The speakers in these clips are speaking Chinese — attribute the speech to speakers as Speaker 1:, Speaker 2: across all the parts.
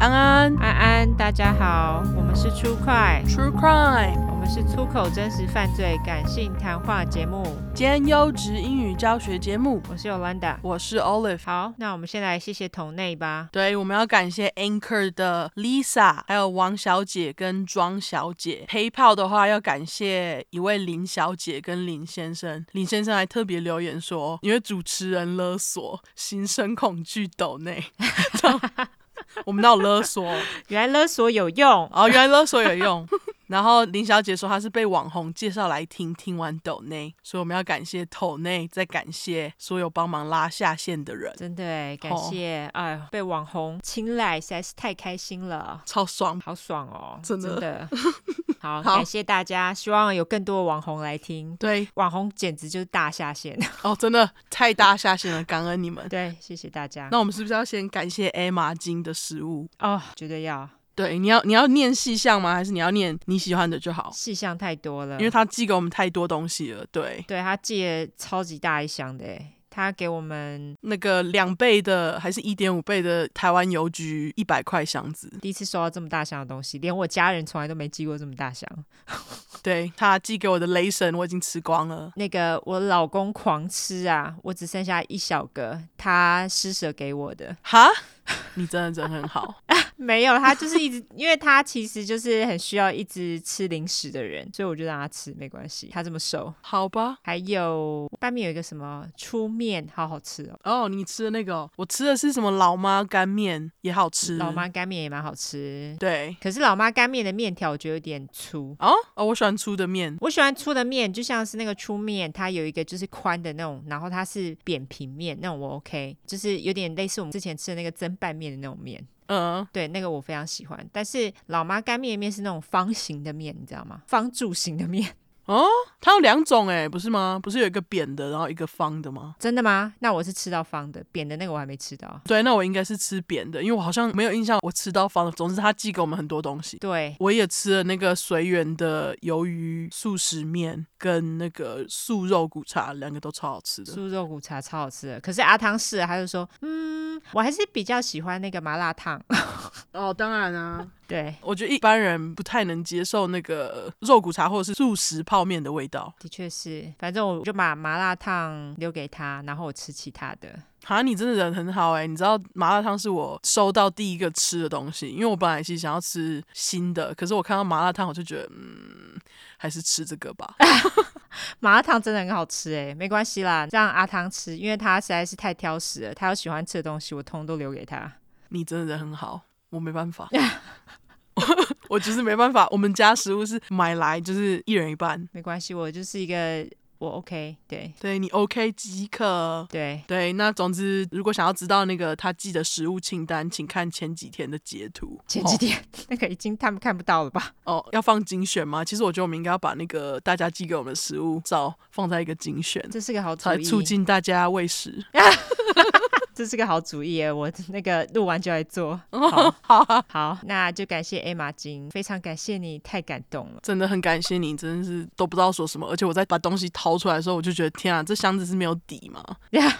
Speaker 1: 安安
Speaker 2: 安安，大家好，我们是出快，
Speaker 1: ，True Crime，
Speaker 2: 我们是出口真实犯罪感性谈话节目，
Speaker 1: 兼优质英语教学节目，
Speaker 2: 我是 Yolanda。
Speaker 1: 我是 Olive。
Speaker 2: 好，那我们先来谢谢同内吧。
Speaker 1: 对，我们要感谢 Anchor 的 Lisa，还有王小姐跟庄小姐。PayPal 的话，要感谢一位林小姐跟林先生。林先生还特别留言说，因为主持人勒索，心生恐惧，抖内。 我们哪有勒索？
Speaker 2: 原来勒索有用，
Speaker 1: 哦，原来勒索有用。 然后林小姐说她是被网红介绍来听，听完抖内，所以我们要感谢抖内，再感谢所有帮忙拉下线的人，
Speaker 2: 真的哎，感
Speaker 1: 哦
Speaker 2: 谢，哎呦，被网红青睐实在是太开心了。
Speaker 1: 超爽。
Speaker 2: 好爽哦！
Speaker 1: 真的
Speaker 2: 好，
Speaker 1: 好
Speaker 2: 感谢大家，希望有更多的网红来听。
Speaker 1: 对，
Speaker 2: 网红简直就是大下线，
Speaker 1: 哦，真的太大下线了，感恩你们。
Speaker 2: 对，谢谢大家。
Speaker 1: 那我们是不是要先感谢 Emma 金的食物？
Speaker 2: 哦，绝对要，
Speaker 1: 对，你要你要念细项吗？还是你要念你喜欢的就好？
Speaker 2: 细项太多了，
Speaker 1: 因为他寄给我们太多东西了。对，
Speaker 2: 对他寄了超级大一箱的耶，他给我们
Speaker 1: 那个两倍的还是一点五倍的台湾邮局一百块箱子，
Speaker 2: 第一次收到这么大箱的东西，连我家人从来都没寄过这么大箱。
Speaker 1: 对他寄给我的雷神我已经吃光了。
Speaker 2: 那个我老公狂吃啊，我只剩下一小个，他施舍给我的。
Speaker 1: 哈，你真的人很好，
Speaker 2: 没有，他就是一直， 因为他其实就是很需要一直吃零食的人，所以我就让他吃，没关系，他这么瘦。
Speaker 1: 好吧？
Speaker 2: 还有外面有一个什么粗面，好好吃哦，
Speaker 1: 哦，你吃的那个哦、我吃的是什么老妈干面，也好吃。
Speaker 2: 老妈干面也蛮好吃，
Speaker 1: 对，
Speaker 2: 可是老妈干面的面条我觉得有点粗。
Speaker 1: 哦哦，我喜欢粗的面，
Speaker 2: 我喜欢粗的面，就像是那个粗面，它有一个就是宽的那种，然后它是扁平面那种，我 OK，就是有点类似我们之前吃的那个蒸拌面的那种面，
Speaker 1: 嗯、
Speaker 2: 对，那个我非常喜欢。但是老妈干面的面是那种方形的面，你知道吗？方柱形的面，
Speaker 1: 哦，它有两种哎，不是吗？不是有一个扁的，然后一个方的吗？
Speaker 2: 真的吗？那我是吃到方的，扁的那个我还没吃到。
Speaker 1: 对，那我应该是吃扁的，因为我好像没有印象我吃到方的。总之，他寄给我们很多东西。
Speaker 2: 对，
Speaker 1: 我也吃了那个随缘的鱿鱼素食面跟那个素肉骨茶，两个都超好吃的。
Speaker 2: 酥肉骨茶超好吃的。可是阿汤试了，他就说，嗯，我还是比较喜欢那个麻辣烫。
Speaker 1: 哦，当然啊，
Speaker 2: 对，
Speaker 1: 我觉得一般人不太能接受那个呃肉骨茶或者是素食泡面的味道。
Speaker 2: 的确是，反正我就把麻辣烫留给他，然后我吃其他的。
Speaker 1: 哈，你真的人很好哎、你知道麻辣烫是我收到第一个吃的东西，因为我本来其实想要吃新的，可是我看到麻辣烫我就觉得，嗯，还是吃这个 吧。
Speaker 2: 麻辣烫真的很好吃诶，没关系啦，让阿汤吃，因为他实在是太挑食了，他有喜欢吃的东西，我通都留给他。
Speaker 1: 你真的人很好，我没办法， 我就是没办法。我们家食物是买来就是一人一半，
Speaker 2: 没关系，我就是一个我 OK，对
Speaker 1: 对你 OK 即可。
Speaker 2: 对，
Speaker 1: 对，那总之，如果想要知道那个他寄的食物清单，请看前几天的截图。
Speaker 2: 前几天、 那个已经他们看不到了吧？
Speaker 1: 哦哦，要放精选吗？其实我觉得我们应该要把那个大家寄给我们的食物照放在一个精选，
Speaker 2: 这是个好主
Speaker 1: 才
Speaker 2: 意，
Speaker 1: 促进大家喂食。
Speaker 2: 这是个好主意耶！我那个录完就来做。
Speaker 1: 好 啊，
Speaker 2: 好，那就感谢 Emma 金，非常感谢你，太感动了。
Speaker 1: 真的很感谢你，真的是都不知道说什么。而且我在把东西掏出来的时候，我就觉得天啊，这箱子是没有底嘛，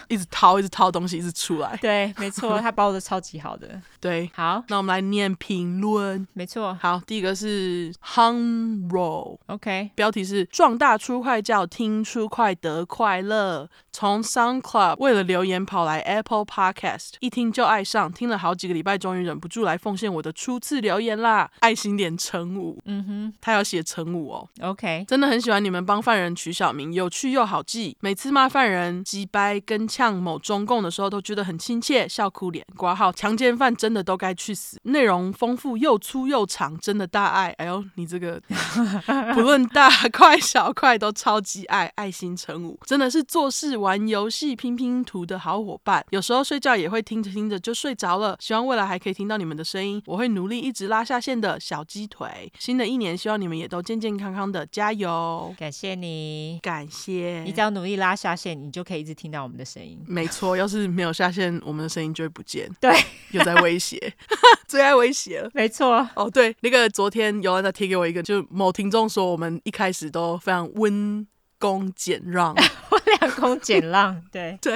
Speaker 1: 一直掏，一直掏东西，一直出来。
Speaker 2: 对，没错，他包的超级好的。
Speaker 1: 对，
Speaker 2: 好，
Speaker 1: 那我们来念评论。
Speaker 2: 没错
Speaker 1: 好，第一个是 Hung Roll。
Speaker 2: ，OK，
Speaker 1: 标题是“壮大出快教，听出快得快乐”。从 Sound Club 为了留言跑来 Apple Podcast，一听就爱上，听了好几个礼拜，终于忍不住来奉献我的初次留言啦！爱心脸乘五，
Speaker 2: 嗯
Speaker 1: 他要写乘五哦。
Speaker 2: 哼，OK，
Speaker 1: 真的很喜欢你们帮犯人取小名，有趣又好记。每次骂犯人、击掰、跟呛某中共的时候，都觉得很亲切，笑哭脸。挂号，强奸犯真的都该去死。内容丰富又粗又长，真的大爱。哎呦，你这个 不论大块小块都超级爱，爱心成五，真的是做事、玩游戏、拼拼图的好伙伴。有时候睡觉也会听着听着就睡着了。希望未来还可以听到你们的声音，我会努力一直拉下线的小鸡腿。新的一年，希望你们也都健健康康的，加油！
Speaker 2: 感谢你，
Speaker 1: 感谢
Speaker 2: 你只要努力拉下线，你就可以一直听到我们的声音。
Speaker 1: 没错，要是没有下线，我们的声音就 会不见。
Speaker 2: 对，
Speaker 1: 又在威胁， 最爱威胁了。
Speaker 2: 没错，
Speaker 1: 哦，对，那个昨天尤安娜贴给我一个，就某听众说我们一开始都非常温。恭俭让，
Speaker 2: 两公减浪， 对，
Speaker 1: 对，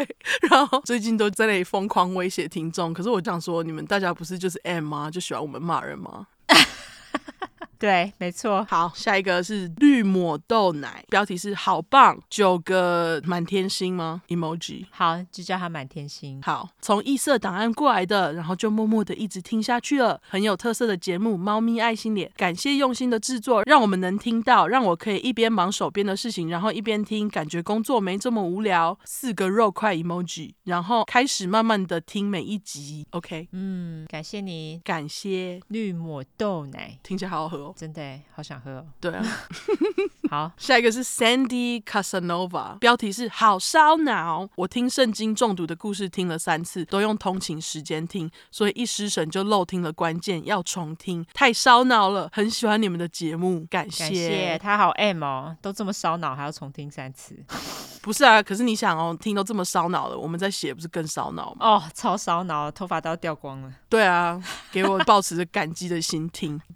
Speaker 1: 然后最近都在那里疯狂威胁听众。可是我想说，你们大家不是就是 M 吗？就喜欢我们骂人吗？
Speaker 2: 对，没错，
Speaker 1: 好，下一个是绿抹豆奶，标题是好棒，九个满天星吗？emoji。
Speaker 2: 好，就叫他满天星。
Speaker 1: 好，从异色档案过来的，然后就默默的一直听下去了。很有特色的节目，猫咪爱心脸，感谢用心的制作，让我们能听到，让我可以一边忙手边的事情，然后一边听，感觉工作没这么无聊。四个肉块 emoji，然后开始慢慢的听每一集。OK，
Speaker 2: 嗯，感谢你，
Speaker 1: 感谢，
Speaker 2: 绿抹豆奶，
Speaker 1: 听起来好好喝哦。
Speaker 2: 真的耶好想喝哦。
Speaker 1: 对啊。
Speaker 2: 好，
Speaker 1: 下一个是 Sandy Casanova，标题是“好烧脑”。我听圣经中毒的故事听了三次，都用通勤时间听，所以一失神就漏听了关键，要重听，太烧脑了。很喜欢你们的节目，感谢。
Speaker 2: 感谢他好 M 哦，都这么烧脑，还要重听三次，
Speaker 1: 不是啊，可是你想哦，听都这么烧脑了，我们在写不是更烧脑吗？
Speaker 2: 哦，超烧脑，头发都要掉光了。
Speaker 1: 对 啊，给我保持着感激的心听。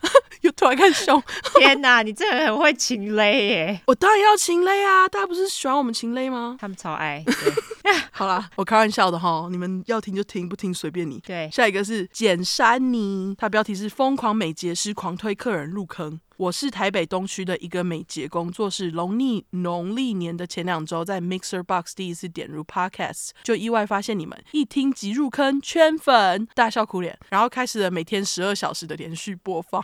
Speaker 1: 又突然看凶，
Speaker 2: 天哪，你真的很会情勒耶！
Speaker 1: 我当然要情勒啊！大家不是喜欢我们情勒吗？
Speaker 2: 他们超爱，对
Speaker 1: 好啦，我开玩笑的哈，你们要听就听，不听随便你。
Speaker 2: 对，
Speaker 1: 下一个是简山妮，她标题是“疯狂美睫师狂推客人入坑”。我是台北东区的一个美睫工作室，农历农历年的前两周，在 Mixer Box 第一次点入 Podcast，就意外发现你们，一听即入坑，圈粉，大笑苦脸，然后开始了每天十二小时的连续播放，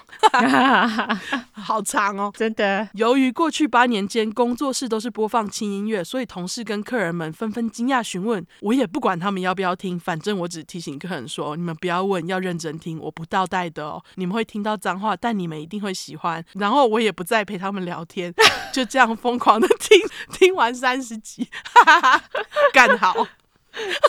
Speaker 1: 好长哦。
Speaker 2: 真的
Speaker 1: 由于过去八年间工作室都是播放轻音乐，所以同事跟客人们纷纷惊讶询问。我也不管他们要不要听，反正我只提醒客人说：你们不要问，要认真听，我不倒带的哦。你们会听到脏话，但你们一定会喜欢。然后我也不再陪他们聊天， 就这样疯狂的听，听完三十集，哈哈哈，干好。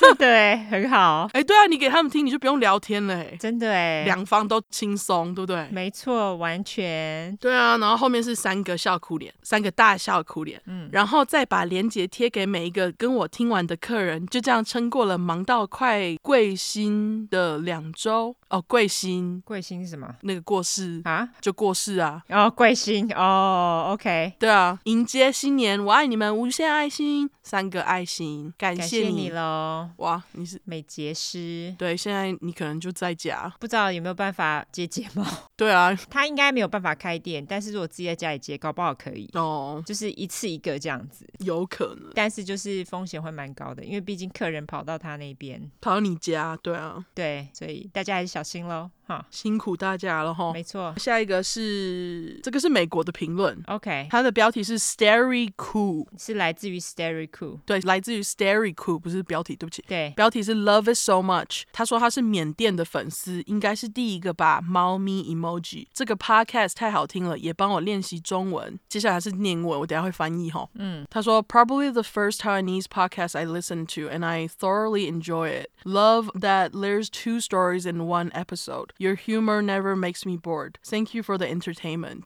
Speaker 2: 真的哎，很好，
Speaker 1: 哎，对啊，你给他们听，你就不用聊天了，哎，
Speaker 2: 真的哎，
Speaker 1: 两方都轻松，对不对？
Speaker 2: 没错，完全
Speaker 1: 对啊，然后后面是三个笑哭脸，三个大笑哭脸，嗯，然后再把链接贴给每一个跟我听完的客人，就这样撑过了忙到快贵新的两周哦，贵新
Speaker 2: 贵星是什么
Speaker 1: 那个过世
Speaker 2: 啊？
Speaker 1: 就过世啊，
Speaker 2: 哦，贵星哦，OK，
Speaker 1: 对啊，迎接新年，我爱你们，无限爱心，三个爱心，感
Speaker 2: 感
Speaker 1: 谢
Speaker 2: 谢
Speaker 1: 你，
Speaker 2: 你喽，
Speaker 1: 哇，你是
Speaker 2: 美睫师。
Speaker 1: 对，现在你可能就在家，
Speaker 2: 不知道有没有办法接睫毛，
Speaker 1: 对啊，
Speaker 2: 他应该没有办法开店，但是如果自己在家里接，搞不好可以，
Speaker 1: 哦，
Speaker 2: 就是一次一个这样子。
Speaker 1: 有可能
Speaker 2: 但是就是风险会蛮高的，因为毕竟客人跑到他那边，
Speaker 1: 跑到你家，对啊，
Speaker 2: 对，所以大家还是小心喽，哈，
Speaker 1: 辛苦大家了哈。
Speaker 2: 没错
Speaker 1: 下一个是这个是美国的评论，
Speaker 2: ，OK，
Speaker 1: 它的标题是 Starry Cool，
Speaker 2: 是来自于 Starry Cool，
Speaker 1: 对，来自于 Starry Cool，不是标题，对不起。
Speaker 2: 对，
Speaker 1: 标题是 Love It So Much。他说他是缅甸的粉丝，应该是第一个吧。猫咪 emoji 这个 podcast 太好听了，也帮我练习中文。接下来是念文，我等一下会翻译哈。嗯，他说 Probably the first Taiwanese podcast I listened to, and I thoroughly enjoy it. Love that there's two stories in one episode. Your humor never makes me bored. Thank you for the entertainment.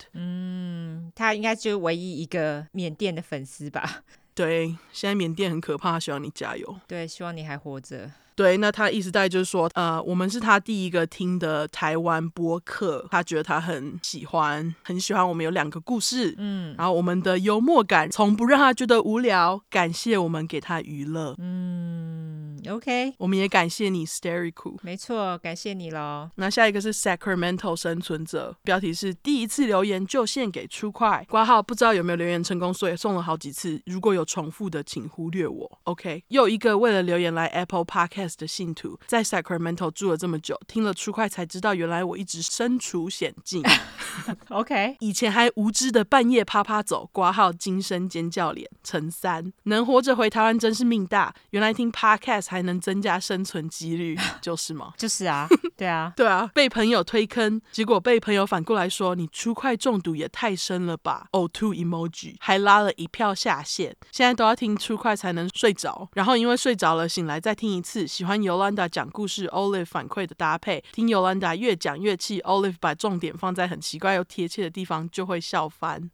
Speaker 2: 他应该就是唯一一个缅甸的粉丝吧？
Speaker 1: 对，现在缅甸很可怕，希望你加油。
Speaker 2: 对，希望你还活着。
Speaker 1: 对，那他意思大概就是说，呃，我们是他第一个听的台湾播客，他觉得他很喜欢，很喜欢我们有两个故事，嗯，然后我们的幽默感从不让他觉得无聊，感谢我们给他娱乐，
Speaker 2: 嗯，OK，
Speaker 1: 我们也感谢你 Starry Cool。
Speaker 2: 没错，感谢你喽。
Speaker 1: 那下一个是 Sacramento 生存者，标题是第一次留言就献给出快挂号，不知道有没有留言成功，所以送了好几次。如果有重复的，请忽略我。OK，又一个为了留言来 Apple Podcast 的信徒，在 Sacramento 住了这么久，听了出快才知道，原来我一直身处险境，
Speaker 2: OK，
Speaker 1: 以前还无知的半夜啪啪走，挂号惊声尖叫脸，乘三，能活着回台湾真是命大。原来听 Podcast 还能增加生存几率， 就是吗？
Speaker 2: 就是啊，对啊，
Speaker 1: 对啊，被朋友推坑，结果被朋友反过来说你出快中毒也太深了吧呕吐 emoji 还拉了一票下线，现在都要听出快才能睡着，然后因为睡着了醒来再听一次，喜欢尤兰达讲故事 Olive 反馈的搭配，听尤兰达越讲越气，Olive 把重点放在很奇怪又贴切的地方就会笑翻。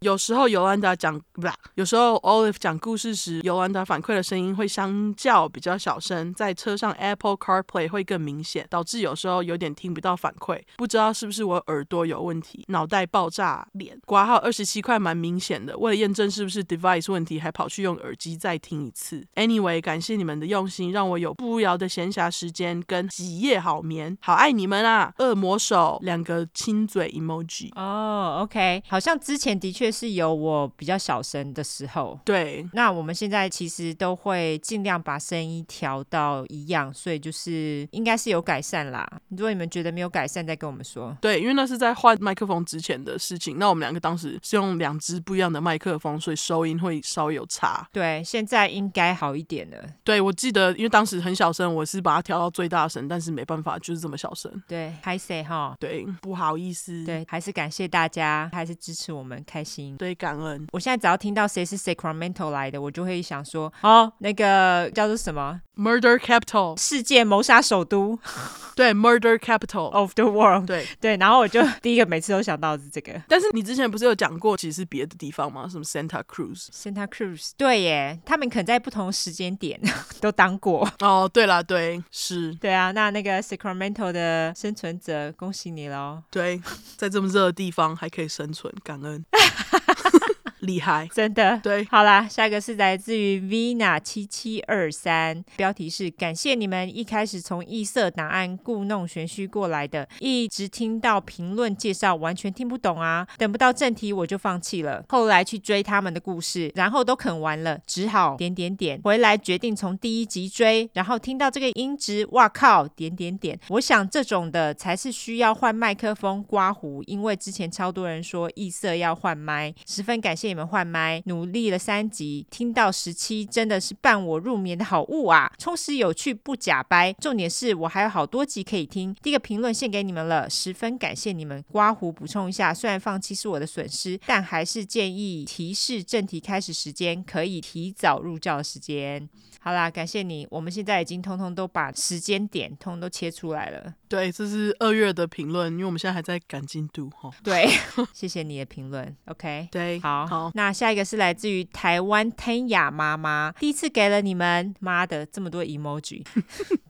Speaker 1: 有时候尤兰达讲不啦，有时候 Olive 讲故事时，尤兰达反馈的声音会相较比较小声，在车上 Apple CarPlay 会更明显，导致有时候有点听不到反馈，不知道是不是我耳朵有问题，脑袋爆炸脸。挂号二十七块蛮明显的，为了验证是不是 device 问题，还跑去用耳机再听一次。Anyway，感谢你们的用心，让我有不无聊的闲暇时间跟几夜好眠，好爱你们啊！恶魔手两个亲嘴 emoji。
Speaker 2: 哦、o k 好像之前的确是有我比较小声的时候。
Speaker 1: 对，
Speaker 2: 那我们现在其实都会尽量把声音调到一样，所以就是应该是有改善啦。如果你们觉得没有改善，再跟我们说。
Speaker 1: 对，因为那是在换麦克风之前的事情。那我们两个当时是用两支不一样的麦克风，所以收音会稍微有差。
Speaker 2: 对，现在应该好一点了。
Speaker 1: 对，我记得，因为当时很小声，我是把它调到最大声，但是没办法，就是这么小声。
Speaker 2: 对，拍谁哈？
Speaker 1: 对，不好意思。
Speaker 2: 对，还是感谢大家，还是支持我们，开心。
Speaker 1: 对，感恩。
Speaker 2: 我现在只要听到谁是 Sacramento 来的，我就会想说，哦，那个叫做什么
Speaker 1: Murder Capital，
Speaker 2: 世界谋杀首都
Speaker 1: 对，Murder Capital。哦
Speaker 2: of the world。
Speaker 1: 对，
Speaker 2: 对，然后我就第一个每次都想到的是这个
Speaker 1: 但是你之前不是有讲过，其实是别的地方吗？什么 Santa Cruz？
Speaker 2: Santa Cruz。对耶，他们可能在不同时间点 都当过。
Speaker 1: 哦，对啦，对，是，
Speaker 2: 对啊，那那个 Sacramento 的生存者，恭喜你喽！
Speaker 1: 对，在这么热的地方还可以生存，感恩， 厉害。
Speaker 2: 真的，
Speaker 1: 对
Speaker 2: 好啦，下一个是来自于 Vina 七七二三，标题是感谢你们一开始从异色档案故弄玄虚过来的，一直听到评论介绍，完全听不懂啊，等不到正题我就放弃了，后来去追他们的故事，然后都啃完了，只好点点点回来决定从第一集追，然后听到这个音质，哇靠，点点点，我想这种的才是需要换麦克风刮胡，因为之前超多人说异色要换麦，十分感谢你们换麦，努力了三集，听到十七真的是伴我入眠的好物啊，充实有趣不假掰，重点是我还有好多集可以听，第一个评论献给你们了，十分感谢你们。刮胡补充一下，虽然放弃是我的损失，但还是建议提示正题开始时间可以提早入教的时间。好啦，感谢你，我们现在已经通通都把时间点通通都切出来了。
Speaker 1: 对，这是二月的评论，因为我们现在还在赶进度哈。哦
Speaker 2: 对， 谢谢你的评论，OK。
Speaker 1: 对，
Speaker 2: 好
Speaker 1: 好，
Speaker 2: 那下一个是来自于台湾天雅妈妈，第一次给了你们，妈的这么多 emoji，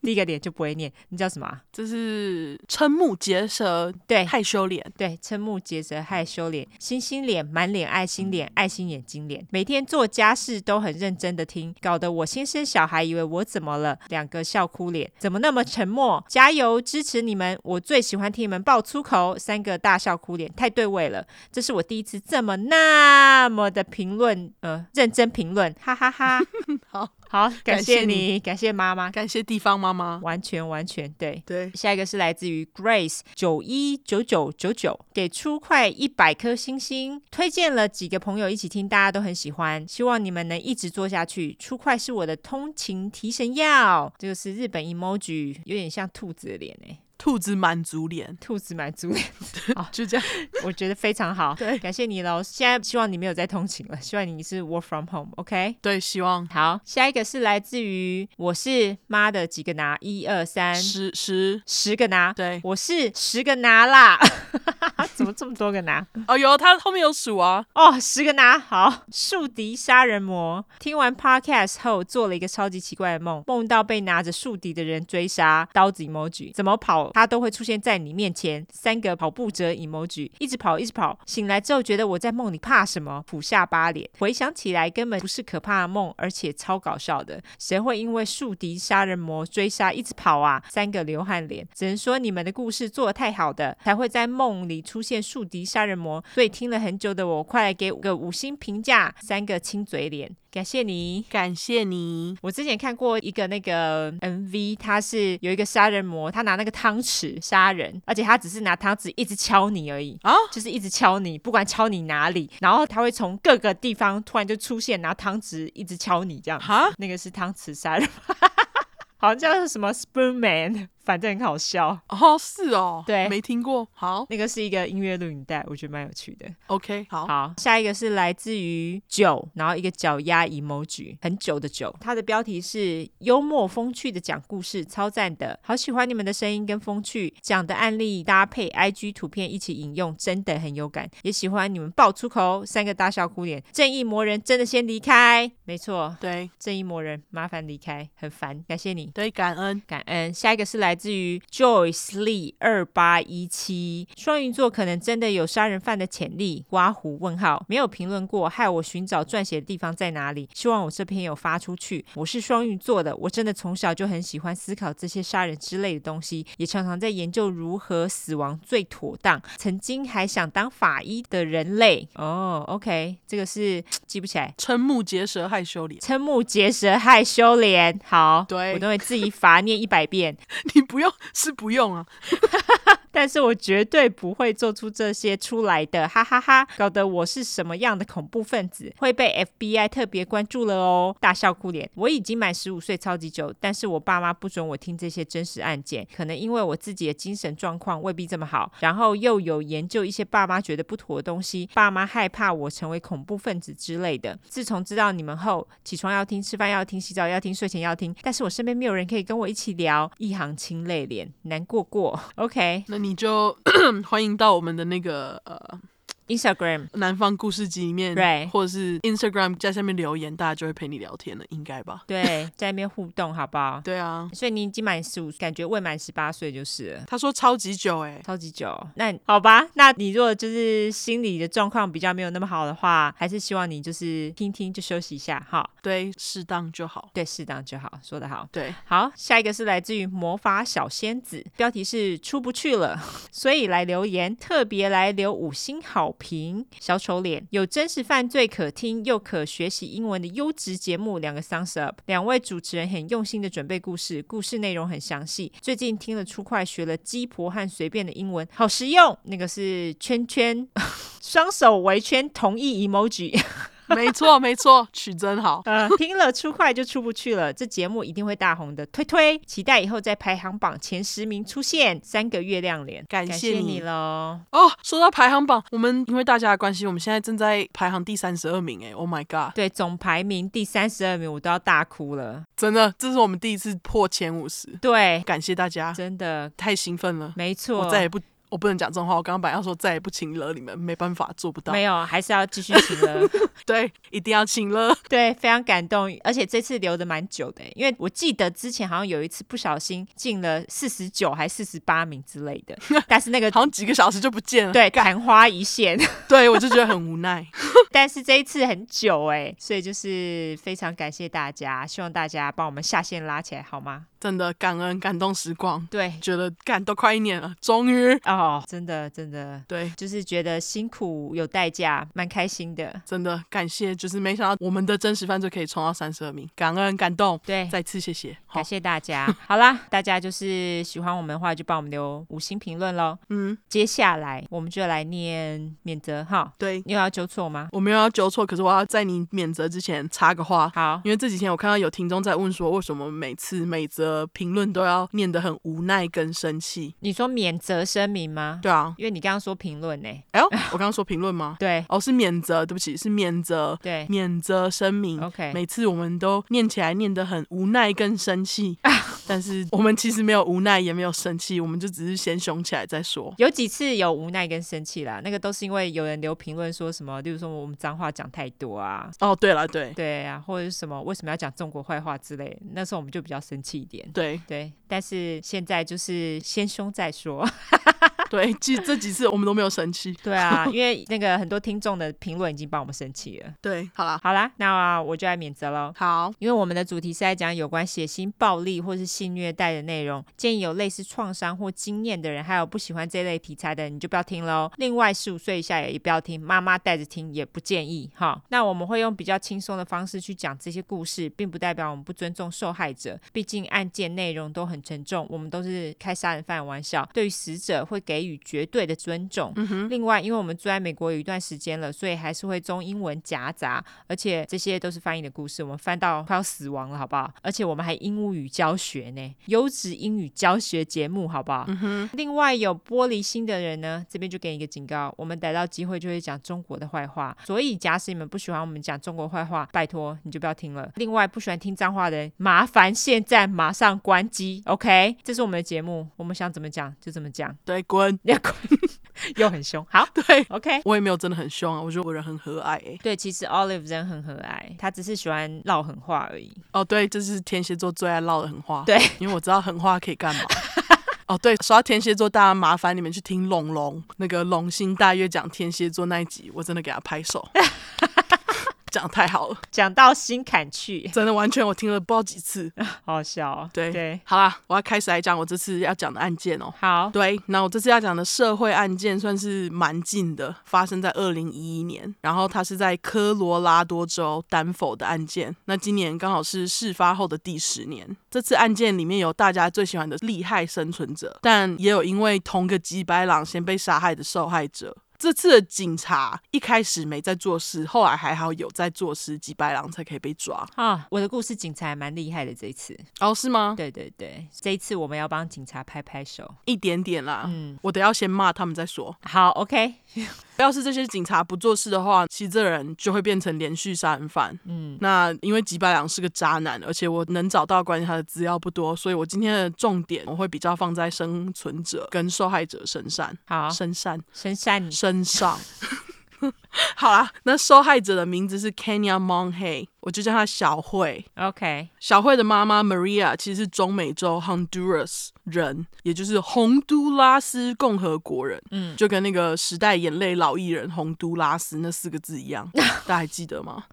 Speaker 2: 第一 个脸就不会念，你叫什么啊？
Speaker 1: 这是瞠目结舌，
Speaker 2: 对
Speaker 1: 害羞脸。
Speaker 2: 对，瞠目结舌，害羞脸，星星脸，满脸爱心脸，爱心眼睛脸，每天做家事都很认真的听，搞得我先生小孩以为我怎么了，两个笑哭脸，怎么那么沉默？加油，支持你们，我最喜欢听你们爆粗口，三个大笑哭脸，太对味了，这是我第一次这么那么的评论，呃，认真评论，哈哈哈
Speaker 1: 好，
Speaker 2: 好，感
Speaker 1: 感
Speaker 2: 谢
Speaker 1: 谢
Speaker 2: 你，感谢妈妈，
Speaker 1: 感谢地方妈妈。
Speaker 2: 完全完全对，
Speaker 1: 对，
Speaker 2: 下一个是来自于 Grace 九一九九九九，给出快一百颗星星，推荐了几个朋友一起听，大家都很喜欢，希望你们能一直做下去。出快是我的通勤提神药，这个是日本 emoji，有点像兔子的脸哎、
Speaker 1: 兔子满足脸，
Speaker 2: 兔子满足脸，
Speaker 1: 哦就这样。
Speaker 2: 我觉得非常 好，
Speaker 1: 对
Speaker 2: 感谢你喽。现在希望你没有在通勤了，希望你是 work from home，OK？、
Speaker 1: 对，希望
Speaker 2: 好，下一个是来自于我是妈的几个拿，一二三，
Speaker 1: 十十
Speaker 2: 十个拿，
Speaker 1: 对。
Speaker 2: 我是十个拿啦， 怎么这么多个拿？
Speaker 1: 哦，有他后面有数啊。
Speaker 2: 哦，十个拿，好，树敌杀人魔。听完 podcast 后，做了一个超级奇怪的梦，梦到被拿着树敌的人追杀，刀子 emoji，怎么跑他都会出现在你面前，三个跑步者 emoji，一直跑一直跑。醒来之后觉得我在梦里怕什么，苦下巴脸。回想起来根本不是可怕的梦，而且超搞笑的。谁会因为树敌杀人魔追杀一直跑啊？三个流汗脸，只能说你们的故事做得太好的，才会在梦里出现树敌杀人魔。所以听了很久的我，快来给我个五星评价，三个亲嘴脸，感谢你。
Speaker 1: 感谢你。
Speaker 2: 我之前看过一个那个 MV，他是有一个杀人魔，他拿那个汤匙杀人，而且他只是拿汤匙一直敲你而已
Speaker 1: 啊
Speaker 2: 就是一直敲你，不管敲你哪里，然后他会从各个地方突然就出现，拿汤匙一直敲你这样。
Speaker 1: 哈，
Speaker 2: 那个是汤匙杀人，好像叫什么 Spoon Man，反正很好笑。
Speaker 1: 哦，是哦，
Speaker 2: 对
Speaker 1: 没听过。好
Speaker 2: 那个是一个音乐录影带，我觉得蛮有趣的。
Speaker 1: ，OK，好，
Speaker 2: 好，下一个是来自于酒，然后一个脚丫 emoji，很久的久。它的标题是幽默风趣的讲故事，超赞的，好喜欢你们的声音跟风趣，讲的案例搭配 IG 图片一起引用，真的很有感。也喜欢你们爆粗口，三个大笑哭脸，正义魔人真的先离开，没错，
Speaker 1: 对
Speaker 2: 正义魔人麻烦离开，很烦，感谢你。
Speaker 1: 对，感恩。
Speaker 2: 感恩。下一个是来自于 Joyce Lee 二八一七，双鱼座可能真的有杀人犯的潜力。刮胡问号没有评论过，害我寻找撰写的地方在哪里？希望我这篇有发出去。我是双鱼座的，我真的从小就很喜欢思考这些杀人之类的东西，也常常在研究如何死亡最妥当。曾经还想当法医的人类。哦、o k 这个是记不起来。
Speaker 1: 瞠目结舌，害羞脸。
Speaker 2: 瞠目结舌，害羞脸。好，
Speaker 1: 对
Speaker 2: 我都会自己罚念一百遍。
Speaker 1: 你不用是不用啊，
Speaker 2: 但是我绝对不会做出这些出来的，哈哈哈搞得我是什么样的恐怖分子，会被 FBI 特别关注了哦！大笑哭脸，我已经满十五岁超级久，但是我爸妈不准我听这些真实案件，可能因为我自己的精神状况未必这么好，然后又有研究一些爸妈觉得不妥的东西，爸妈害怕我成为恐怖分子之类的。自从知道你们后，起床要听，吃饭要听，洗澡要听，睡前要听，但是我身边没有人可以跟我一起聊，一行清泪脸，难过过。OK，
Speaker 1: 那你就 欢迎到我们的那个呃
Speaker 2: Instagram
Speaker 1: 南方故事集里面，
Speaker 2: 对
Speaker 1: 或者是 Instagram 在下面留言，大家就会陪你聊天了，应该吧？
Speaker 2: 对，在那边互动好不好？
Speaker 1: 对啊，
Speaker 2: 所以你已经满十五，感觉未满十八岁就是了。
Speaker 1: 他说超级久哎、
Speaker 2: 超级久，那好吧，那你如果就是心理的状况比较没有那么好的话，还是希望你就是听听就休息一下哈，
Speaker 1: 对，适当就好。
Speaker 2: 对，适当就好，说得好。
Speaker 1: 对，
Speaker 2: 好，下一个是来自于魔法小仙子，标题是出不去了， 所以来留言，特别来留五星好评。小丑脸有真实犯罪可听又可学习英文的优质节目，两个 thumbs up。两位主持人很用心的准备故事，故事内容很详细。最近听了出快，学了鸡婆和随便的英文，好实用。那个是圈圈， 双手围圈，同意 emoji。
Speaker 1: 没 错没错，曲真好。
Speaker 2: 呃，听了出快就出不去了，这节目一定会大红的，推推！期待以后在排行榜前十名出现，三个月亮脸，
Speaker 1: 感
Speaker 2: 感
Speaker 1: 谢
Speaker 2: 谢
Speaker 1: 你
Speaker 2: 你喽！
Speaker 1: 哦，说到排行榜，我们因为大家的关系，我们现在正在排行第三十二名哎、o h my god，
Speaker 2: 对，总排名第三十二名，我都要大哭了。
Speaker 1: 真的，这是我们第一次破前五十，
Speaker 2: 对，
Speaker 1: 感谢大家，
Speaker 2: 真的，
Speaker 1: 太兴奋了，
Speaker 2: 没错
Speaker 1: 我，再也不，我不能讲这种话，我刚刚本来要说再也不请了你们，没办法做不到，
Speaker 2: 没有，还是要继续请 了。
Speaker 1: 对，一定要请了，
Speaker 2: 对，非常感动，而且这次留的蛮久的，因为我记得之前好像有一次不小心进了四十九还四十八名之类 的，但是那个
Speaker 1: 好像几个小时就不见了，
Speaker 2: 对昙花一现。
Speaker 1: 对我就觉得很无 奈，
Speaker 2: 但是这一次很久哎、所以就是非常感谢大家，希望大家帮我们下线拉起来好吗？
Speaker 1: 真的感恩感动时光，
Speaker 2: 对，
Speaker 1: 觉得干都快一年了，终于，
Speaker 2: 哦，真的真的，
Speaker 1: 对，
Speaker 2: 就是觉得辛苦有代价，蛮开心的。
Speaker 1: 真的感谢，就是没想到我们的真实犯罪可以冲到三十二名，感恩感动，
Speaker 2: 对，
Speaker 1: 再次谢谢，好
Speaker 2: 感，谢大 家。好啦，大家就是喜欢我们的话，就帮我们留五星评论喽。
Speaker 1: 嗯，
Speaker 2: 接下来我们就来念免责哈，
Speaker 1: 对。
Speaker 2: 你有要纠错吗？
Speaker 1: 我没有要纠错，可是我要在你免责之前插个话，
Speaker 2: 好，
Speaker 1: 因为这几天我看到有听众在问说，为什么每次每则评论都要念得很无奈跟生气？
Speaker 2: 你说免责声明吗？
Speaker 1: 对啊，
Speaker 2: 因为你刚刚说评论欸呢、
Speaker 1: 哎呦，我刚刚说评论吗？
Speaker 2: 对
Speaker 1: 哦，是免责，对不起，是免责，
Speaker 2: 对
Speaker 1: 免责声明。
Speaker 2: ，OK，
Speaker 1: 每次我们都念起来念得很无奈跟生气，但是我们其实没有无奈，也没有生气，我们就只是先凶起来再说。
Speaker 2: 有几次有无奈跟生气啦，那个都是因为有人留评论说什么，例如说我们脏话讲太多啊，
Speaker 1: 哦，对了，对
Speaker 2: 对啊，或者是什么为什么要讲中国坏话之类，那时候我们就比较生气一点。
Speaker 1: 对
Speaker 2: 对，但是现在就是先凶再说。
Speaker 1: 对，其实这几次我们都没有生气。
Speaker 2: 对啊，因为那个很多听众的评论已经帮我们生气了。
Speaker 1: 对，好啦，
Speaker 2: 好啦，那我就来免责喽。
Speaker 1: 好，
Speaker 2: 因为我们的主题是在讲有关血腥、暴力或是性虐待的内容，建议有类似创伤或经验的人，还有不喜欢这类题材的人，你就不要听喽。另外，十五岁以下也不要听，妈妈带着听也不建议哈。那我们会用比较轻松的方式去讲这些故事，并不代表我们不尊重受害者，毕竟案件内容都很沉重，我们都是开杀人犯的玩笑，对于死者会给给予绝对的尊重。
Speaker 1: 嗯哼，
Speaker 2: 另外，因为我们住在美国有一段时间了，所以还是会中英文夹杂，而且这些都是翻译的故事，我们翻到快要死亡了，好不好？而且我们还英语教学呢，优质英语教学节目，好不好？另外有玻璃心的人呢，这边就给你一个警告，我们逮到机会就会讲中国的坏话，所以假使你们不喜欢我们讲中国坏话，拜托你就不要听了。另外不喜欢听脏话的人，麻烦现在马上关机，OK？这是我们的节目，我们想怎么讲就怎么讲，
Speaker 1: 对，滚，
Speaker 2: 要关又很凶，好
Speaker 1: 对。
Speaker 2: ，OK。
Speaker 1: 我也没有真的很凶啊，我觉得我人很和蔼、欸。
Speaker 2: 对，其实 Olive 人很和蔼，他只是喜欢唠狠话而已。
Speaker 1: 哦，对，这是天蝎座最爱唠的狠话。
Speaker 2: 对，
Speaker 1: 因为我知道狠话可以 干嘛。哦，对，说到天蝎座，大家麻烦你们去听龙龙那个龙星大悦讲天蝎座那一集，我真的给他拍 手，讲得太好了，
Speaker 2: 讲到心坎去，
Speaker 1: 真的完全我听了不知道几次。
Speaker 2: 好好笑、哦。
Speaker 1: 对
Speaker 2: 对，
Speaker 1: 好啦，我要开始来讲我这次要讲的案件哦。
Speaker 2: 好，
Speaker 1: 对，那我这次要讲的社会案件算是蛮近的，发生在二零一一年，然后它是在科罗拉多州丹佛的案件。那今年刚好是事发后的第十年。这次案件里面有大家最喜欢的厉害生存者，但也有因为同个几百朗先被杀害的受害者。这次的警察一开始没在做事，后来还好有在做事，几百郎才可以被抓。
Speaker 2: 啊、我的故事警察还蛮厉害的这一次。
Speaker 1: 哦，是吗？
Speaker 2: 对对对，这一次我们要帮警察拍拍手。
Speaker 1: 一点点啦。
Speaker 2: 嗯，
Speaker 1: 我得要先骂他们再说。
Speaker 2: 好，OK，
Speaker 1: 要是这些警察不做事的话，其实这人就会变成连续杀人犯。嗯，那因为吉百良是个渣男，而且我能找到关于他的资料不多，所以我今天的重点我会比较放在生存者跟受害者身上。
Speaker 2: 好，
Speaker 1: 身上，
Speaker 2: 深善你
Speaker 1: 身上。 好啦，那受害者的名字是 Kenya Monhey，我就叫她小慧。
Speaker 2: ，OK，
Speaker 1: 小慧的妈妈 Maria 其实是中美洲 Honduras 人，也就是洪都拉斯共和国人。嗯，就跟那个时代眼泪老艺人洪都拉斯那四个字一样， 大家还记得吗？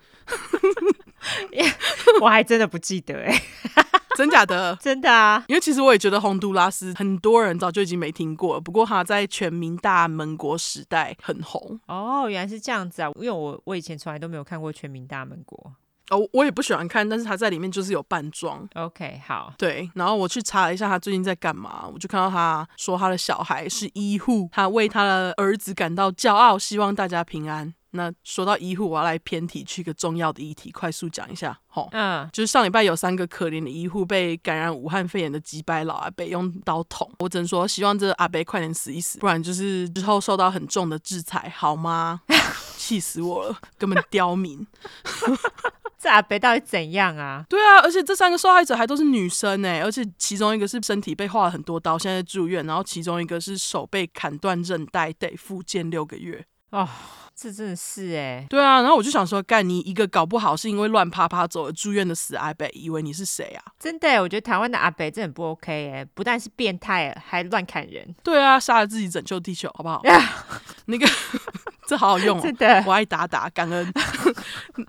Speaker 2: 我还真的不记得哎、
Speaker 1: 真假的？
Speaker 2: 真的啊，
Speaker 1: 因为其实我也觉得洪都拉斯很多人早就已经没听过了，不过他在全民大盟国时代很红。
Speaker 2: 哦，原来是这样子啊，因为我我以前从来都没有看过《全民大闷国
Speaker 1: 哦，我也不喜欢看，但是他在里面就是有扮装。》。
Speaker 2: OK，好，
Speaker 1: 对，然后我去查了一下他最近在干嘛，我就看到他说他的小孩是医护，他为他的儿子感到骄傲，希望大家平安。那说到医护，我要来偏题去一个重要的议题，快速讲一下。吼、
Speaker 2: 嗯，
Speaker 1: 就是上礼拜有三个可怜的医护被感染武汉肺炎的几百老阿伯用刀捅，我只能说希望这阿伯快点死一死，不然就是之后受到很重的制裁，好吗？ 气死我了，根本刁民。
Speaker 2: 这阿北到底怎样啊？
Speaker 1: 对啊，而且这三个受害者还都是女生哎，而且其中一个是身体被划了很多刀，现在住院，然后其中一个是手被砍断韧带，得复健六个月。
Speaker 2: 哦，这真的是哎、
Speaker 1: 对啊，然后我就想说，干你一个搞不好是因为乱啪啪走而住院的死阿北，以为你是谁啊？
Speaker 2: 真的耶，欸我觉得台湾的阿北真的很不 OK 哎，不但是变态，欸还乱砍人，
Speaker 1: 对啊，杀了自己拯救地球，好不好？那个这好好用哦，
Speaker 2: 真的
Speaker 1: 我爱打打，感恩。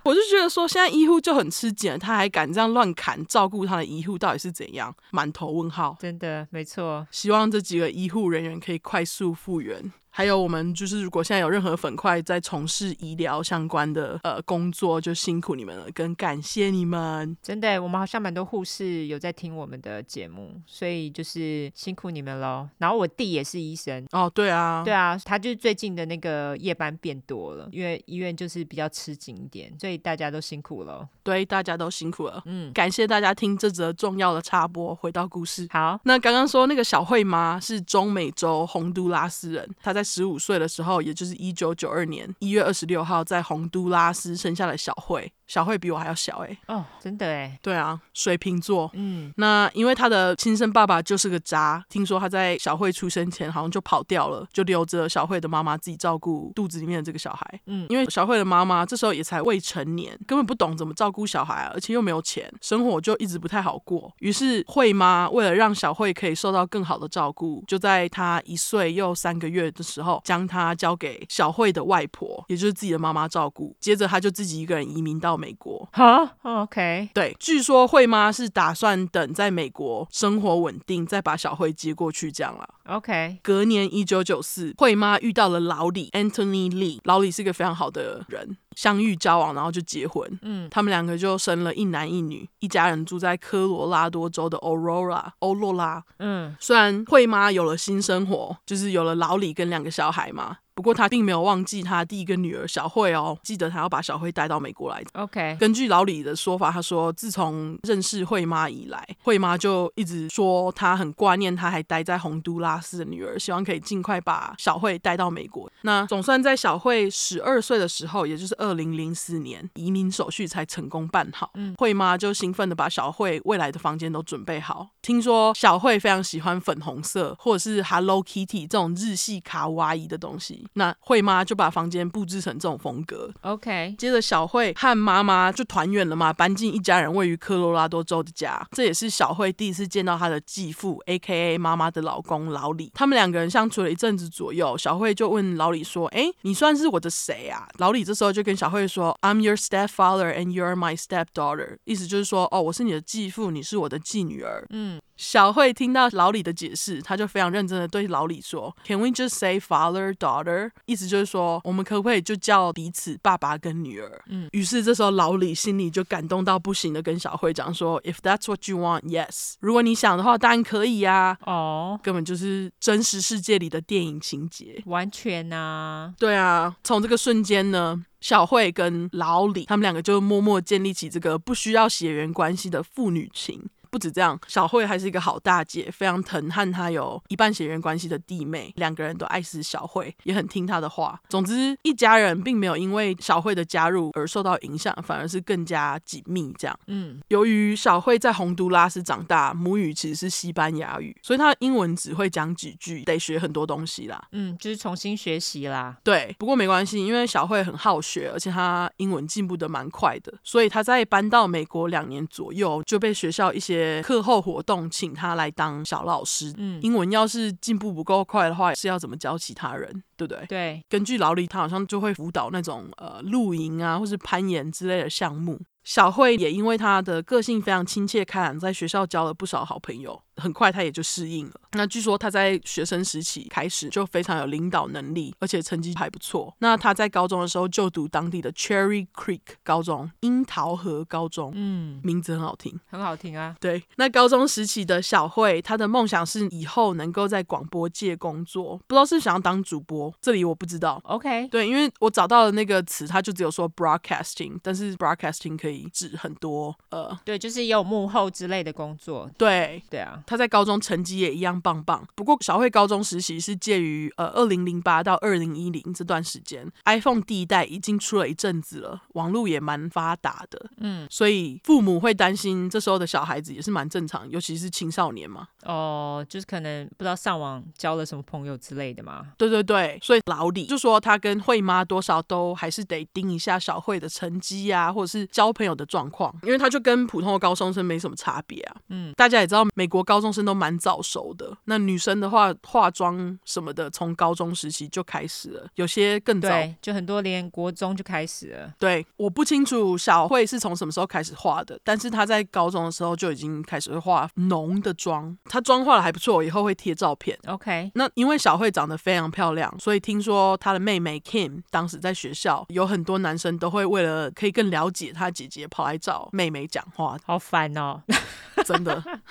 Speaker 1: 我就觉得说，现在医护就很吃紧了，他还敢这样乱砍照顾他的医护，到底是怎样？满头问号。
Speaker 2: 真的没错。
Speaker 1: 希望这几个医护人员可以快速复原。还有我们就是，如果现在有任何粉块在从事医疗相关的呃工作，就辛苦你们了，跟感谢你们。
Speaker 2: 真的耶，我们好像蛮多护士有在听我们的节目，所以就是辛苦你们喽。然后我弟也是医生，
Speaker 1: 哦，对啊，
Speaker 2: 对啊，他就是最近的那个夜班变多了，因为医院就是比较吃紧一点，所以大家都辛苦了。
Speaker 1: 对大家都辛苦了，
Speaker 2: 嗯，
Speaker 1: 感谢大家听这则重要的插播。回到故事，
Speaker 2: 好，
Speaker 1: 那刚刚说那个小慧妈是中美洲洪都拉斯人，她在十五岁的时候，也就是一九九二年一月二十六号，在洪都拉斯生下了小慧。小慧比我还要小诶、欸
Speaker 2: 哦，真的哎，
Speaker 1: 对啊，水瓶座，
Speaker 2: 嗯，
Speaker 1: 那因为他的亲生爸爸就是个渣，听说他在小慧出生前好像就跑掉了，就留着小慧的妈妈自己照顾肚子里面的这个小孩。
Speaker 2: 嗯
Speaker 1: 因为小慧的妈妈这时候也才未成年，根本不懂怎么照顾小孩啊，而且又没有钱，生活就一直不太好过。于是慧妈为了让小慧可以受到更好的照顾，就在她一岁又三个月的时候，将她交给小慧的外婆，也就是自己的妈妈照顾。接着她就自己一个人移民到美国，
Speaker 2: 好，OK，哦
Speaker 1: 对，据说慧妈是打算等在美国生活稳定，再把小慧接过去这样啦。
Speaker 2: OK，
Speaker 1: 隔年一九九四，慧妈遇到了老李 Anthony Lee，老李是个非常好的人。相遇交往，然后就结婚。
Speaker 2: 嗯
Speaker 1: 他们两个就生了一男一女，一家人住在科罗拉多州的 Aurora 欧若拉。
Speaker 2: 嗯
Speaker 1: 虽然惠妈有了新生活，就是有了老李跟两个小孩嘛，不过她并没有忘记她第一个女儿小慧哦，记得她要把小慧带到美国来。
Speaker 2: ，OK，
Speaker 1: 根据老李的说法，他说自从认识惠妈以来，惠妈就一直说她很挂念她还待在洪都拉斯的女儿，希望可以尽快把小慧带到美国。那总算在小慧十二岁的时候，也就是二零零四年，移民手续才成功办好。
Speaker 2: 嗯
Speaker 1: 惠妈就兴奋的把小慧未来的房间都准备好。听说小慧非常喜欢粉红色或者是 Hello Kitty 这种日系卡哇伊的东西，那惠妈就把房间布置成这种风格。
Speaker 2: OK，
Speaker 1: 接着，小慧和妈妈就团圆了嘛，搬进一家人位于科罗拉多州的家。这也是小慧第一次见到她的继父，A.K.A. 妈妈的老公老李。他们两个人相处了一阵子左右，小慧就问老李说：“哎，你算是我的谁啊？”老李这时候就跟小慧说：“I'm your stepfather and you're my stepdaughter。”意思就是说，哦，我是你的继父，你是我的继女儿。
Speaker 2: 嗯
Speaker 1: 小慧听到老李的解释，她就非常认真的对老李说：“Can we just say father daughter？” 意思就是说，我们可不可以就叫彼此爸爸跟女儿？
Speaker 2: 嗯，
Speaker 1: 于是这时候老李心里就感动到不行的，跟小慧讲说：“If that's what you want, yes。如果你想的话，当然可以呀、
Speaker 2: 哦，
Speaker 1: 根本就是真实世界里的电影情节。
Speaker 2: 完全呐、
Speaker 1: 对啊，从这个瞬间呢，小慧跟老李他们两个就默默建立起这个不需要血缘关系的父女情。不止这样，小慧还是一个好大姐，非常疼和她有一半血缘关系的弟妹，两个人都爱死小慧，也很听她的话。总之，一家人并没有因为小慧的加入而受到影响，反而是更加紧密这样。
Speaker 2: 嗯
Speaker 1: 由于小慧在洪都拉斯长大，母语其实是西班牙语，所以她英文只会讲几句，得学很多东西啦。
Speaker 2: 嗯，就是重新学习啦。
Speaker 1: 对，不过没关系，因为小慧很好学，而且她英文进步的蛮快的，所以她在搬到美国两年左右就被学校一些课后活动请她来当小老师。
Speaker 2: 嗯，
Speaker 1: 英文要是进步不够快的话，是要怎么教其他人，对不对？
Speaker 2: 对，
Speaker 1: 根据劳力，他好像就会辅导那种呃露营啊，或是攀岩之类的项目。小慧也因为她的个性非常亲切开朗，在学校交了不少好朋友，很快她也就适应了。那据说她在学生时期开始就非常有领导能力，而且成绩还不错。那她在高中的时候就读当地的 Cherry Creek 高中，樱桃河高中，
Speaker 2: 嗯，
Speaker 1: 名字很好听。
Speaker 2: 很好听啊。
Speaker 1: 对，那高中时期的小慧，她的梦想是以后能够在广播界工作，不知道是想要当主播，这里我不知道。
Speaker 2: OK，
Speaker 1: 对，因为我找到的那个词，它就只有说 broadcasting，但是 broadcasting 可以指很多呃，
Speaker 2: 对，就是也有幕后之类的工作。
Speaker 1: 对。
Speaker 2: 对啊，
Speaker 1: 她在高中成绩也一样棒棒，不过小慧高中实习是介于呃二零零八到二零一零这段时间，iPhone 第一代已经出了一阵子了，网络也蛮发达的，
Speaker 2: 嗯，
Speaker 1: 所以父母会担心这时候的小孩子也是蛮正常，尤其是青少年嘛。
Speaker 2: 哦，就是可能不知道上网交了什么朋友之类的嘛。
Speaker 1: 对对对，所以老李就说他跟慧妈多少都还是得盯一下小慧的成绩啊，或者是交朋友的状况，因为他就跟普通的高中生没什么差别啊。
Speaker 2: 嗯，
Speaker 1: 大家也知道，美国高中生都蛮早熟的，那女生的话，化妆什么的从高中时期就开始了，有些更早。
Speaker 2: 对，就很多连国中就开始了。
Speaker 1: 对，我不清楚小慧是从什么时候开始化的，但是她在高中的时候就已经开始会化浓的妆，她妆化的还不错，以后会贴照片。
Speaker 2: OK，
Speaker 1: 那因为小慧长得非常漂亮，所以听说她的妹妹 Kim 当时在学校有很多男生都会为了可以更了解她姐姐，跑来找妹妹讲话，
Speaker 2: 好烦哦。
Speaker 1: 真的。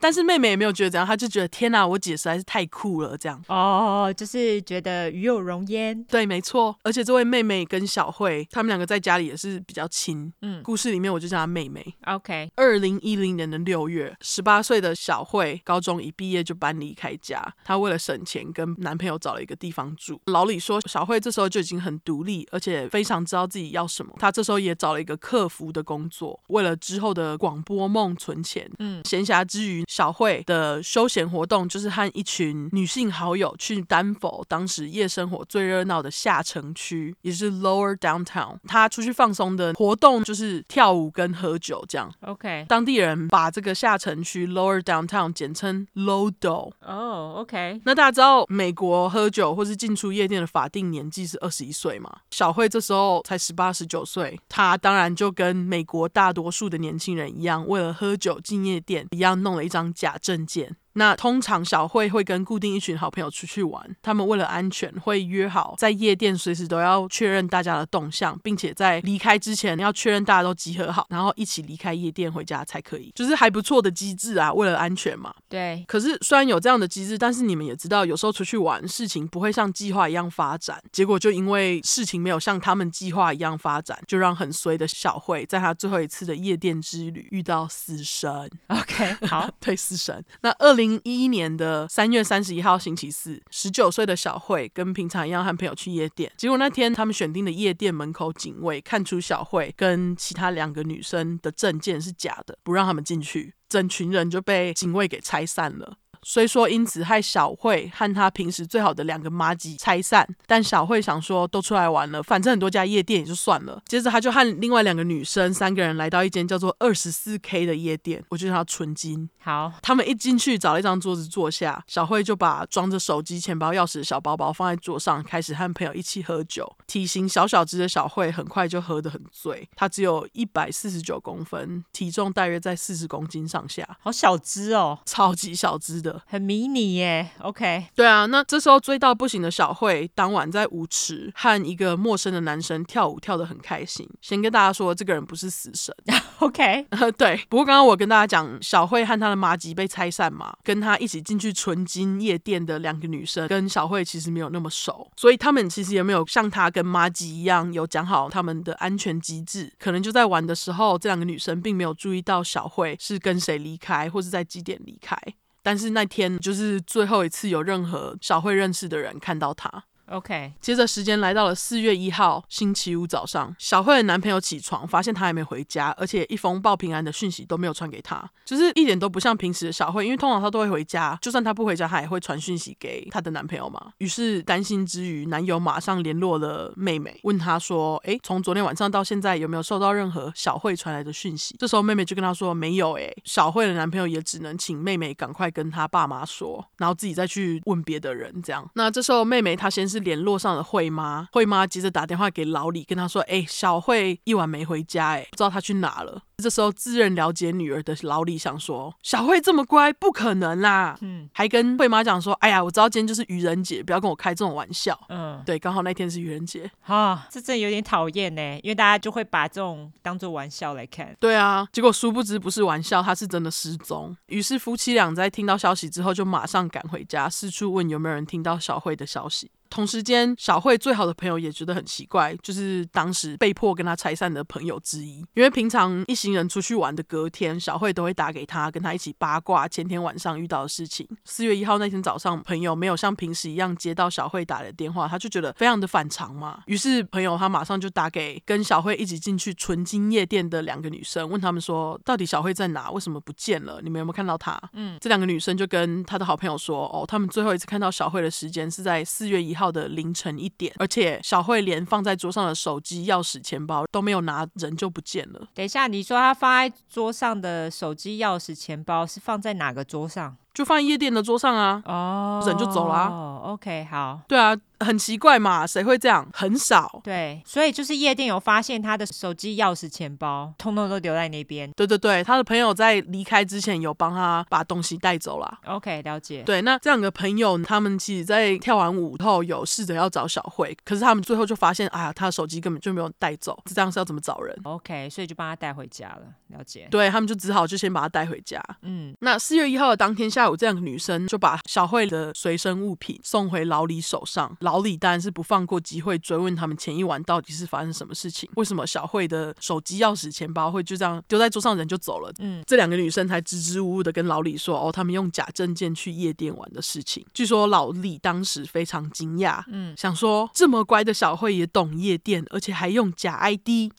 Speaker 1: 但是妹妹也没有觉得怎样，她就觉得天哪、我姐实在是太酷了，这样。
Speaker 2: 哦，就是觉得与有容焉。
Speaker 1: 对，没错，而且这位妹妹跟小慧，她们两个在家里也是比较亲。
Speaker 2: 嗯
Speaker 1: 故事里面我就叫她妹妹。
Speaker 2: ，OK，
Speaker 1: 二零一零年的六月，十八岁的小慧高中一毕业就搬离开家。她为了省钱，跟男朋友找了一个地方住。老李说，小慧这时候就已经很独立，而且非常知道自己要什么。她这时候也找了一个客服的工作，为了之后的广播梦存钱。
Speaker 2: 嗯
Speaker 1: 闲暇之余，小慧的休闲活动就是和一群女性好友去丹佛，当时夜生活最热闹的下城区，也是 Lower Downtown。她出去放松的活动就是跳舞跟喝酒这样。
Speaker 2: ，OK，
Speaker 1: 当地人把这个下城区 （Lower Downtown） 简称 Lodo。
Speaker 2: 哦，OK，
Speaker 1: 那大家知道美国喝酒或是进出夜店的法定年纪是二十一岁嘛？小慧这时候才十八十九岁，她当然就跟美国大多数的年轻人一样，为了喝酒进夜店一样弄了一张假证件。那通常小慧会跟固定一群好朋友出去玩，他们为了安全会约好在夜店，随时都要确认大家的动向，并且在离开之前要确认大家都集合好，然后一起离开夜店回家才可以，就是还不错的机制啊，为了安全嘛。
Speaker 2: 对，
Speaker 1: 可是虽然有这样的机制，但是你们也知道，有时候出去玩，事情不会像计划一样发展，结果就因为事情没有像他们计划一样发展，就让很衰的小慧在她最后一次的夜店之旅遇到死神。
Speaker 2: OK，好，
Speaker 1: 对，死神。那二零一一年的三月三十一号星期四，十九岁的小慧跟平常一样和朋友去夜店，结果那天他们选定的夜店门口警卫看出小慧跟其他两个女生的证件是假的，不让他们进去，整群人就被警卫给拆散了。虽说因此害小慧和她平时最好的两个妈吉拆散，但小慧想说都出来玩了，反正很多家夜店也就算了。接着她就和另外两个女生三个人来到一间叫做二十四 K 的夜店，我就叫它纯金。
Speaker 2: 好，
Speaker 1: 他们一进去找了一张桌子坐下，小慧就把装着手机、钱包、钥匙的小包包放在桌上，开始和朋友一起喝酒。体型小小只的小慧很快就喝得很醉，她只有一百四十九公分，体重大约在四十公斤上下，
Speaker 2: 好小只哦，
Speaker 1: 超级小只的。
Speaker 2: 很迷你耶。OK，
Speaker 1: 对啊，那这时候追到不行的小慧，当晚在舞池和一个陌生的男生跳舞，跳得很开心。先跟大家说，这个人不是死神，
Speaker 2: OK，
Speaker 1: 对。不过刚刚我跟大家讲，小慧和她的妈吉被拆散嘛，跟她一起进去纯金夜店的两个女生，跟小慧其实没有那么熟，所以他们其实也没有像她跟妈吉一样有讲好他们的安全机制。可能就在玩的时候，这两个女生并没有注意到小慧是跟谁离开，或是在几点离开。但是那天就是最后一次有任何小慧认识的人看到她。
Speaker 2: OK，
Speaker 1: 接着时间来到了四月一号星期五早上，小慧的男朋友起床，发现她还没回家，而且一封报平安的讯息都没有传给她，就是一点都不像平时的小慧，因为通常她都会回家，就算她不回家，她也会传讯息给她的男朋友嘛。于是担心之余，男友马上联络了妹妹，问她说：“诶，从昨天晚上到现在有没有收到任何小慧传来的讯息？”这时候妹妹就跟她说：“没有。”诶，小慧的男朋友也只能请妹妹赶快跟她爸妈说，然后自己再去问别的人这样。那这时候妹妹她先是联络上了慧妈，慧妈接着打电话给老李，跟她说：“诶，小慧一晚没回家，欸诶，不知道她去哪了。”这时候自认了解女儿的老李想说：“小慧这么乖，不可能啦！”嗯，还跟慧妈讲说：“哎呀，我知道今天就是愚人节，不要跟我开这种玩笑。”
Speaker 2: 嗯，
Speaker 1: 对，刚好那天是愚人节。
Speaker 2: 好、这真的有点讨厌呢，因为大家就会把这种当做玩笑来看。
Speaker 1: 对啊，结果殊不知不是玩笑，他是真的失踪。于是夫妻俩在听到消息之后，就马上赶回家，四处问有没有人听到小慧的消息。同时间，小慧最好的朋友也觉得很奇怪，就是当时被迫跟她拆散的朋友之一。因为平常一行人出去玩的隔天，小慧都会打给她，跟她一起八卦前天晚上遇到的事情。四月一号那天早上，朋友没有像平时一样接到小慧打的电话，他就觉得非常的反常嘛。于是朋友他马上就打给跟小慧一起进去纯金夜店的两个女生，问他们说，到底小慧在哪？为什么不见了？你们有没有看到她？这两个女生就跟她的好朋友说，哦，他们最后一次看到小慧的时间是在四月一号的凌晨一点，而且小慧连放在桌上的手机、钥匙、钱包都没有拿，人就不见了。
Speaker 2: 等一下，你说他放在桌上的手机、钥匙、钱包是放在哪个桌上？
Speaker 1: 就放在夜店的桌上啊，
Speaker 2: 哦，
Speaker 1: 人就走啦
Speaker 2: 哦，OK，好，
Speaker 1: 对啊，很奇怪嘛，谁会这样？很少。
Speaker 2: 对，所以就是夜店有发现他的手机、钥匙、钱包，通通都留在那边。
Speaker 1: 对对对，他的朋友在离开之前有帮他把东西带走啦。
Speaker 2: OK，了解。
Speaker 1: 对，那这两个朋友他们其实，在跳完舞后有试着要找小慧，可是他们最后就发现，哎呀，他的手机根本就没有带走，这样是要怎么找人？
Speaker 2: OK，所以就帮他带回家了。了解。
Speaker 1: 对他们就只好就先把他带回家。
Speaker 2: 嗯，
Speaker 1: 那四月一号的当天下午，这两个女生就把小慧的随身物品送回老李手上。老李当然是不放过机会追问他们前一晚到底是发生什么事情，为什么小慧的手机、钥匙、钱包会就这样丢在桌上，人就走了。
Speaker 2: 嗯，
Speaker 1: 这两个女生才支支吾吾的跟老李说，哦，他们用假证件去夜店玩的事情。据说老李当时非常惊讶，嗯，想说这么乖的小慧也懂夜店，而且还用假 ID，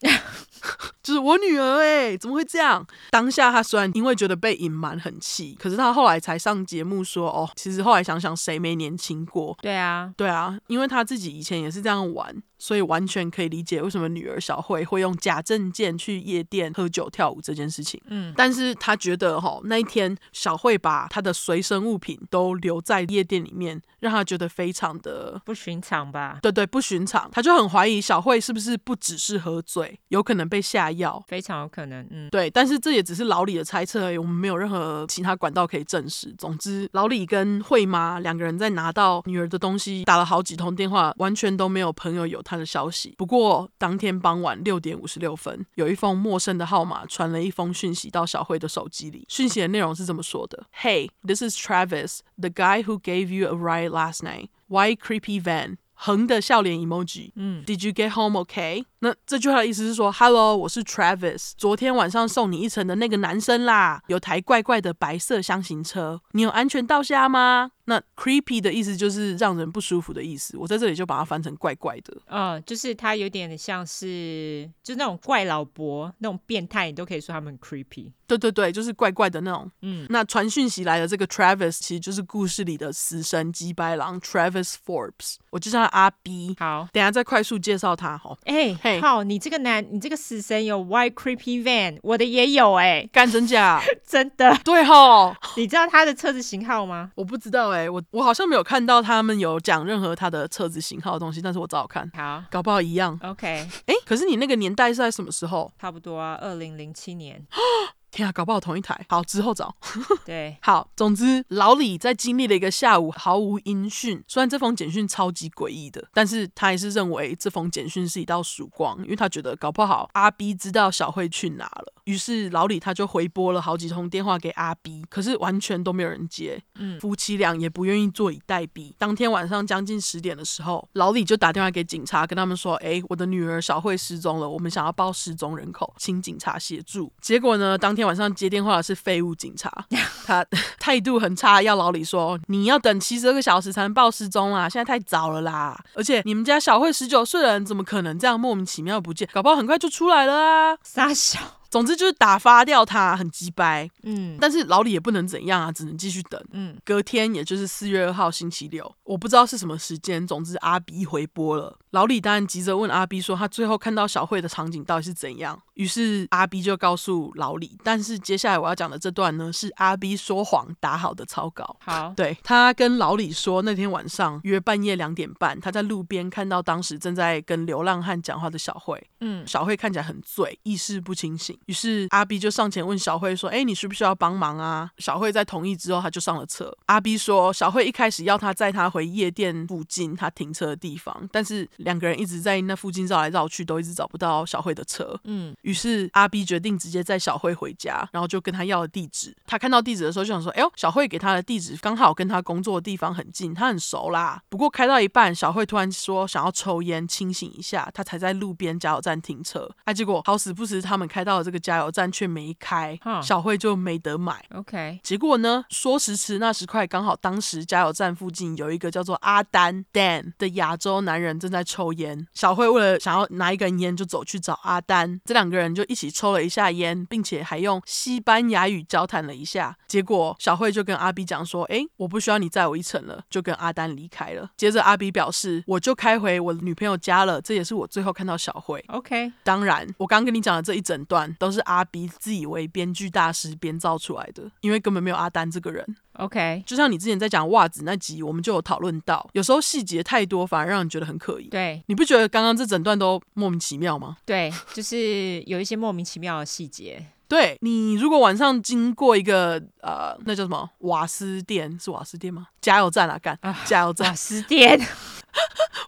Speaker 1: 就是我女儿哎、怎么会这样？当下他虽然因为觉得被隐瞒很气，可是他后来才上节目说，哦，其实后来想想谁没年轻过。
Speaker 2: 对啊，
Speaker 1: 对啊，因为他自己以前也是这样玩，所以完全可以理解为什么女儿小慧会用假证件去夜店喝酒跳舞这件事情。
Speaker 2: 嗯，
Speaker 1: 但是他觉得哈、那一天小慧把她的随身物品都留在夜店里面，让他觉得非常的。
Speaker 2: 不寻常吧？
Speaker 1: 对对，不寻常，他就很怀疑小慧是不是不只是喝醉，有可能被下药。
Speaker 2: 非常有可能，嗯，
Speaker 1: 对，但是这也只是老李的猜测而已，我们没有任何其他管道可以证实。总之，老李跟慧妈两个人在拿到女儿的东西，打了好几通电话，完全都没有朋友有她的消息。不过，当天傍晚六点五十六分，有一封陌生的号码传了一封讯息到小慧的手机里，讯息的内容是这么说的：“Hey, this is Travis, the guy who gave you a ride last night. Why creepy van？” 横的笑脸 emoji，Did you get home okay？那这句话的意思是说，Hello，我是 Travis，昨天晚上送你一程的那个男生啦，有台怪怪的白色箱型车，你有安全到家吗？那 creepy 的意思就是让人不舒服的意思，我在这里就把它翻成怪怪的。
Speaker 2: 呃，就是他有点像是，就那种怪老伯那种变态，你都可以说他们很 creepy。
Speaker 1: 对对对，就是怪怪的那种。
Speaker 2: 嗯，
Speaker 1: 那传讯息来的这个 Travis 其实就是故事里的死神鸡白狼 Travis Forbes，我就叫他阿 B。
Speaker 2: 好，
Speaker 1: 等一下再快速介绍他哈。
Speaker 2: 哎、
Speaker 1: 嘿
Speaker 2: 靠，你这个男，你这个死神有 white creepy van，我的也有哎、
Speaker 1: 干真假？
Speaker 2: 真的。
Speaker 1: 对吼，
Speaker 2: 你知道他的车子型号吗？
Speaker 1: 我不知道哎、我我好像没有看到他们有讲任何他的车子型号的东西，但是我找找看，
Speaker 2: 好
Speaker 1: 搞不好一样。
Speaker 2: ，OK，
Speaker 1: 哎、可是你那个年代是在什么时候？
Speaker 2: 差不多啊，二零零七年，
Speaker 1: 天啊，搞不好同一台。好，之后找。
Speaker 2: 对，
Speaker 1: 好，总之老李在经历了一个下午毫无音讯，虽然这封简讯超级诡异的，但是他还是认为这封简讯是一道曙光，因为他觉得搞不好阿 B 知道小慧去哪了。于是老李他就回拨了好几通电话给阿 B，可是完全都没有人接。
Speaker 2: 嗯
Speaker 1: 夫妻俩也不愿意坐以待毙。当天晚上将近十点的时候，老李就打电话给警察，跟他们说：“哎，我的女儿小慧失踪了，我们想要报失踪人口，请警察协助。”结果呢，当天晚上接电话的是废物警察，他态度很差，要老李说：“你要等七十二个小时才能报失踪啊啦，现在太早了啦！而且你们家小慧十九岁了，你怎么可能这样莫名其妙不见？搞不好很快就出来了啊！”
Speaker 2: 傻小，
Speaker 1: 总之就是打发掉他，很鸡掰。
Speaker 2: 嗯
Speaker 1: 但是老李也不能怎样啊，只能继续等。
Speaker 2: 嗯，
Speaker 1: 隔天，也就是四月二号星期六，我不知道是什么时间，总之阿 B 回拨了。老李当然急着问阿 B 说，他最后看到小慧的场景到底是怎样。于是阿 B 就告诉老李，但是接下来我要讲的这段呢，是阿 B 说谎打好的草稿。
Speaker 2: 好，
Speaker 1: 对他跟老李说，那天晚上约半夜两点半，他在路边看到当时正在跟流浪汉讲话的小慧，
Speaker 2: 嗯
Speaker 1: 小慧看起来很醉，意识不清醒。于是阿 B 就上前问小慧说：“哎，你需不需要帮忙啊？”小慧在同意之后，他就上了车。阿 B 说，小慧一开始要他载他回夜店附近他停车的地方，但是两个人一直在那附近绕来绕去，都一直找不到小慧的车。
Speaker 2: 嗯，
Speaker 1: 于是阿 B 决定直接载小慧回家，然后就跟他要了地址。他看到地址的时候就想说：“哎呦，小慧给他的地址刚好跟他工作的地方很近，他很熟啦。”不过开到一半，小慧突然说想要抽烟清醒一下，他才在路边加油站停车。哎、结果好死不死，他们开到了这个加油站却没开
Speaker 2: 哈，
Speaker 1: 小慧就没得买。
Speaker 2: ，OK，
Speaker 1: 结果呢？说时迟，那时快，刚好当时加油站附近有一个叫做阿丹 Dan 的亚洲男人正在抽烟。小慧为了想要拿一根烟，就走去找阿丹。这两个人就一起抽了一下烟，并且还用西班牙语交谈了一下。结果小慧就跟阿 B 讲说：“诶，我不需要你载我一程了。”就跟阿丹离开了。接着阿 B 表示：“我就开回我女朋友家了。”这也是我最后看到小慧。
Speaker 2: OK，
Speaker 1: 当然，我刚刚跟你讲的这一整段都是阿 B 自以为编剧大师编造出来的，因为根本没有阿丹这个人。
Speaker 2: OK，
Speaker 1: 就像你之前在讲袜子那集，我们就有讨论到，有时候细节太多反而让人觉得很可疑。
Speaker 2: 对
Speaker 1: 你不觉得刚刚这整段都莫名其妙吗？
Speaker 2: 对，就是有一些莫名其妙的细节，
Speaker 1: 对你，如果晚上经过一个呃，那叫什么瓦斯店？是瓦斯店吗？加油站啊，干
Speaker 2: 啊
Speaker 1: 加油站！
Speaker 2: 瓦斯店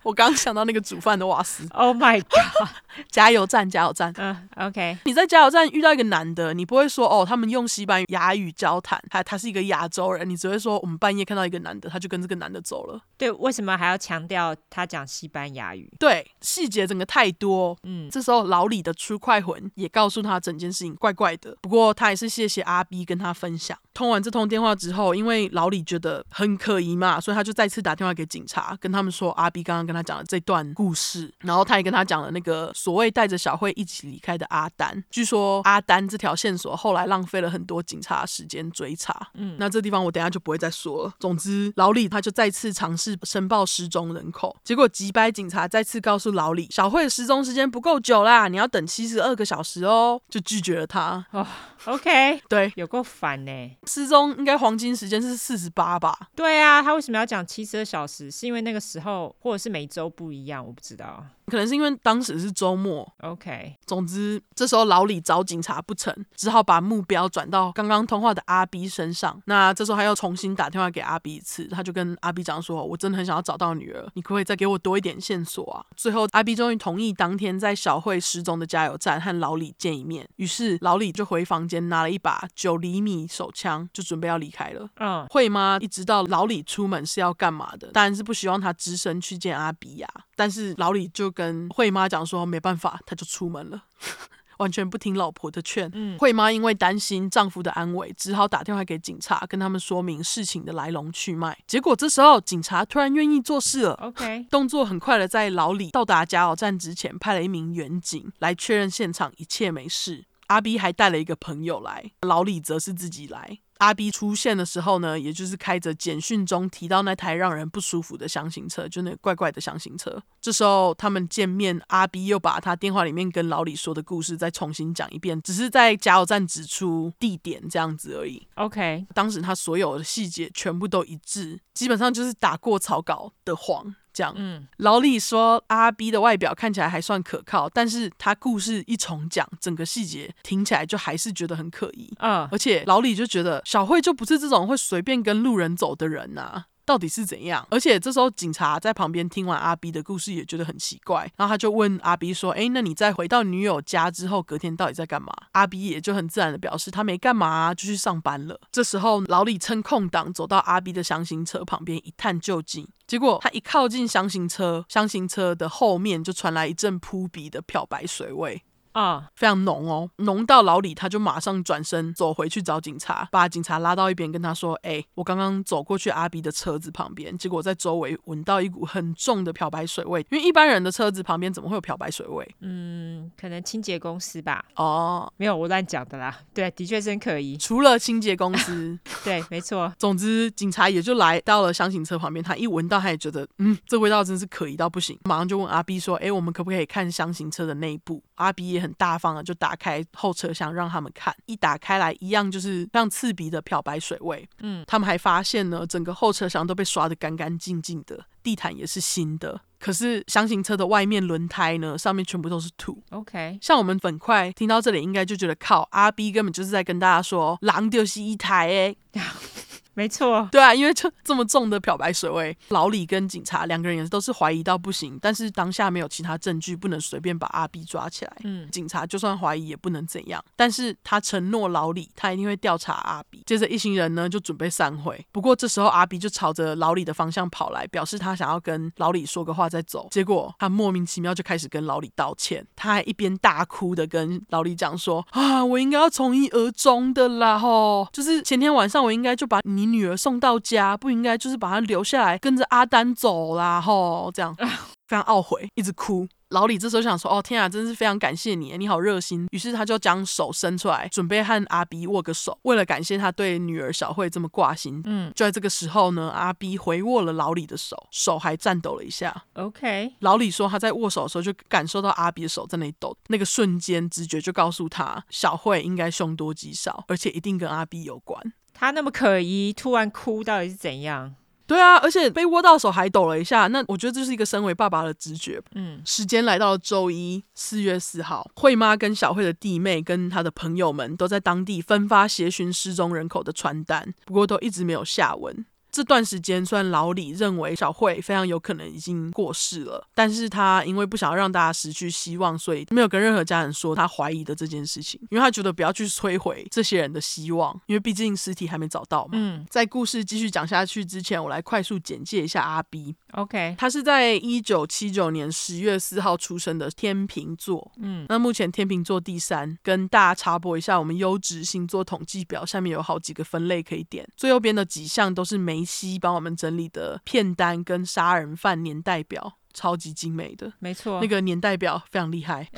Speaker 1: 我刚想到那个煮饭的瓦斯，
Speaker 2: ，Oh my god，
Speaker 1: 加油站，加油站。
Speaker 2: 嗯，OK，
Speaker 1: 你在加油站遇到一个男的，你不会说哦，他们用西班牙语交谈，他他是一个亚洲人，你只会说我们半夜看到一个男的，他就跟这个男的走了。
Speaker 2: 对，为什么还要强调他讲西班牙语？
Speaker 1: 对，细节整个太多。
Speaker 2: 嗯
Speaker 1: 这时候老李的出快魂也告诉他整件事情怪怪的，不过他还是谢谢阿 B 跟他分享。通完这通电话之后，因为老李觉得很可疑嘛，所以他就再次打电话给警察，跟他们说阿 B 刚刚跟跟他讲了这段故事，然后他也跟他讲了那个所谓带着小慧一起离开的阿丹。据说阿丹这条线索后来浪费了很多警察时间追查。嗯，那这地方我等一下就不会再说了。总之，老李他就再次尝试申报失踪人口，结果击败警察再次告诉老李，小慧的失踪时间不够久啦，你要等七十二个小时哦，就拒绝了他。
Speaker 2: 哦，OK，
Speaker 1: 对，
Speaker 2: 有够烦欸呢。
Speaker 1: 失踪应该黄金时间是四十八吧？
Speaker 2: 对啊，他为什么要讲七十二小时？是因为那个时候或者是每周不一样，我不知道。
Speaker 1: 可能是因为当时是周末，
Speaker 2: OK，
Speaker 1: 总之，这时候老李找警察不成，只好把目标转到刚刚通话的阿 B 身上。那这时候他又重新打电话给阿 B 一次，他就跟阿 B 讲说：“我真的很想要找到女儿，你可不可以再给我多一点线索啊？”最后，阿 B 终于同意当天在小慧失踪的加油站和老李见一面。于是，老李就回房间拿了一把九厘米手枪，就准备要离开了。
Speaker 2: 嗯，
Speaker 1: 慧妈一直到老李出门是要干嘛的，当然是不希望他只身去见阿比亚。但是老李就跟慧妈讲说，没办法，他就出门了。 完全不听老婆的劝，慧妈因为担心丈夫的安危，只好打电话给警察，跟他们说明事情的来龙去脉。结果这时候警察突然愿意做事了，
Speaker 2: ，OK，
Speaker 1: 动作很快的，在老李到达加油站之前，派了一名远警来确认现场一切没事。阿 B 还带了一个朋友来，老李则是自己来。阿 B 出现的时候呢，也就是开着简讯中提到那台让人不舒服的箱型车，就那个怪怪的箱型车。这时候他们见面，阿 B 又把他电话里面跟老李说的故事再重新讲一遍，只是在加油站指出地点这样子而已。
Speaker 2: OK，
Speaker 1: 当时他所有的细节全部都一致，基本上就是打过草稿的谎。这样，
Speaker 2: 嗯
Speaker 1: 老李说阿 B 的外表看起来还算可靠，但是他故事一重讲，整个细节听起来就还是觉得很可疑。
Speaker 2: 嗯
Speaker 1: 而且老李就觉得小慧就不是这种会随便跟路人走的人呐、啊到底是怎样？而且这时候警察在旁边听完阿 B 的故事也觉得很奇怪，然后他就问阿 B 说：“诶，那你在回到女友家之后，隔天到底在干嘛？”阿 B 也就很自然的表示他没干嘛、啊就去上班了。这时候老李趁空档走到阿 B 的箱型车旁边一探究竟，结果他一靠近箱型车，箱型车的后面就传来一阵扑鼻的漂白水味。
Speaker 2: 啊
Speaker 1: 非常浓哦，浓到老李他就马上转身走回去找警察，把警察拉到一边跟他说：“哎、我刚刚走过去阿 B 的车子旁边，结果在周围闻到一股很重的漂白水味，因为一般人的车子旁边怎么会有漂白水味？
Speaker 2: 嗯，可能清洁公司吧，
Speaker 1: 哦，
Speaker 2: 没有，我乱讲的啦。对，的确是很可疑。
Speaker 1: 除了清洁公司。”
Speaker 2: 对，没错。
Speaker 1: 总之，警察也就来到了箱型车旁边，他一闻到，他也觉得，嗯，这味道真是可疑到不行，马上就问阿 B 说：“哎诶，我们可不可以看箱型车的内部？”阿 B 也很大方的就打开后车厢让他们看，一打开来，一样就是让刺鼻的漂白水味。嗯，他们还发现呢，整个后车厢都被刷得干干净净的，地毯也是新的。可是箱型车的外面轮胎呢，上面全部都是土，
Speaker 2: OK，
Speaker 1: 像我们粉块听到这里，应该就觉得靠阿 B 根本就是在跟大家说，狼就是一台欸诶。
Speaker 2: 没错。
Speaker 1: 对啊，因为就这么重的漂白水味，老李跟警察两个人也都是怀疑到不行，但是当下没有其他证据，不能随便把阿 B 抓起来。
Speaker 2: 嗯
Speaker 1: 警察就算怀疑也不能怎样，但是他承诺老李，他一定会调查阿 B。接着一行人呢就准备散会，不过这时候阿 B 就朝着老李的方向跑来，表示他想要跟老李说个话再走。结果他莫名其妙就开始跟老李道歉，他还一边大哭的跟老李讲说：“啊，我应该要从一而终的啦吼，就是前天晚上我应该就把你女儿送到家，不应该就是把她留下来跟着阿丹走啦吼，这样。”非常懊悔，一直哭。老李这时候想说：“哦天啊，真是非常感谢你，你好热心。”于是他就将手伸出来，准备和阿 B 握个手，为了感谢他对女儿小慧这么挂心。
Speaker 2: 嗯，
Speaker 1: 就在这个时候呢，阿 B 回握了老李的手，手还颤抖了一下。
Speaker 2: ，OK，
Speaker 1: 老李说他在握手的时候就感受到阿 B 的手在那里抖，那个瞬间直觉就告诉他，小慧应该凶多吉少，而且一定跟阿 B 有关。
Speaker 2: 他那么可疑，突然哭，到底是怎样？
Speaker 1: 对啊，而且被握到手还抖了一下，那我觉得这是一个身为爸爸的直觉
Speaker 2: 嗯
Speaker 1: 时间来到了周一，四月四号，慧妈跟小慧的弟妹跟她的朋友们都在当地分发协寻失踪人口的传单，不过都一直没有下文。这段时间，虽然老李认为小慧非常有可能已经过世了，但是他因为不想要让大家失去希望，所以没有跟任何家人说他怀疑的这件事情，因为他觉得不要去摧毁这些人的希望，因为毕竟尸体还没找到嘛。
Speaker 2: 嗯
Speaker 1: 在故事继续讲下去之前，我来快速简介一下阿 B。
Speaker 2: ，OK，
Speaker 1: 他是在一九七九年十月四号出生的天秤座，
Speaker 2: 嗯，
Speaker 1: 那目前天秤座第三。跟大家插播一下，我们优质星座统计表下面有好几个分类可以点，最右边的几项都是梅西帮我们整理的片单跟杀人犯年代表。超级精美的，
Speaker 2: 没错，
Speaker 1: 那个年代表非常厉害。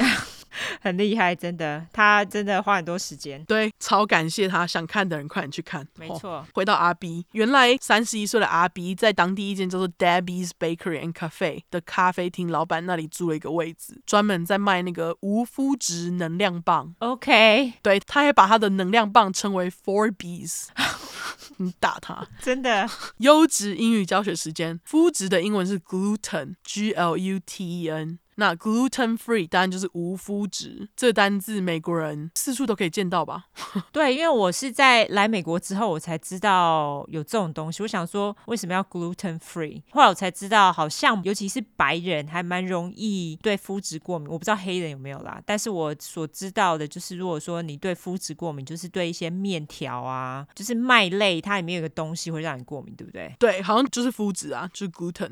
Speaker 2: 很厉害，真的，他真的花很多时间。
Speaker 1: 对，超感谢他，想看的人快点去看。
Speaker 2: 没
Speaker 1: 哦
Speaker 2: 错，
Speaker 1: 回到阿 B，原来三十一岁的阿 B 在当地一间叫做 Debbie's Bakery and Cafe 的咖啡厅老板那里租了一个位置，专门在卖那个无麸质能量棒。
Speaker 2: OK，
Speaker 1: 对，他还把他的能量棒称为 Four Bs。你打他！
Speaker 2: 真的
Speaker 1: 优质英语教学时间，麸质的英文是 gluten，g l u t e n。那 gluten free 当然就是无麸质，这单字美国人四处都可以见到吧？
Speaker 2: 对，因为我是在来美国之后，我才知道有这种东西。我想说，为什么要 gluten free？后来我才知道，好像尤其是白人还蛮容易对麸质过敏。我不知道黑人有没有啦，但是我所知道的就是，如果说你对麸质过敏，就是对一些面条啊，就是麦类，它里面有个东西会让你过敏，对不对？
Speaker 1: 对，好像就是麸质啊，就是 gluten。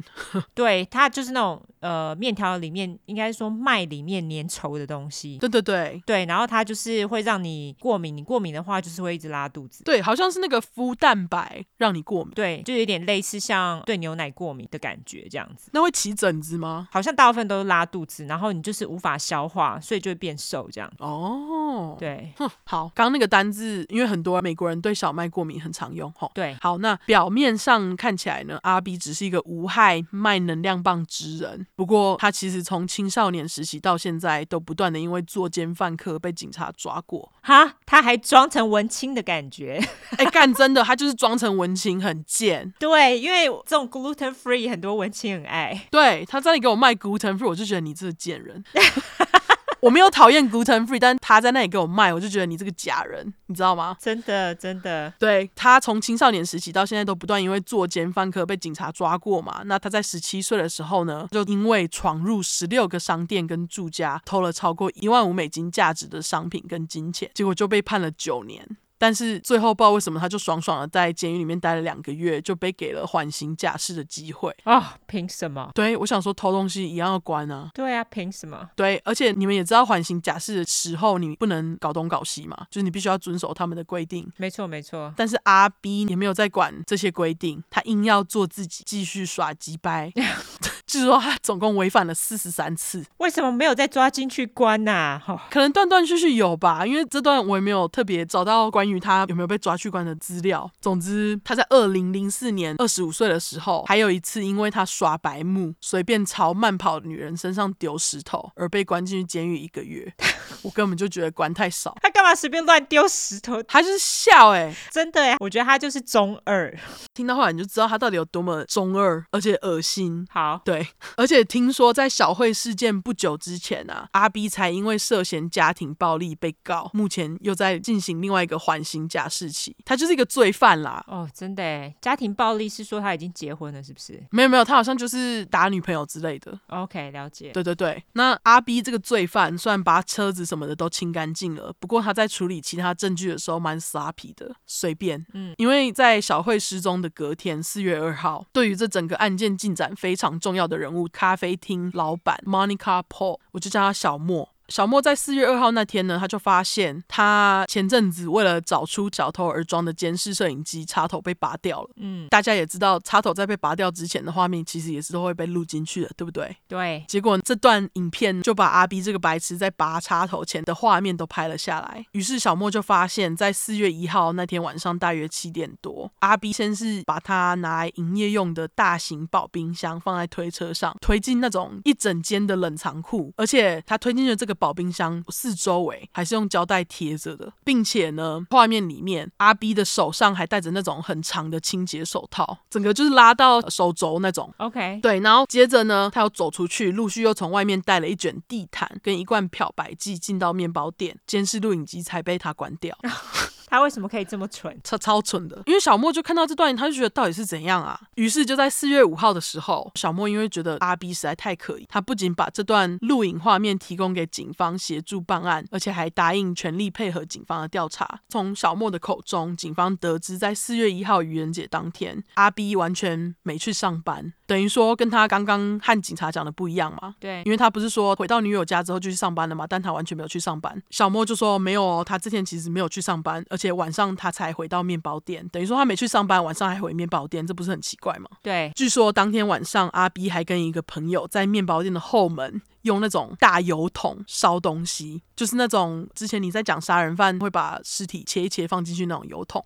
Speaker 2: 对，它就是那种呃面条里面，应该说麦里面粘稠的东西。
Speaker 1: 对对对，
Speaker 2: 对，然后它就是会让你过敏，你过敏的话就是会一直拉肚子。
Speaker 1: 对，好像是那个麸蛋白让你过敏，
Speaker 2: 对，就有点类似像对牛奶过敏的感觉这样子。
Speaker 1: 那会起疹子吗？
Speaker 2: 好像大部分都是拉肚子，然后你就是无法消化，所以就会变瘦这样。
Speaker 1: 哦，
Speaker 2: 对
Speaker 1: 哼，好，刚刚那个单字，因为很多美国人对小麦过敏很常用，吼。
Speaker 2: 对，
Speaker 1: 好，那表面上看起来呢，阿 B 只是一个无害卖能量棒之人。不过他其实从青少年时期到现在，都不断的因为作奸犯科被警察抓过。
Speaker 2: 哈，他还装成文青的感觉。
Speaker 1: 哎，干真的，他就是装成文青，很贱。
Speaker 2: 对，因为这种 gluten free 很多文青很爱。
Speaker 1: 对他在那里给我卖 gluten free，我就觉得你这个贱人。 我没有讨厌 gluten free，但他在那里给我卖，我就觉得你这个假人，你知道吗？
Speaker 2: 真的，真的，
Speaker 1: 对他从青少年时期到现在都不断因为作奸犯科被警察抓过嘛。那他在十七岁的时候呢，就因为闯入十六个商店跟住家，偷了超过一万五美金价值的商品跟金钱，结果就被判了九年。但是最后不知道为什么，他就爽爽的在监狱里面待了两个月，就被给了缓刑假释的机会。
Speaker 2: 哦，凭什么？
Speaker 1: 对我想说，偷东西一样要关啊。
Speaker 2: 对啊，凭什么？
Speaker 1: 对，而且你们也知道，缓刑假释的时候，你不能搞东搞西嘛，就是你必须要遵守他们的规定。
Speaker 2: 没错，没错。
Speaker 1: 但是阿 B 也没有在管这些规定，他硬要做自己，继续耍鸡掰。 据说他总共违反了四十三次，
Speaker 2: 为什么没有再抓进去关呐、哦
Speaker 1: 可能断断续续有吧，因为这段我也没有特别找到关于他有没有被抓去关的资料。总之，他在二零零四年二十五岁的时候，还有一次因为他耍白目，随便朝慢跑的女人身上丢石头，而被关进去监狱一个月。我根本就觉得关太少，
Speaker 2: 他干嘛随便乱丢石头？
Speaker 1: 他就是笑哎、
Speaker 2: 真的呀，我觉得他就是中二。
Speaker 1: 听到后来你就知道他到底有多么中二，而且恶心。
Speaker 2: 好，
Speaker 1: 对，而且听说在小慧事件不久之前啊，阿 B 才因为涉嫌家庭暴力被告，目前又在进行另外一个缓刑假释期，他就是一个罪犯啦。
Speaker 2: 哦，真的耶，家庭暴力是说他已经结婚了，是不是
Speaker 1: 没有没有，他好像就是打女朋友之类的。
Speaker 2: ？OK，了解。
Speaker 1: 对对对，那阿 B 这个罪犯虽然把车子什么的都清干净了，不过他在处理其他证据的时候蛮 sloppy 的，随便。嗯，因为在小慧失踪的隔天，四月二号，对于这整个案件进展非常重要的人物——咖啡厅老板 Monica Paul，我就叫她小莫。小莫在四月二号那天呢，他就发现他前阵子为了找出小偷而装的监视摄影机插头被拔掉了。嗯，大家也知道，插头在被拔掉之前的画面其实也是都会被录进去的，对不对？
Speaker 2: 对，
Speaker 1: 结果这段影片就把阿 B 这个白痴在拔插头前的画面都拍了下来。于是小莫就发现，在四月一号那天晚上大约七点多，阿 B 先是把他拿来营业用的大型保冰箱放在推车上，推进那种一整间的冷藏库，而且他推进的这个保冰箱四周围还是用胶带贴着的，并且呢，画面里面阿 B 的手上还戴着那种很长的清洁手套，整个就是拉到手肘那种。
Speaker 2: OK，
Speaker 1: 对，然后接着呢，他又走出去，陆续又从外面带了一卷地毯跟一罐漂白剂进到面包店，监视录影机才被他关掉，
Speaker 2: 他为什么可以这么蠢？
Speaker 1: 超超蠢的。因为小莫就看到这段，他就觉得到底是怎样啊？于是就在四月五号的时候，小莫因为觉得阿 B 实在太可疑，他不仅把这段录影画面提供给警方协助办案，而且还答应全力配合警方的调查。从小莫的口中，警方得知在四月一号愚人节当天，阿 B 完全没去上班。等于说跟他刚刚和警察讲的不一样嘛。
Speaker 2: 对
Speaker 1: 因，为他不是说回到女友家之后就去上班了嘛，但他完全没有去上班。小莫就说没有哦，他之前其实没有去上班，而且晚上他才回到面包店，等于说他没去上班，晚上还回面包店，这不是很奇怪吗？
Speaker 2: 对，
Speaker 1: 据说当天晚上，阿 B 还跟一个朋友在面包店的后门用那种大油桶烧东西，就是那种之前你在讲杀人犯会把尸体切一切放进去那种油桶，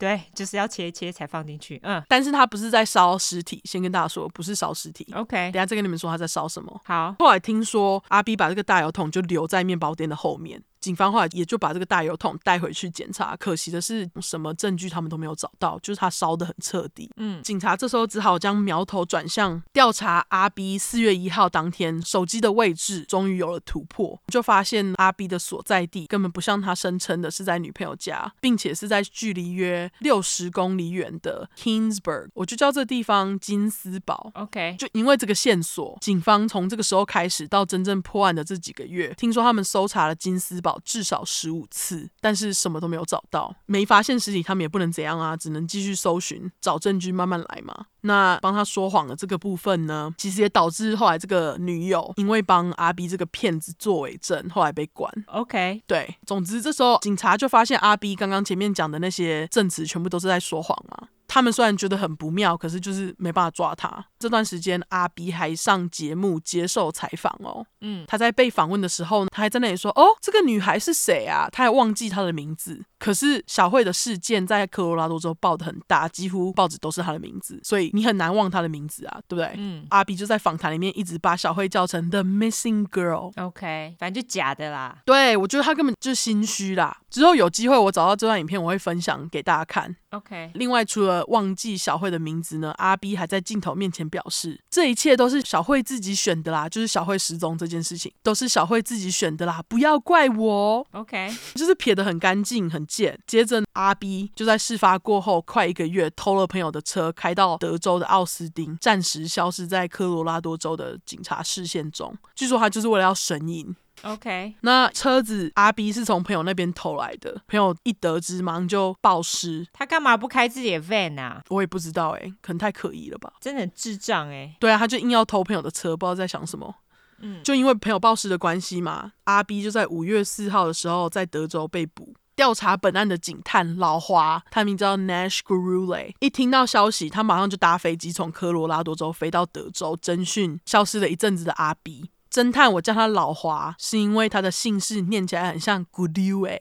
Speaker 2: 对，就是要切一切才放进去。嗯
Speaker 1: 但是他不是在烧尸体，先跟大家说不是烧尸体，
Speaker 2: ，OK，
Speaker 1: 等一下再跟你们说他在烧什么。
Speaker 2: 好，
Speaker 1: 后来听说阿 B 把这个大油桶就留在面包店的后面，警方后来也就把这个大油桶带回去检查。可惜的是，什么证据他们都没有找到，就是他烧的很彻底。
Speaker 2: 嗯，
Speaker 1: 警察这时候只好将苗头转向调查阿 B 四月一号当天手机的位置，终于有了突破，就发现阿 B 的所在地根本不像他声称的是在女朋友家，并且是在距离约六十公里远的 Kingsburg，我就叫这地方金斯堡。
Speaker 2: OK，
Speaker 1: 就因为这个线索，警方从这个时候开始到真正破案的这几个月，听说他们搜查了金斯堡至少十五次，但是什么都没有找到，没发现尸体，他们也不能怎样啊，只能继续搜寻，找证据，慢慢来嘛。那帮他说谎的这个部分呢，其实也导致后来这个女友因为帮阿 B 这个骗子作伪证，后来被关。
Speaker 2: OK，
Speaker 1: 对，总之这时候警察就发现阿 B 刚刚前面讲的那些证词全部都是在说谎嘛。他们虽然觉得很不妙，可是就是没办法抓他。这段时间，阿 B 还上节目接受采访哦。
Speaker 2: 嗯，
Speaker 1: 他在被访问的时候，他还在那里说：“哦，这个女孩是谁啊？”他还忘记她的名字。可是小慧的事件在科罗拉多州报的很大，几乎报纸都是她的名字，所以你很难忘她的名字啊，对不对？
Speaker 2: 嗯
Speaker 1: 阿 B 就在访谈里面一直把小慧叫成 The Missing Girl。
Speaker 2: ，OK，反正就假的啦。
Speaker 1: 对，我觉得他根本就是心虚啦。之后有机会我找到这段影片，我会分享给大家看。
Speaker 2: OK，
Speaker 1: 另外，除了忘记小慧的名字呢，阿 B 还在镜头面前表示，这一切都是小慧自己选的啦，就是小慧失踪这件事情都是小慧自己选的啦，不要怪我哦。
Speaker 2: OK，
Speaker 1: 就是撇得很干净，很贱。接着阿 B 就在事发过后快一个月，偷了朋友的车，开到德州的奥斯汀，暂时消失在科罗拉多州的警察视线中。据说他就是为了要神隐。
Speaker 2: OK，
Speaker 1: 那车子阿 B 是从朋友那边偷来的，朋友一得知马上就报失，
Speaker 2: 他干嘛不开自己的 van 啊？
Speaker 1: 我也不知道哎、可能太可疑了吧。
Speaker 2: 真的很智障哎、
Speaker 1: 对啊，他就硬要偷朋友的车，不知道在想什么。
Speaker 2: 嗯
Speaker 1: 就因为朋友报失的关系嘛，阿 B 就在五月四号的时候在德州被捕。调查本案的警探老华，他名叫 Nash Gurule，一听到消息，他马上就搭飞机从科罗拉多州飞到德州侦讯消失了一阵子的阿 B。侦探，我叫他老华，是因为他的姓氏念起来很像 Gurule，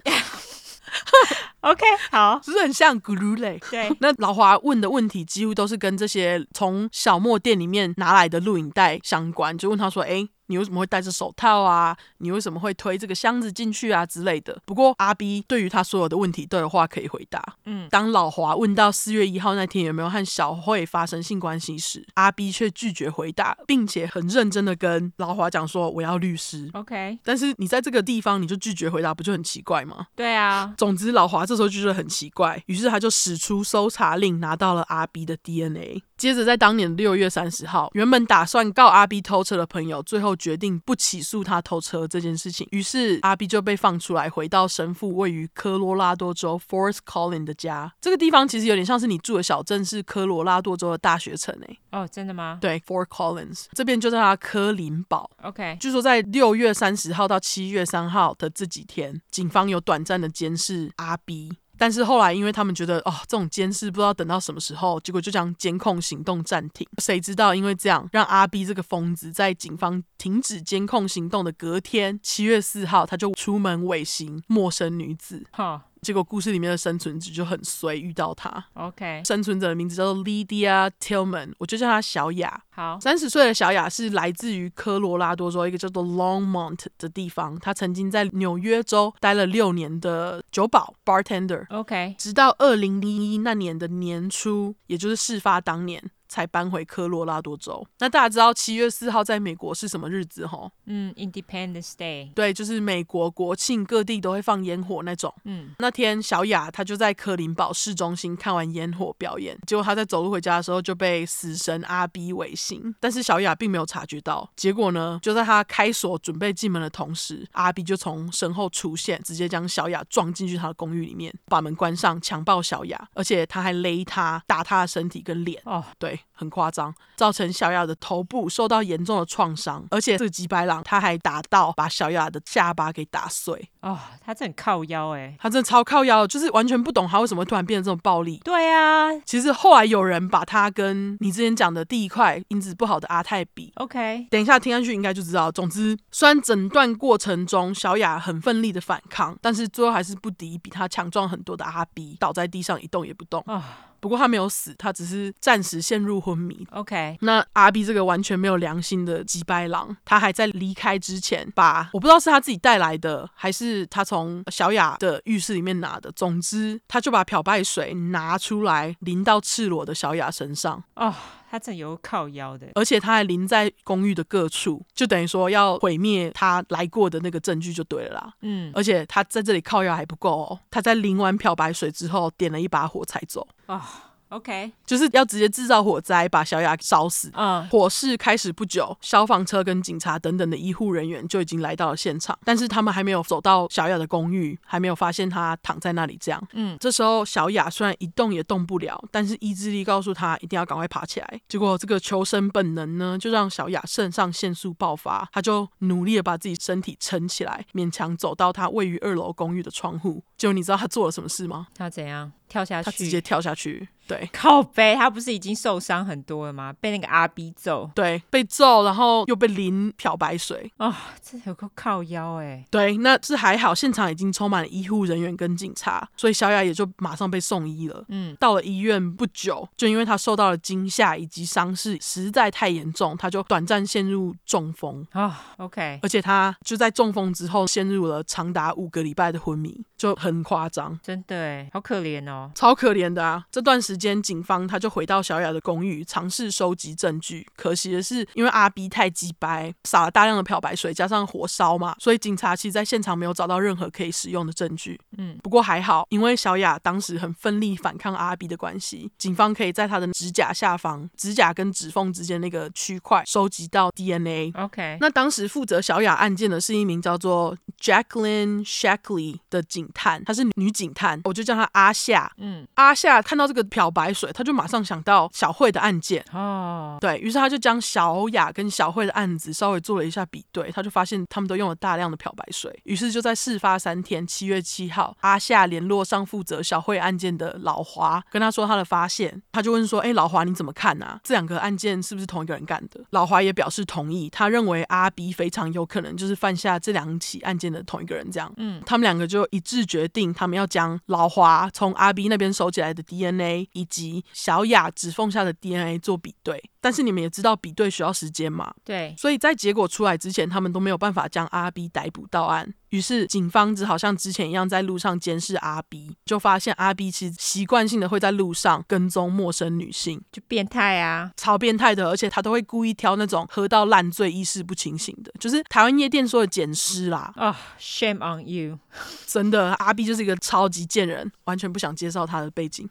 Speaker 2: OK，好，
Speaker 1: 是不是很像 Gurule？
Speaker 2: 对
Speaker 1: 那老华问的问题几乎都是跟这些从小莫店里面拿来的录影带相关，就问他说：“诶，你为什么会戴着手套啊？你为什么会推这个箱子进去啊之类的？”不过阿 B 对于他所有的问题都有话可以回答。
Speaker 2: 嗯
Speaker 1: 当老华问到四月一号那天有没有和小慧发生性关系时，阿 B 却拒绝回答，并且很认真的跟老华讲说：“我要律师。”
Speaker 2: ，OK，
Speaker 1: 但是你在这个地方你就拒绝回答，不就很奇怪吗？
Speaker 2: 对啊，
Speaker 1: 总之，老华这时候就觉得很奇怪，于是他就使出搜查令，拿到了阿 B 的 DNA。接着，在当年六月三十号，原本打算告阿 B 偷车的朋友，最后决定不起诉他偷车这件事情。于是，阿 B 就被放出来，回到神父位于科罗拉多州 Forest Collin 的家。这个地方其实有点像是你住的小镇，是科罗拉多州的大学城诶、
Speaker 2: 哦，真的吗
Speaker 1: 对，Fort Collins 这边就叫它科林堡。
Speaker 2: ？OK，
Speaker 1: 据说在六月三十号到七月三号的这几天，警方有短暂的监视阿 B，但是后来因为他们觉得哦这种监视不知道等到什么时候，结果就将监控行动暂停。谁知道因为这样，让阿 B 这个疯子在警方停止监控行动的隔天，七月四号他就出门尾行陌生女子，
Speaker 2: 好
Speaker 1: 结果故事里面的生存者就很衰遇到他。
Speaker 2: ，OK，
Speaker 1: 生存者的名字叫做 Lydia Tillman，我就叫她小雅。
Speaker 2: 好
Speaker 1: 三十岁的小雅是来自于科罗拉多州一个叫做 Longmont 的地方，她曾经在纽约州待了六年的酒保 bartender，
Speaker 2: ，OK，
Speaker 1: 直到二零零一那年的年初，也就是事发当年。才搬回科罗拉多州。那大家知道七月四号在美国是什么日子吼？
Speaker 2: 嗯，Independence Day，
Speaker 1: 对，就是美国国庆各地都会放烟火那种。
Speaker 2: 嗯
Speaker 1: 那天小雅她就在科林堡市中心看完烟火表演，结果她在走路回家的时候就被死神阿 B 尾行，但是小雅并没有察觉到。结果呢，就在她开锁准备进门的同时，阿 B 就从身后出现，直接将小雅撞进去她的公寓里面，把门关上，强暴小雅，而且他还勒她，打她的身体跟脸。
Speaker 2: 哦，
Speaker 1: 对，腿，很夸张，造成小雅的头部受到严重的创伤，而且这个吉白狼他还打到把小雅的下巴给打碎，
Speaker 2: 哦，他真的很靠腰哎、
Speaker 1: 他真的超靠腰的，就是完全不懂他为什么会突然变得这么暴力。
Speaker 2: 对啊
Speaker 1: 其实后来有人把他跟你之前讲的第一块因子不好的阿泰比，
Speaker 2: ，OK，
Speaker 1: 等一下听下去应该就知道。总之，虽然整段过程中小雅很奋力的反抗，但是最后还是不敌比她强壮很多的阿 B，倒在地上一动也不动。
Speaker 2: 啊、
Speaker 1: 不过她没有死，她只是暂时陷入昏迷。
Speaker 2: o k
Speaker 1: 那阿 B 这个完全没有良心的吉白狼，他还在离开之前把我不知道是他自己带来的，还是他从小雅的浴室里面拿的。总之，他就把漂白水拿出来淋到赤裸的小雅身上。
Speaker 2: 哦，他真的有靠腰的，
Speaker 1: 而且他还淋在公寓的各处，就等于说要毁灭他来过的那个证据就对了啦。
Speaker 2: 嗯，
Speaker 1: 而且他在这里靠药还不够哦，他在淋完漂白水之后点了一把火才走，
Speaker 2: 啊、o k
Speaker 1: 就是要直接制造火灾把小雅烧死。
Speaker 2: 嗯，
Speaker 1: 火势开始不久，消防车跟警察等等的医护人员就已经来到了现场，但是他们还没有走到小雅的公寓，还没有发现她躺在那里这样。
Speaker 2: 嗯，
Speaker 1: 这时候小雅虽然一动也动不了，但是意志力告诉她一定要赶快爬起来。结果这个求生本能呢，就让小雅肾上腺素爆发，她就努力的把自己身体撑起来，勉强走到她位于二楼公寓的窗户。结果你知道她做了什么事吗？
Speaker 2: 他怎样跳下
Speaker 1: 她
Speaker 2: 去？
Speaker 1: 直接跳下去。对。
Speaker 2: 靠背，他不是已经受伤很多了吗？被那个阿 B 揍
Speaker 1: 对，被揍，然后又被淋漂白水，
Speaker 2: 哦，真的有个靠腰哎、
Speaker 1: 对，那是还好，现场已经充满了医护人员跟警察，所以小雅也就马上被送医了。
Speaker 2: 嗯，
Speaker 1: 到了医院不久，就因为她受到了惊吓以及伤势实在太严重，她就短暂陷入中风，
Speaker 2: 哦，OK，
Speaker 1: 而且她就在中风之后陷入了长达五个礼拜的昏迷，就很夸张。
Speaker 2: 真的哎，好可怜哦。
Speaker 1: 超可怜的啊！这段时间，警方他就回到小雅的公寓，尝试收集证据。可惜的是，因为阿 B 太鸡掰，撒了大量的漂白水，加上火烧嘛，所以警察其实在现场没有找到任何可以使用的证据。
Speaker 2: 嗯，
Speaker 1: 不过还好，因为小雅当时很奋力反抗阿 B 的关系，警方可以在她的指甲下方、指甲跟指缝之间那个区块收集到 DNA。
Speaker 2: OK，
Speaker 1: 那当时负责小雅案件的是一名叫做 Jacqueline Shackley 的警探，她是女警探，我就叫她阿夏。
Speaker 2: 嗯，
Speaker 1: 阿夏看到这个漂白水，她就马上想到小慧的案件。
Speaker 2: 哦，
Speaker 1: 对于是，她就将小雅跟小慧的案子稍微做了一下比对，她就发现他们都用了大量的漂白水。于是就在事发三天，七月七号，阿夏联络上负责小慧案件的老华，跟他说他的发现。他就问说：“哎，老华你怎么看啊？这两个案件是不是同一个人干的？”老华也表示同意，他认为阿 B 非常有可能就是犯下这两起案件的同一个人。这样，
Speaker 2: 嗯，
Speaker 1: 他们两个就一致决定，他们要将老华从阿 B 那边收集来的 DNA 以及小雅指缝下的 DNA 做比对。但是你们也知道，比对需要时间嘛，
Speaker 2: 对，
Speaker 1: 所以在结果出来之前，他们都没有办法将阿 B 逮捕到案。于是警方只好像之前一样在路上监视阿 B，就发现阿 B 其实习惯性的会在路上跟踪陌生女性，
Speaker 2: 就变态啊，
Speaker 1: 超变态的，而且他都会故意挑那种喝到烂醉、意识不清醒的，就是台湾夜店说的捡尸啦。
Speaker 2: 哦，shame on you，
Speaker 1: 真的，阿 B 就是一个超级贱人，完全不想介绍他的背景。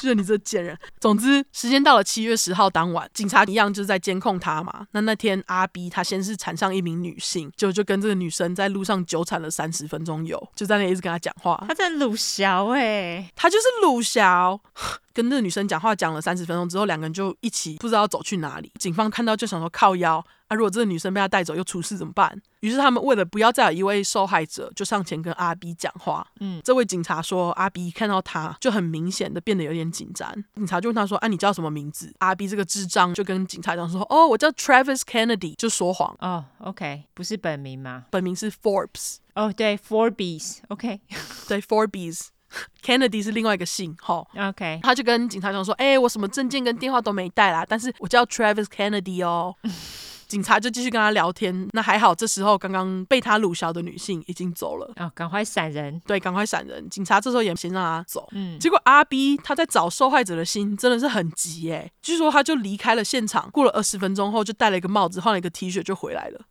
Speaker 1: 是你这贱人！总之，时间到了七月十号当晚，警察一样就是在监控他嘛。那那天阿 B 他先是缠上一名女性，就就跟这个女生在路上纠缠了三十分钟有，就在那里一直跟她讲话。
Speaker 2: 他真的鲁小哎、
Speaker 1: 他就是鲁小， 跟那个女生讲话讲了三十分钟之后，两个人就一起不知道走去哪里。警方看到就想说靠腰啊，如果这个女生被他带走又出事怎么办？于是他们为了不要再有一位受害者，就上前跟阿 B 讲话。
Speaker 2: 嗯，
Speaker 1: 这位警察说阿 B 看到他就很明显的变得有点紧张，警察就问他说啊你叫什么名字？阿 B 这个智障就跟警察讲说哦我叫 Travis Kennedy，就说谎，
Speaker 2: 哦，OK，不是本名嘛？
Speaker 1: 本名是 Forbes，
Speaker 2: 哦，对，Forbes，OK，OK，、
Speaker 1: 对 Forbes。Kennedy 是另外一个姓，吼，
Speaker 2: OK，
Speaker 1: 他就跟警察讲说：“哎、我什么证件跟电话都没带啦，但是我叫 Travis Kennedy 哦。”警察就继续跟他聊天。那还好，这时候刚刚被他鲁小的女性已经走了，
Speaker 2: 哦，赶快闪人，
Speaker 1: 对，赶快闪人。警察这时候也先让他走。
Speaker 2: 嗯，
Speaker 1: 结果阿 B 他在找受害者的心真的是很急耶、据说他就离开了现场，过了二十分钟后就戴了一个帽子，换了一个 T 恤就回来了。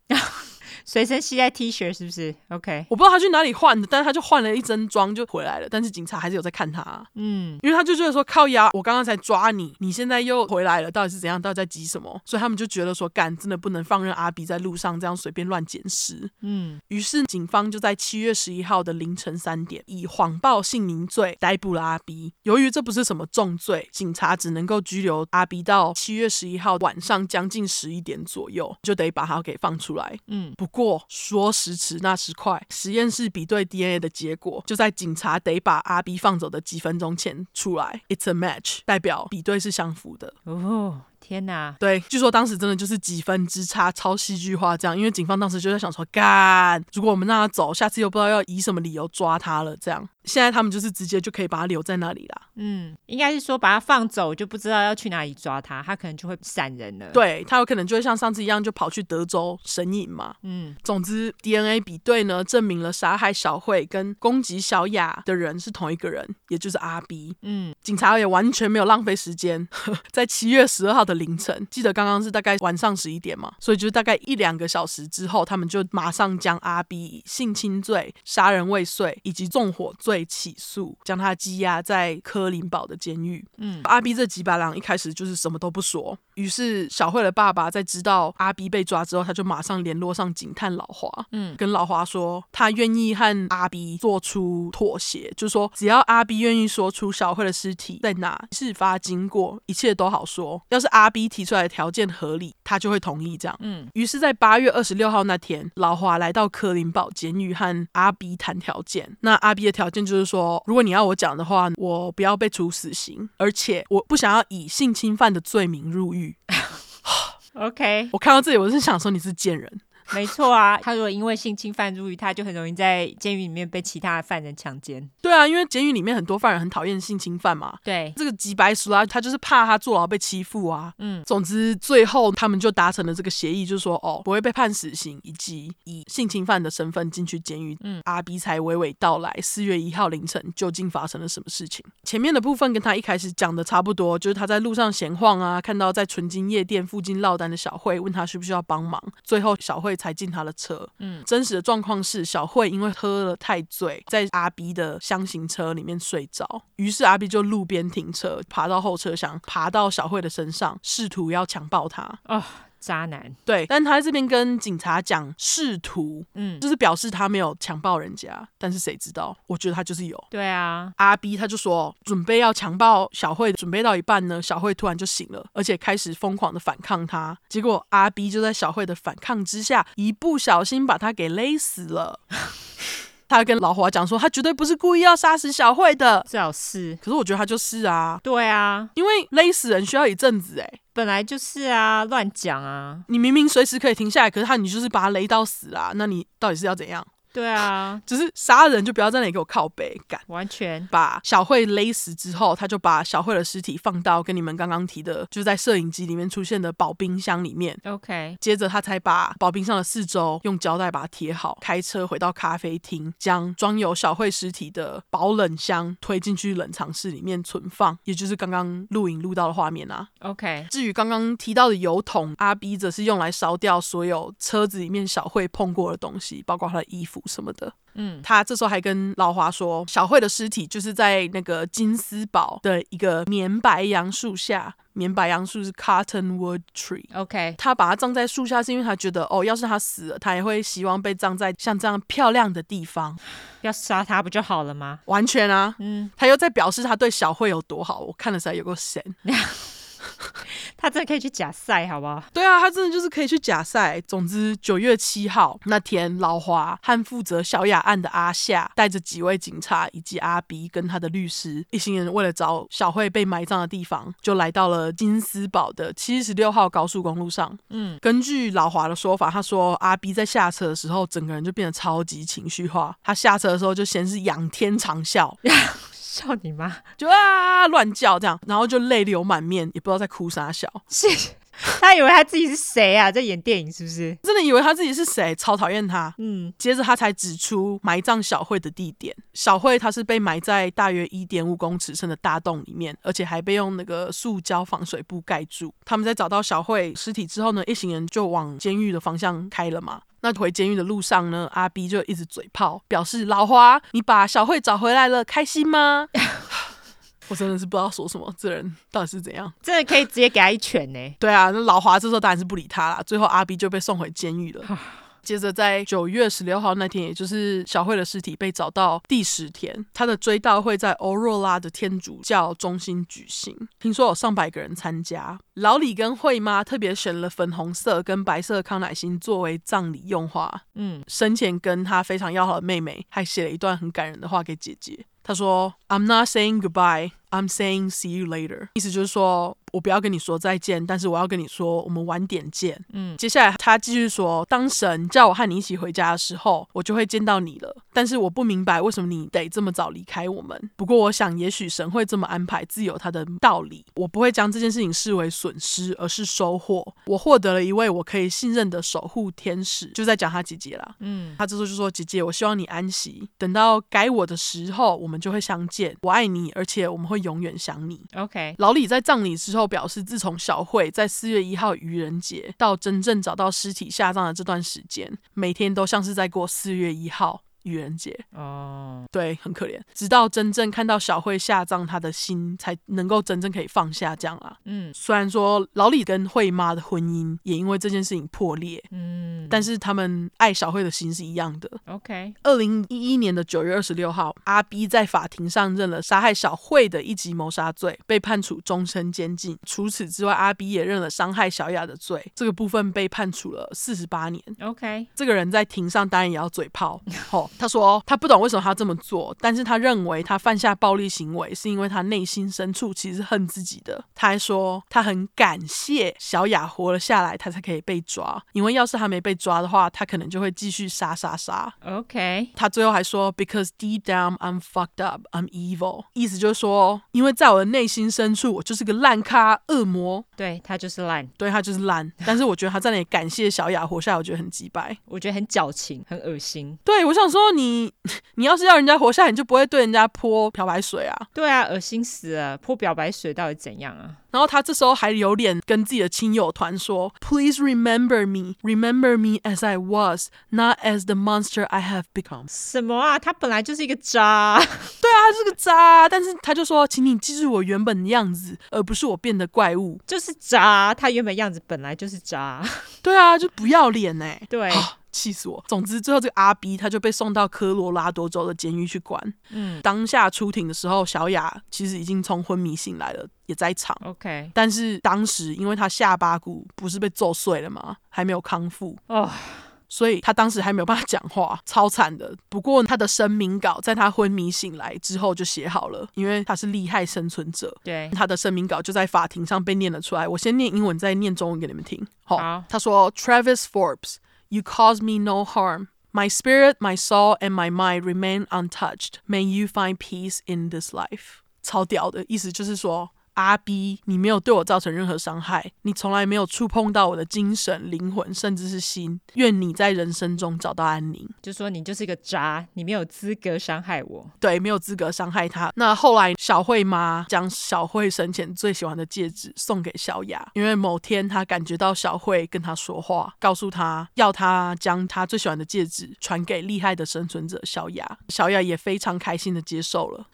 Speaker 2: 随身携带 T 恤是不是？OK，
Speaker 1: 我不知道他去哪里换的，但是他就换了一身装就回来了。但是警察还是有在看他啊，
Speaker 2: 嗯，
Speaker 1: 因为他就觉得说靠呀，我刚刚才抓你，你现在又回来了，到底是怎样？到底在急什么？所以他们就觉得说，干真的不能放任阿比在路上这样随便乱捡尸。
Speaker 2: 嗯，
Speaker 1: 于是警方就在七月十一号的凌晨三点，以谎报姓名罪逮捕了阿 B。由于这不是什么重罪，警察只能够拘留阿 B 到七月十一号晚上将近十一点左右，就得把他给放出来。
Speaker 2: 嗯，
Speaker 1: 不过说时迟那时快，实验室比对 DNA 的结果就在警察得把阿 B 放走的几分钟前出来。It's a match，代表比对是相符的。
Speaker 2: 哦，天哪，
Speaker 1: 对，据说当时真的就是几分之差，超戏剧化这样。因为警方当时就在想说，干，如果我们让他走，下次又不知道要以什么理由抓他了。这样，现在他们就是直接就可以把他留在那里啦。
Speaker 2: 嗯，应该是说把他放走，就不知道要去哪里抓他，他可能就会闪人了。，
Speaker 1: 对他有可能就会像上次一样，就跑去德州神隐嘛。
Speaker 2: 嗯
Speaker 1: 总之，DNA 比对呢证明了杀害小慧跟攻击小雅的人是同一个人，也就是阿 B。
Speaker 2: 嗯
Speaker 1: 警察也完全没有浪费时间， 在七月十二号的凌晨，记得刚刚是大概晚上十一点嘛，所以就是大概一两个小时之后，他们就马上将阿 B 以性侵罪、杀人未遂以及纵火罪起诉，将他羁押在科林堡的监狱。
Speaker 2: 嗯
Speaker 1: 阿 B 这吉巴狼一开始就是什么都不说，于是小慧的爸爸在知道阿 B 被抓之后，他就马上联络上警探老华，
Speaker 2: 嗯
Speaker 1: 跟老华说他愿意和阿 B 做出妥协，就是说只要阿 B 愿意说出小慧的尸体在哪、事发经过，一切都好说。要是阿 B 提出来的条件合理，他就会同意这样。
Speaker 2: 嗯
Speaker 1: 于是，在八月二十六号那天，老华来到科林堡监狱和阿 B 谈条件。那阿 B 的条件就是说，如果你要我讲的话，我不要被处死刑，而且我不想要以性侵犯的罪名入狱。
Speaker 2: ，OK，
Speaker 1: 我看到这里，我是想说你是贱人。
Speaker 2: 没错啊。他如果因为性侵犯入狱，他就很容易在监狱里面被其他的犯人强奸。
Speaker 1: 对啊，因为监狱里面很多犯人很讨厌性侵犯嘛。
Speaker 2: 对，
Speaker 1: 这个吉白叔啊，他就是怕他坐牢被欺负啊。
Speaker 2: 嗯
Speaker 1: 总之，最后他们就达成了这个协议，就是说，哦，不会被判死刑，以及以性侵犯的身份进去监狱。
Speaker 2: 嗯
Speaker 1: 阿 B 才娓娓道来，四月一号凌晨究竟发生了什么事情。前面的部分跟他一开始讲的差不多，就是他在路上闲晃啊，看到在纯金夜店附近落单的小慧，问他需不需要帮忙，最后小慧才进他的车。
Speaker 2: 嗯
Speaker 1: 真实的状况是，小慧因为喝了太醉，在阿 B 的箱型车里面睡着，于是阿 B 就路边停车，爬到后车厢，爬到小慧的身上，试图要强暴她。
Speaker 2: 哦，渣男。
Speaker 1: 对，但他在这边跟警察讲试图，
Speaker 2: 嗯，
Speaker 1: 就是表示他没有强暴人家，但是谁知道？我觉得他就是有。
Speaker 2: 对啊，
Speaker 1: 阿 B 他就说准备要强暴小慧，准备到一半呢，小慧突然就醒了，而且开始疯狂的反抗他。结果阿 B 就在小慧的反抗之下，一不小心把她给勒死了。 他跟老华讲说，他绝对不是故意要杀死小慧的。
Speaker 2: 最好是。
Speaker 1: 可是我觉得他就是啊，
Speaker 2: 对啊，
Speaker 1: 因为勒死人需要一阵子诶、
Speaker 2: 本来就是啊，乱讲啊。
Speaker 1: 你明明随时可以停下来，可是他你就是把他勒到死啊，那你到底是要怎样？
Speaker 2: 对啊，
Speaker 1: 只是杀人就不要在那里给我靠背干。
Speaker 2: 完全。
Speaker 1: 把小慧勒死之后，他就把小慧的尸体放到跟你们刚刚提的，就是在摄影机里面出现的保冰箱里面。
Speaker 2: OK，
Speaker 1: 接着，他才把保冰箱的四周用胶带把它贴好，开车回到咖啡厅，将装有小慧尸体的保冷箱推进去冷藏室里面存放，也就是刚刚录影录到的画面啊。
Speaker 2: OK，
Speaker 1: 至于刚刚提到的油桶，阿 B 则是用来烧掉所有车子里面小慧碰过的东西，包括她的衣服什么的。
Speaker 2: 嗯
Speaker 1: 他这时候还跟老华说，小慧的尸体就是在那个金丝堡的一个绵白杨树下，绵白杨树是 cottonwood tree。
Speaker 2: ，OK，
Speaker 1: 他把它葬在树下，是因为他觉得哦，要是他死了，他也会希望被葬在像这样漂亮的地方。
Speaker 2: 要杀他不就好了吗？
Speaker 1: 完全啊，
Speaker 2: 嗯，
Speaker 1: 他又在表示他对小慧有多好。我看了实在有够神。
Speaker 2: 他真的可以去假赛，好不好？
Speaker 1: 对啊，他真的就是可以去假赛。总之，九月七号那天，老华和负责小雅案的阿夏，带着几位警察以及阿鼻跟他的律师，一行人为了找小慧被埋葬的地方，就来到了金斯堡的七十六号高速公路上。
Speaker 2: 嗯，
Speaker 1: 根据老华的说法，他说阿 B 在下车的时候，整个人就变得超级情绪化。他下车的时候就先是仰天长啸，
Speaker 2: 笑你妈！
Speaker 1: 就啊乱叫这样，然后就泪流满面，也不知道在哭啥笑。
Speaker 2: 是 他以为他自己是谁啊？在演电影是不是？
Speaker 1: 真的以为他自己是谁，超讨厌他。
Speaker 2: 嗯，
Speaker 1: 接着他才指出埋葬小慧的地点，小慧她是被埋在大约一点五公尺深的大洞里面，而且还被用那个塑胶防水布盖住。他们在找到小慧尸体之后呢，一行人就往监狱的方向开了嘛。那回监狱的路上呢，阿 B 就一直嘴炮，表示老花，你把小慧找回来了，开心吗？ 我真的是不知道说什么，这人到底是怎样。
Speaker 2: 真的可以直接给他一拳呢。
Speaker 1: 对啊，那老华这时候当然是不理他啦。最后阿 B 就被送回监狱了。接着在九月十六号那天，也就是小慧的尸体被找到第十天，她的追悼会在欧若拉的天主教中心举行，听说有上百个人参加。老李跟惠妈特别选了粉红色跟白色的康乃馨作为葬礼用花，
Speaker 2: 嗯，
Speaker 1: 生前跟她非常要好的妹妹还写了一段很感人的话给姐姐。她说：“I'm not saying goodbye, I'm saying see you later。”意思就是说我不要跟你说再见，但是我要跟你说我们晚点见。嗯，接下来她继续说：“当神叫我和你一起回家的时候，我就会见到你了。但是我不明白为什么你得这么早离开我们。不过我想，也许神会这么安排，自有他的道理。我不会将这件事情视为损失，而是收获。我获得了一位我可以信任的守护天使。”就在讲她姐姐啦。
Speaker 2: 嗯
Speaker 1: 他这时候就说：“姐姐，我希望你安息，等到该我的时候，我们就会相见。我爱你，而且我们会永远想你。”
Speaker 2: OK，
Speaker 1: 老李在葬礼之后表示，自从小慧在四月一号愚人节到真正找到尸体下葬的这段时间，每天都像是在过四月一号愚人节。
Speaker 2: 哦，
Speaker 1: 对，很可怜。直到真正看到小慧下葬，他的心才能够真正可以放下。这样啊，
Speaker 2: 嗯
Speaker 1: 虽然说老李跟慧妈的婚姻也因为这件事情破裂，
Speaker 2: 嗯，
Speaker 1: 但是他们爱小慧的心是一样的。
Speaker 2: OK，
Speaker 1: 二零一一年的九月二十六号，阿 B 在法庭上认了杀害小慧的一级谋杀罪，被判处终身监禁。除此之外，阿 B 也认了伤害小雅的罪，这个部分被判处了四十八年。
Speaker 2: OK，
Speaker 1: 这个人在庭上当然也要嘴炮，吼、他说他不懂为什么他这么做，但是他认为他犯下暴力行为是因为他内心深处其实是恨自己的。他还说他很感谢小雅活了下来，他才可以被抓，因为要是他没被抓的话，他可能就会继续杀杀杀。
Speaker 2: OK，
Speaker 1: 他最后还说，because deep down I'm fucked up, I'm evil，意思就是说，因为在我的内心深处，我就是个烂咖、恶魔。
Speaker 2: 对他就是烂，
Speaker 1: 对他就是烂，但是我觉得他在那里感谢小雅活下来，我觉得很鸡掰。
Speaker 2: 我觉得很矫情，很恶心。
Speaker 1: 对我想说你， 你要是要人家活下来，你就不会对人家泼漂白水啊。
Speaker 2: 对啊，恶心死了！泼漂白水到底怎样啊？
Speaker 1: 然后他这时候还有脸跟自己的亲友团说，Please remember me, remember me as I was, not as the monster I have become。
Speaker 2: 什么啊？他本来就是一个渣。
Speaker 1: 他是个渣，但是他就说，请你记住我原本的样子，而不是我变得怪物。
Speaker 2: 就是渣，他原本样子本来就是渣。
Speaker 1: 对啊，就不要脸哎、
Speaker 2: 对，
Speaker 1: 啊气死我！总之，最后这个阿 B 他就被送到科罗拉多州的监狱去关。
Speaker 2: 嗯
Speaker 1: 当下出庭的时候，小雅其实已经从昏迷醒来了，也在场。
Speaker 2: ，OK，
Speaker 1: 但是当时因为她下巴骨不是被揍碎了吗？还没有康复，
Speaker 2: 哦，
Speaker 1: 所以她当时还没有办法讲话， 超惨的。不过她的声明稿在她昏迷醒来之后就写好了，因为她是利害生存者，
Speaker 2: 对
Speaker 1: 他的声明稿就在法庭上被念了出来。我先念英文，再念中文给你们听。好、
Speaker 2: 好
Speaker 1: 他说：“Travis Forbes, you caused me no harm. My spirit, my soul, and my mind remain untouched. May you find peace in this life.” 超屌的意思就是说。阿 B，你没有对我造成任何伤害，你从来没有触碰到我的精神、灵魂，甚至是心。愿你在人生中找到安宁。
Speaker 2: 就说你就是一个渣，你没有资格伤害我。
Speaker 1: 对，没有资格伤害他。那后来小慧妈将小慧生前最喜欢的戒指送给小雅，因为某天她感觉到小慧跟她说话，告诉她要她将她最喜欢的戒指传给厉害的生存者小雅。小雅也非常开心的接受了。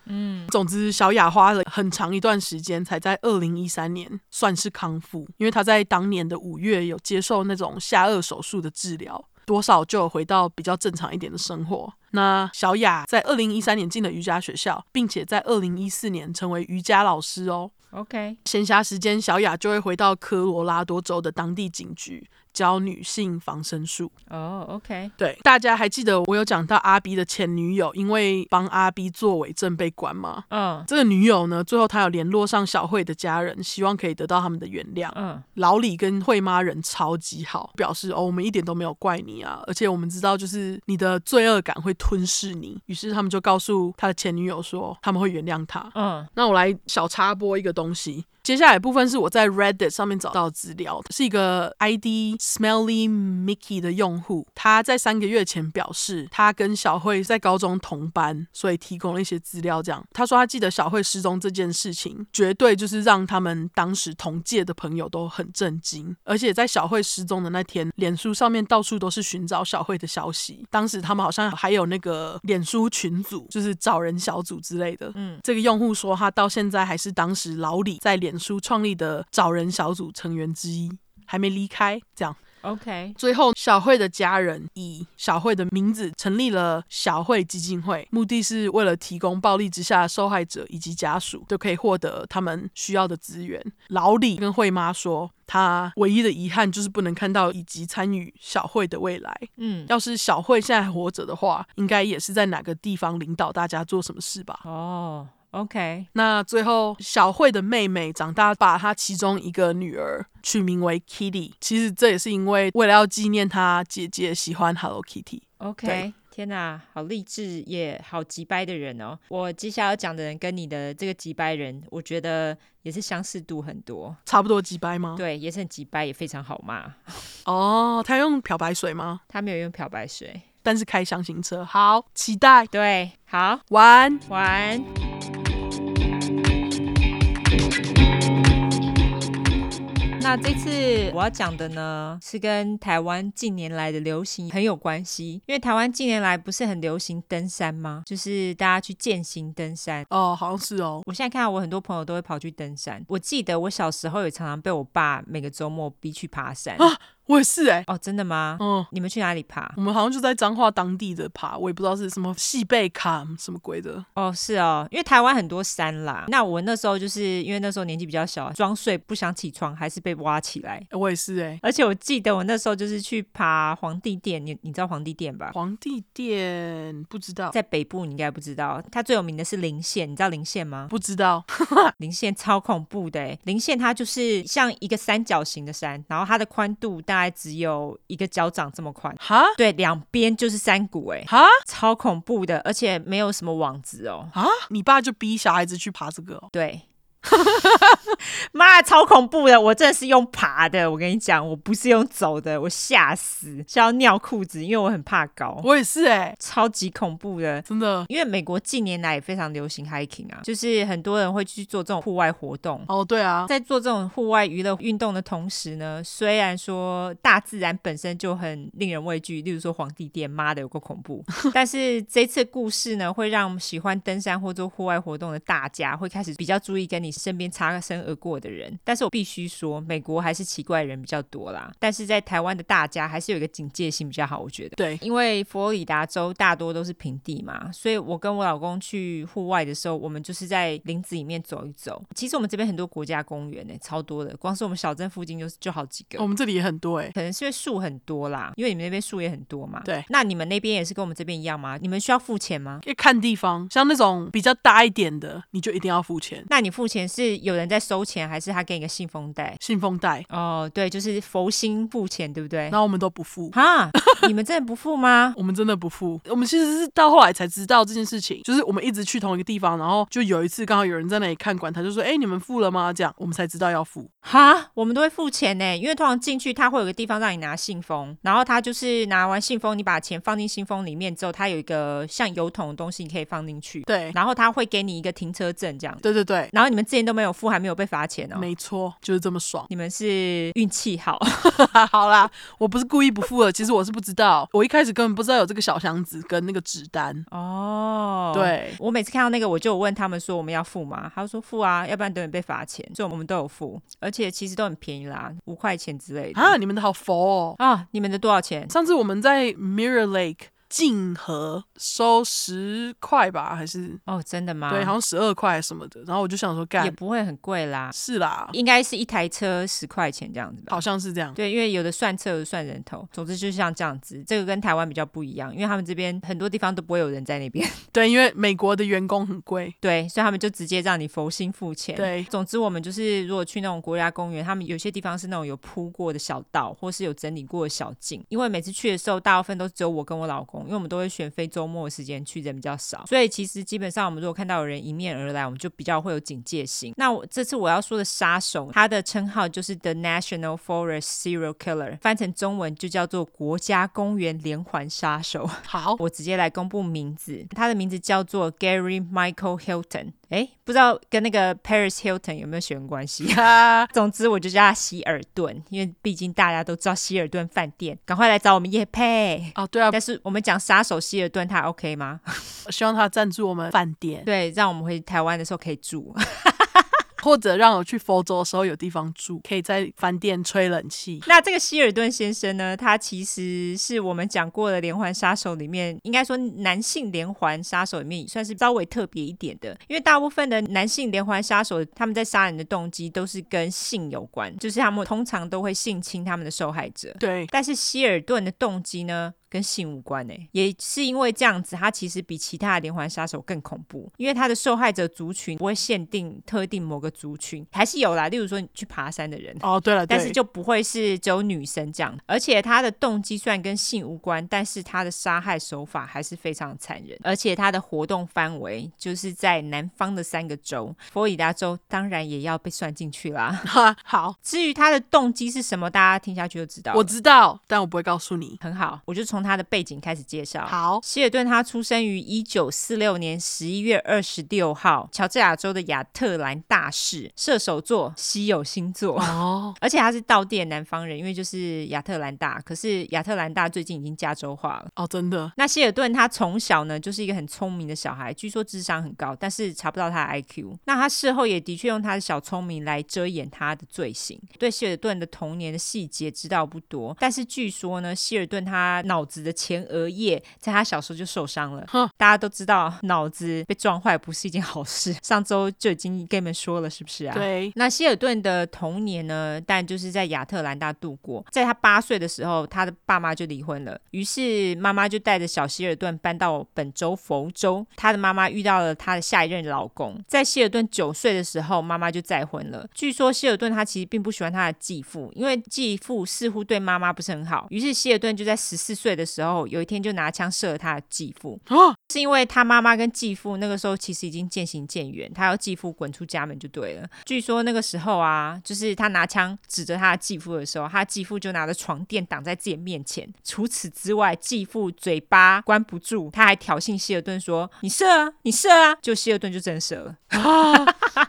Speaker 1: 总之，小雅花了很长一段时间才在二零一三年算是康复，因为她在当年的五月有接受那种下颚手术的治疗，多少就有回到比较正常一点的生活。那小雅在二零一三年进了瑜伽学校，并且在二零一四年成为瑜伽老师哦。
Speaker 2: OK，
Speaker 1: 闲暇时间，小雅就会回到科罗拉多州的当地警局教女性防身术。
Speaker 2: 哦，OK，
Speaker 1: 对，大家还记得我有讲到阿 B 的前女友因为帮阿 B 做伪证被关吗？
Speaker 2: 嗯
Speaker 1: 这个女友呢，最后她有联络上小慧的家人，希望可以得到他们的原谅。
Speaker 2: 嗯
Speaker 1: 老李跟慧妈人超级好，表示哦，我们一点都没有怪你啊，而且我们知道就是你的罪恶感会吞噬你，于是他们就告诉他的前女友说他们会原谅他。
Speaker 2: 嗯
Speaker 1: 那我来小插播一个东西。接下来部分是我在 Reddit 上面找到的资料，是一个 ID Smelly Mickey 的用户，他在三个月前表示，他跟小慧在高中同班，所以提供了一些资料。这样，他说他记得小慧失踪这件事情，绝对就是让他们当时同届的朋友都很震惊，而且在小慧失踪的那天，脸书上面到处都是寻找小慧的消息。当时他们好像还有那个脸书群组，就是找人小组之类的。嗯，这个用户说他到现在还是当时老李在脸书创立的找人小组成员之一，还没离开。这样，
Speaker 2: OK，
Speaker 1: 最后，小慧的家人以小慧的名字成立了小慧基金会，目的是为了提供暴力之下受害者以及家属都可以获得他们需要的资源。老李跟慧妈说，他唯一的遗憾就是不能看到以及参与小慧的未来。
Speaker 2: 嗯，
Speaker 1: 要是小慧现在还活着的话，应该也是在哪个地方领导大家做什么事吧。
Speaker 2: 哦，OK，
Speaker 1: 那最后，小慧的妹妹长大，把她其中一个女儿取名为 Kitty。其实这也是因为为了要纪念她姐姐喜欢 Hello Kitty。对
Speaker 2: OK，天哪，好励志也好急掰的人哦！我接下来要讲的人跟你的这个急掰人，我觉得也是相似度很多，
Speaker 1: 差不多几掰吗？
Speaker 2: 对，也是很急掰，也非常好骂。
Speaker 1: 哦，她用漂白水吗？
Speaker 2: 他没有用漂白水，
Speaker 1: 但是开箱型车，好期待。
Speaker 2: 对，好，
Speaker 1: 晚安。
Speaker 2: 晚安。那这次我要讲的呢，是跟台湾近年来的流行很有关系，因为台湾近年来不是很流行登山吗？就是大家去践行登山。
Speaker 1: 哦，好像是哦。
Speaker 2: 我现在看到我很多朋友都会跑去登山。我记得我小时候也常常被我爸每个周末逼去爬山。
Speaker 1: 啊我也是哎、
Speaker 2: 哦，真的吗？
Speaker 1: 嗯，
Speaker 2: 你们去哪里爬？
Speaker 1: 我们好像就在彰化当地的爬，我也不知道是什么细贝卡什么鬼的。
Speaker 2: 哦，是哦，因为台湾很多山啦。那我那时候就是因为那时候年纪比较小，装睡不想起床，还是被挖起来。
Speaker 1: 我也是哎、
Speaker 2: 而且我记得我那时候就是去爬皇帝殿，你你知道皇帝殿吧？
Speaker 1: 皇帝殿不知道，
Speaker 2: 在北部你应该不知道，它最有名的是林县，你知道林县吗？
Speaker 1: 不知道。
Speaker 2: 林线超恐怖的欸，林线它就是像一个三角形的山，然后它的宽度大概只有一个脚掌这么宽，
Speaker 1: 哈
Speaker 2: 对，两边就是山谷，哎，
Speaker 1: 哈。
Speaker 2: 超恐怖的，而且没有什么网子哦，
Speaker 1: 啊，你爸就逼小孩子去爬这个、哦？
Speaker 2: 对。妈，超恐怖的！我真的是用爬的，我跟你讲，我不是用走的，我吓死，吓到尿裤子，因为我很怕高，
Speaker 1: 我也是哎、
Speaker 2: 超级恐怖的。
Speaker 1: 真的。
Speaker 2: 因为美国近年来也非常流行 hiking 啊，就是很多人会去做这种户外活动，
Speaker 1: 哦，对啊，
Speaker 2: 在做这种户外娱乐运动的同时呢，虽然说大自然本身就很令人畏惧，例如说皇帝殿，妈的有够恐怖。但是这次故事呢，会让喜欢登山或做户外活动的大家，会开始比较注意跟你身边擦身而过的人。但是我必须说，美国还是奇怪人比较多啦。但是在台湾的大家还是有一个警戒心比较好，我觉得。
Speaker 1: 对，
Speaker 2: 因为佛罗里达州大多都是平地嘛，所以我跟我老公去户外的时候，我们就是在林子里面走一走。其实我们这边很多国家公园呢、欸超多的，光是我们小镇附近就就好几个。
Speaker 1: 我们这里也很多哎、
Speaker 2: 可能是因为树很多啦，因为你们那边树也很多嘛。
Speaker 1: 对
Speaker 2: 那你们那边也是跟我们这边一样吗？你们需要付钱吗？
Speaker 1: 要看地方，像那种比较大一点的，你就一定要付钱，
Speaker 2: 那你付钱是有人在收钱，还是他给你个信封袋？
Speaker 1: 信封袋，
Speaker 2: 哦，对，就是佛心付钱，对不对
Speaker 1: 然？后我们都不付。
Speaker 2: 哈，你们真的不付吗？
Speaker 1: 我们真的不付，我们其实是到后来才知道这件事情，就是我们一直去同一个地方，然后就有一次刚好有人在那里看管，他就说：“哎、你们付了吗？”这样我们才知道要付。
Speaker 2: 哈，我们都会付钱呢，因为通常进去它会有个地方让你拿信封，然后它就是拿完信封，你把钱放进信封里面之后，它有一个像油桶的东西，你可以放进去，
Speaker 1: 对，
Speaker 2: 然后它会给你一个停车证这样子。
Speaker 1: 对对对，
Speaker 2: 然后你们之前都没有付，还没有被罚钱哦，
Speaker 1: 没错，就是这么爽。
Speaker 2: 你们是运气好。
Speaker 1: 好啦，我不是故意不付的，其实我是不知道，我一开始根本不知道有这个小箱子跟那个纸单。
Speaker 2: 哦，
Speaker 1: 对
Speaker 2: 我每次看到那个，我就有问他们说我们要付吗？他说付啊，要不然等你被罚钱。所以我们都有付，而且其实都很便宜啦，五块钱之类的。
Speaker 1: 啊，你们的好佛哦！
Speaker 2: 啊，你们的多少钱？
Speaker 1: 上次我们在 Mirror Lake 竞合收十块吧，还是、
Speaker 2: 哦，真的吗？
Speaker 1: 对，好像十二块什么的。然后我就想说，
Speaker 2: 也
Speaker 1: 干
Speaker 2: 不会很贵啦，
Speaker 1: 是啦，
Speaker 2: 应该是一台车十块钱这样子吧。
Speaker 1: 好像是这样。
Speaker 2: 对，因为有的算车，有的算人头。总之就像这样子，这个跟台湾比较不一样，因为他们这边很多地方都不会有人在那边，
Speaker 1: 对，因为美国的员工很贵。
Speaker 2: 对，所以他们就直接让你佛心付钱。
Speaker 1: 对
Speaker 2: 总之我们就是如果去那种国家公园，他们有些地方是那种有铺过的小道，或是有整理过的小径。因为每次去的时候，大部分都只有我跟我老公，红，因为我们都会选非周末的时间去，人比较少，所以其实基本上我们如果看到有人迎面而来，我们就比较会有警戒心。那我这次我要说的杀手，他的称号就是 The National Forest Serial Killer，翻成中文就叫做国家公园连环杀手。
Speaker 1: 好，
Speaker 2: 我直接来公布名字，他的名字叫做 Gary Michael Hilton。诶，不知道跟那个 Paris Hilton 有没有血缘关系？
Speaker 1: 啊，
Speaker 2: 总之我就叫他希尔顿，因为毕竟大家都知道希尔顿饭店，赶快来找我们叶佩。
Speaker 1: 哦，对啊，
Speaker 2: 但是我们讲杀手希尔顿，他 OK 吗？
Speaker 1: 希望他赞助我们饭店，
Speaker 2: 对，让我们回台湾的时候可以住。
Speaker 1: 或者让我去佛州的时候有地方住，可以在饭店吹冷气。
Speaker 2: 那这个希尔顿先生呢，他其实是我们讲过的连环杀手里面，应该说男性连环杀手里面也算是稍微特别一点的，因为大部分的男性连环杀手，他们在杀人的动机都是跟性有关，就是他们通常都会性侵他们的受害者。
Speaker 1: 对，
Speaker 2: 但是希尔顿的动机呢，跟性无关诶、欸也是因为这样子，他其实比其他的连环杀手更恐怖，因为他的受害者族群不会限定特定某个族群，还是有啦，例如说你去爬山的人。
Speaker 1: 哦，对了，
Speaker 2: 但是
Speaker 1: 对
Speaker 2: 就不会是只有女生这样，而且他的动机虽然跟性无关，但是他的杀害手法还是非常残忍，而且他的活动范围就是在南方的三个州，佛罗里达州当然也要被算进去啦。
Speaker 1: 哈，好，
Speaker 2: 至于他的动机是什么，大家听下去就知道了。
Speaker 1: 我知道，但我不会告诉你。
Speaker 2: 很好，我就从他的背景开始介绍。
Speaker 1: 好，
Speaker 2: 希尔顿他出生于一九四六年十一月二十六号，乔治亚州的亚特兰大市，射手座，稀有星座。
Speaker 1: 哦，
Speaker 2: 而且他是道地的南方人，因为就是亚特兰大。可是亚特兰大最近已经加州化了。
Speaker 1: 哦，真的，
Speaker 2: 那希尔顿他从小呢就是一个很聪明的小孩，据说智商很高，但是查不到他的 IQ。那他事后也的确用他的小聪明来遮掩他的罪行。对希尔顿的童年的细节知道不多，但是据说呢，希尔顿他脑子的前额叶在他小时候就受伤了。
Speaker 1: 哼
Speaker 2: 大家都知道脑子被撞坏不是一件好事，上周就已经跟你们说了，是不是啊？
Speaker 1: 对，
Speaker 2: 那希尔顿的童年呢，但就是在亚特兰大度过。在他八岁的时候，他的爸妈就离婚了，于是妈妈就带着小希尔顿搬到本州佛州。他的妈妈遇到了他的下一任老公，在希尔顿九岁的时候，妈妈就再婚了。据说希尔顿他其实并不喜欢他的继父，因为继父似乎对妈妈不是很好。于是希尔顿就在十四岁的时候，有一天就拿枪射了他的继父。
Speaker 1: 哦，
Speaker 2: 是因为他妈妈跟继父那个时候其实已经渐行渐远，他要继父滚出家门就对了。据说那个时候啊，就是他拿枪指着他的继父的时候，他继父就拿着床垫挡在自己面前。除此之外，继父嘴巴关不住，他还挑衅希尔顿说：“你射啊，你射啊！”就希尔顿就真的射了。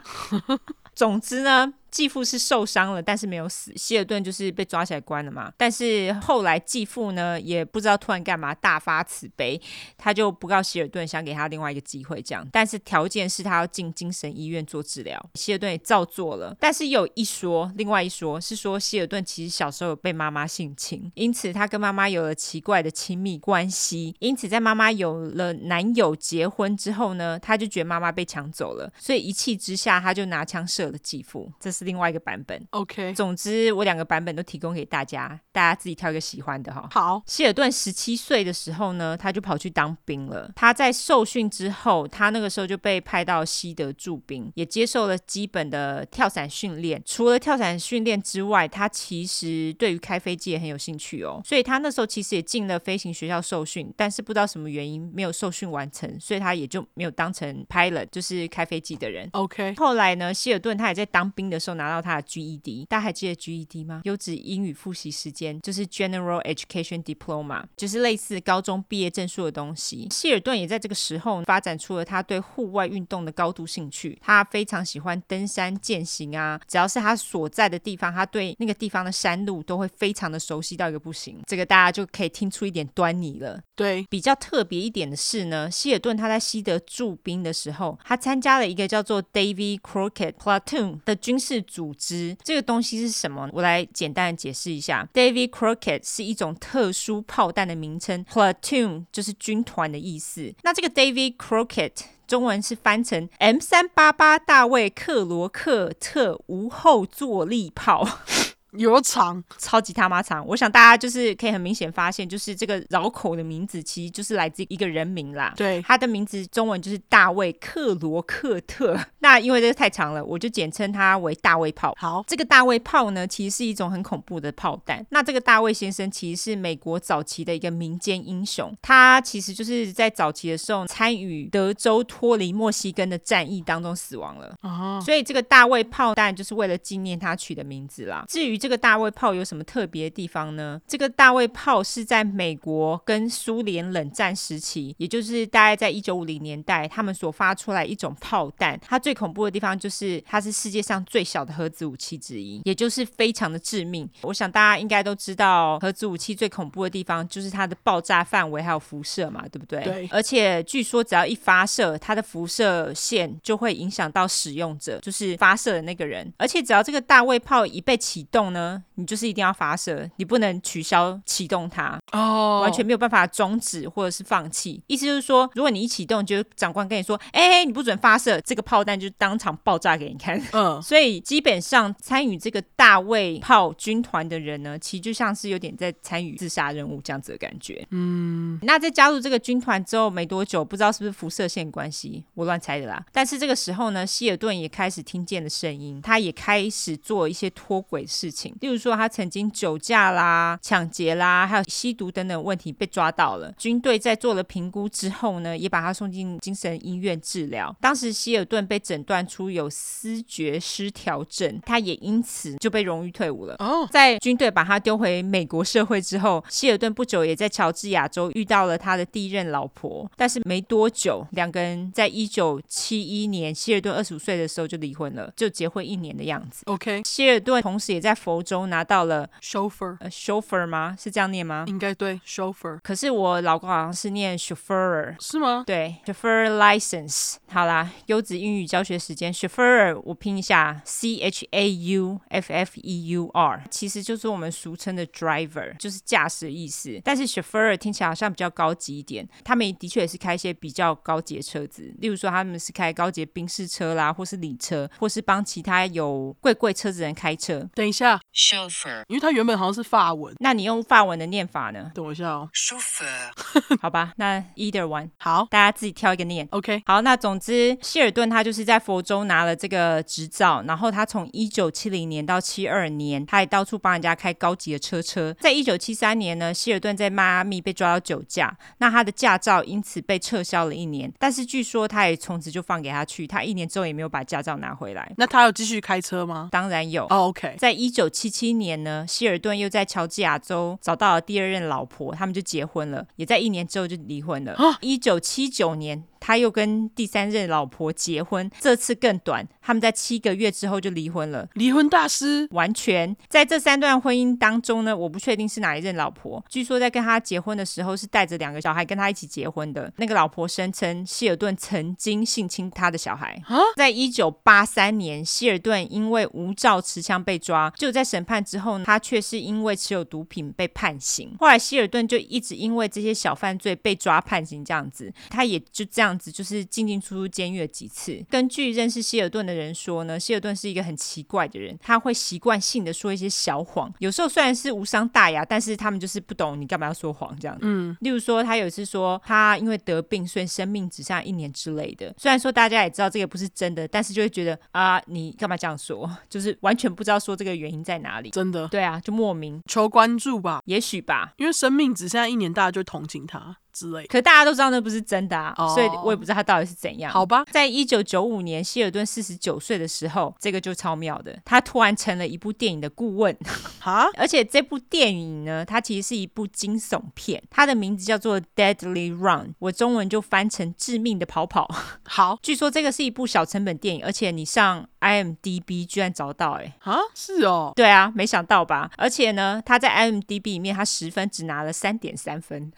Speaker 2: 总之呢，继父是受伤了，但是没有死。希尔顿就是被抓起来关了嘛。但是后来继父呢，也不知道突然干嘛大发慈悲，他就不告希尔顿，想给他另外一个机会这样。但是条件是他要进精神医院做治疗。希尔顿也照做了，但是有一说，另外一说是说希尔顿其实小时候有被妈妈性侵，因此他跟妈妈有了奇怪的亲密关系。因此在妈妈有了男友结婚之后呢，他就觉得妈妈被抢走了，所以一气之下他就拿枪射了继父。这是另外一个版本。
Speaker 1: ，OK，
Speaker 2: 总之，我两个版本都提供给大家，大家自己挑一个喜欢的哈。
Speaker 1: 好，
Speaker 2: 希尔顿十七岁的时候呢，他就跑去当兵了。他在受训之后，他那个时候就被派到西德驻兵，也接受了基本的跳伞训练。除了跳伞训练之外，他其实对于开飞机也很有兴趣哦。所以他那时候其实也进了飞行学校受训，但是不知道什么原因没有受训完成，所以他也就没有当成 pilot，就是开飞机的人。
Speaker 1: ，OK，
Speaker 2: 后来呢，希尔顿他也在当兵的时候拿到他的 GED，大家还记得 GED 吗？优质英语复习时间就是 General Education Diploma，就是类似高中毕业证书的东西。希尔顿也在这个时候发展出了他对户外运动的高度兴趣，他非常喜欢登山、健行啊，只要是他所在的地方，他对那个地方的山路都会非常的熟悉到一个不行。这个大家就可以听出一点端倪了。
Speaker 1: 对，
Speaker 2: 比较特别一点的是呢，希尔顿他在西德驻兵的时候，他参加了一个叫做 Davy Crockett Platoon 的军事组织。这个东西是什么？我来简单的解释一下。Davy Crockett 是一种特殊炮弹的名称，Platoon 就是军团的意思。那这个 Davy Crockett 中文是翻成 M 三八八大卫克罗克特无后坐力炮。
Speaker 1: 有场，
Speaker 2: 超级他妈长。我想大家就是可以很明显发现，就是这个绕口的名字其实就是来自一个人名啦。
Speaker 1: 对
Speaker 2: 他的名字中文就是大卫克罗克特。那 那因为这个太长了，我就简称它为大卫炮。
Speaker 1: 好，
Speaker 2: 这个大卫炮呢，其实是一种很恐怖的炮弹。那这个大卫先生其实是美国早期的一个民间英雄，他其实就是在早期的时候参与德州脱离墨西哥的战役当中死亡了。
Speaker 1: 哦，
Speaker 2: 所以这个大卫炮弹就是为了纪念他取的名字啦。至于这个大卫炮有什么特别的地方呢？这个大卫炮是在美国跟苏联冷战时期，也就是大概在一九五零年代，他们所发出来一种炮弹。它最恐怖的地方就是它是世界上最小的核子武器之一，也就是非常的致命。我想大家应该都知道，核子武器最恐怖的地方就是它的爆炸范围还有辐射嘛，对不对？
Speaker 1: 对
Speaker 2: 而且据说只要一发射，它的辐射线就会影响到使用者，就是发射的那个人。而且只要这个大卫炮一被启动呢，你就是一定要发射，你不能取消启动它，
Speaker 1: 哦，
Speaker 2: 完全没有办法终止或者是放弃。意思就是说，如果你一启动，就是长官跟你说：“哎、你不准发射！”这个炮弹就当场爆炸给你看。
Speaker 1: 嗯，
Speaker 2: 所以基本上参与这个大卫炮军团的人呢，其实就像是有点在参与自杀任务这样子的感觉。嗯，那在加入这个军团之后没多久，不知道是不是辐射线关系，我乱猜的啦。但是这个时候呢，希尔顿也开始听见了声音，他也开始做一些脱轨的事情，例如说他曾经酒驾啦、抢劫啦，还有吸毒等等问题被抓到了。军队在做了评估之后呢，也把他送进精神医院治疗。当时希尔顿被诊断出有思觉失调症，他也因此就被荣誉退伍了。
Speaker 1: 哦，
Speaker 2: 在军队把他丢回美国社会之后，希尔顿不久也在乔治亚州遇到了他的第一任老婆，但是没多久，两个人在一九七一年希尔顿二十五岁的时候就离婚了，就结婚一年的样子。
Speaker 1: OK，
Speaker 2: 希尔顿同时也在佛州拿到了
Speaker 1: chauffeur
Speaker 2: 呃 chauffeur 吗？是这样念吗？
Speaker 1: 应该对 chauffeur
Speaker 2: 可是我老公好像是念 chauffeur，
Speaker 1: 是吗？
Speaker 2: 对，chauffeur license。好啦，优质英语教学时间，chauffeur 我拼一下，c h a u f f e u r，其实就是我们俗称的 driver，就是驾驶的意思。但是 chauffeur 听起来好像比较高级一点，他们的确也是开一些比较高级的车子，例如说他们是开高级的宾士车啦，或是礼车，或是帮其他有贵贵车子的人开车。
Speaker 1: 等一下，
Speaker 3: chauffeur,
Speaker 1: 因为它原本好像是法文，？
Speaker 2: 那你用法文的念法呢
Speaker 1: 等我一下哦。
Speaker 3: chauffeur,
Speaker 2: 好吧，那 either one，
Speaker 1: 好
Speaker 2: 大家自己挑一个念。
Speaker 1: ，OK，
Speaker 2: 好，那总之，希尔顿他就是在佛州拿了这个执照，然后他从一九七零年到七二年，他也到处帮人家开高级的车车。在一九七三年呢，希尔顿在迈阿密被抓到酒驾，那他的驾照因此被撤销了一年。但是据说他也从此就放给他去，他一年之后也没有把驾照拿回来。
Speaker 1: 那他有继续开车吗？
Speaker 2: 当然有。
Speaker 1: 哦，OK，
Speaker 2: 在一九七七年呢，希尔顿又在乔治亚州找到了第二任老婆，他们就结婚了，也在一年之后就离婚了。一九七九年，他又跟第三任老婆结婚，这次更短，他们在七个月之后就离婚了。
Speaker 1: 离婚大师
Speaker 2: 完全在这三段婚姻当中呢，我不确定是哪一任老婆。据说在跟他结婚的时候是带着两个小孩跟他一起结婚的。那个老婆声称希尔顿曾经性侵他的小孩。在一九八三年，希尔顿因为无照持枪被抓，就在审判之后呢，他却是因为持有毒品被判刑。后来希尔顿就一直因为这些小犯罪被抓判刑，这样子，他也就这样子，就是进进出出监狱了几次。根据认识希尔顿的人说呢，希尔顿是一个很奇怪的人，他会习惯性的说一些小谎，有时候虽然是无伤大雅，但是他们就是不懂你干嘛要说谎这样子。例如说，他有一次说他因为得病，所以生命只剩下一年之类的。虽然说大家也知道这个不是真的，但是就会觉得啊，你干嘛这样说？ 就是完全不知道说这个原因在哪里。
Speaker 1: 真的
Speaker 2: 对啊，就莫名，
Speaker 1: 求关注吧，
Speaker 2: 也许吧。
Speaker 1: 因为生命只剩下一年，大家就同情他之类的，
Speaker 2: 可大家都知道那不是真的啊
Speaker 1: 哦
Speaker 2: 所以我也不知道他到底是怎样。
Speaker 1: 好吧？
Speaker 2: 在一九九五年，希尔顿四十九岁的时候，这个就超妙的，他突然成了一部电影的顾问。
Speaker 1: 哈，
Speaker 2: 而且这部电影呢，它其实是一部惊悚片，它的名字叫做《Deadly Run》，我中文就翻成《致命的跑跑》。
Speaker 1: 好
Speaker 2: 据说这个是一部小成本电影，而且你上 IMDB 居然找到哎、欸
Speaker 1: 啊，是哦，
Speaker 2: 对啊，没想到吧？而且呢，他在 IMDB 里面，他十分只拿了三点三分，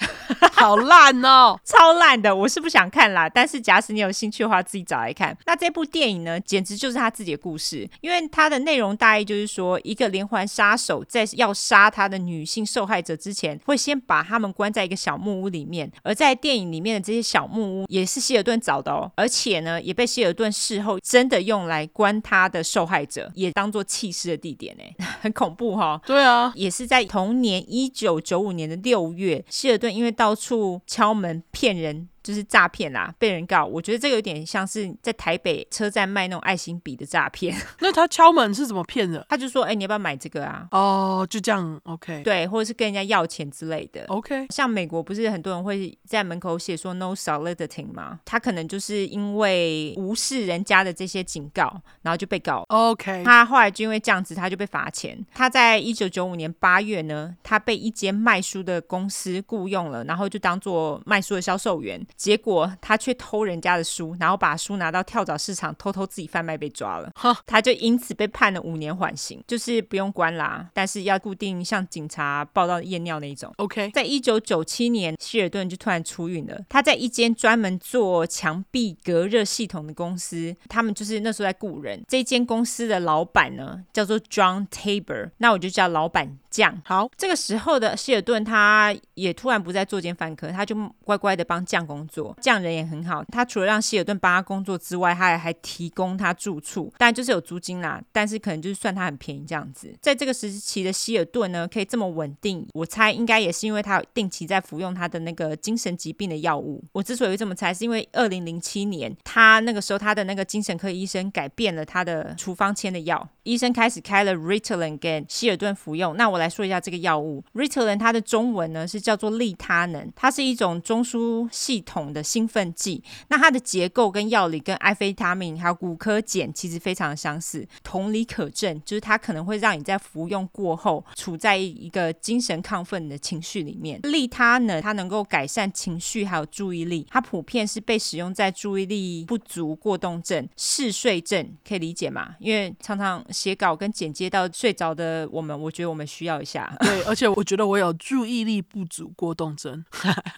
Speaker 1: 好烂 哦，
Speaker 2: 超烂的。我是不想看啦，但是假使你有兴趣的话，自己找来看。那这部电影呢，简直就是他自己的故事，因为它的内容大意就是说，一个连环杀手在要杀他的女性受害者之前，会先把他们关在一个小木屋里面，而在电影里面的这些小木屋也是希尔顿找的哦，而且呢，也被希尔顿事后真的用来关他的受害者，也当做弃尸的地点呢， 很恐怖哈、
Speaker 1: 对啊，
Speaker 2: 也是在同年一九九五年的六月，希尔顿因为到处敲门骗人。就是诈骗啦，被人告。我觉得这个有点像是在台北车站卖那种爱心笔的诈骗。
Speaker 1: 那他敲门是怎么骗的？
Speaker 2: 他就说：“哎、你要不要买这个啊？”
Speaker 1: 哦，就这样，OK，
Speaker 2: 对，或者是跟人家要钱之类的。
Speaker 1: o k
Speaker 2: 像美国不是很多人会在门口写说 “no soliciting” 吗？他可能就是因为无视人家的这些警告，然后就被告。
Speaker 1: OK，
Speaker 2: 他后来就因为这样子，他就被罚钱。他在一九九五年八月呢，他被一间卖书的公司雇佣了，然后就当做卖书的销售员。结果他却偷人家的书，然后把书拿到跳蚤市场偷偷自己贩卖，被抓了
Speaker 1: 哈。
Speaker 2: 他就因此被判了五年缓刑，就是不用关啦，但是要固定向警察报到验尿那一种。
Speaker 1: OK，
Speaker 2: 在一九九七年，希尔顿就突然出狱了。他在一间专门做墙壁隔热系统的公司，他们就是那时候在雇人。这间公司的老板呢，叫做 John Tabor，那我就叫老板酱。
Speaker 1: 好，
Speaker 2: 这个时候的希尔顿，他也突然不再作奸犯科，他就乖乖的帮酱工作。酱人也很好，他除了让希尔顿帮他工作之外，他还还提供他住处，当然就是有租金啦，但是可能就是算他很便宜这样子。在这个时期的希尔顿呢，可以这么稳定，我猜应该也是因为他有定期在服用他的那个精神疾病的药物。我之所以会这么猜，是因为二零零七年他那个时候他的那个精神科医生改变了他的处方签的药，医生开始开了 Ritalin 跟希尔顿服用。那我来说一下这个药物，Ritalin 它的中文呢是叫做利他能，它是一种中枢系统的兴奋剂。那它的结构跟药理跟艾非他命还有骨科碱其实非常相似。同理可证，就是它可能会让你在服用过后处在一个精神亢奋的情绪里面。利他能它能够改善情绪还有注意力，它普遍是被使用在注意力不足过动症、嗜睡症，可以理解吗？因为常常写稿跟剪接到睡着的我们，我觉得我们需要一下。
Speaker 1: 对，而且我觉得我有注意力不足过动症。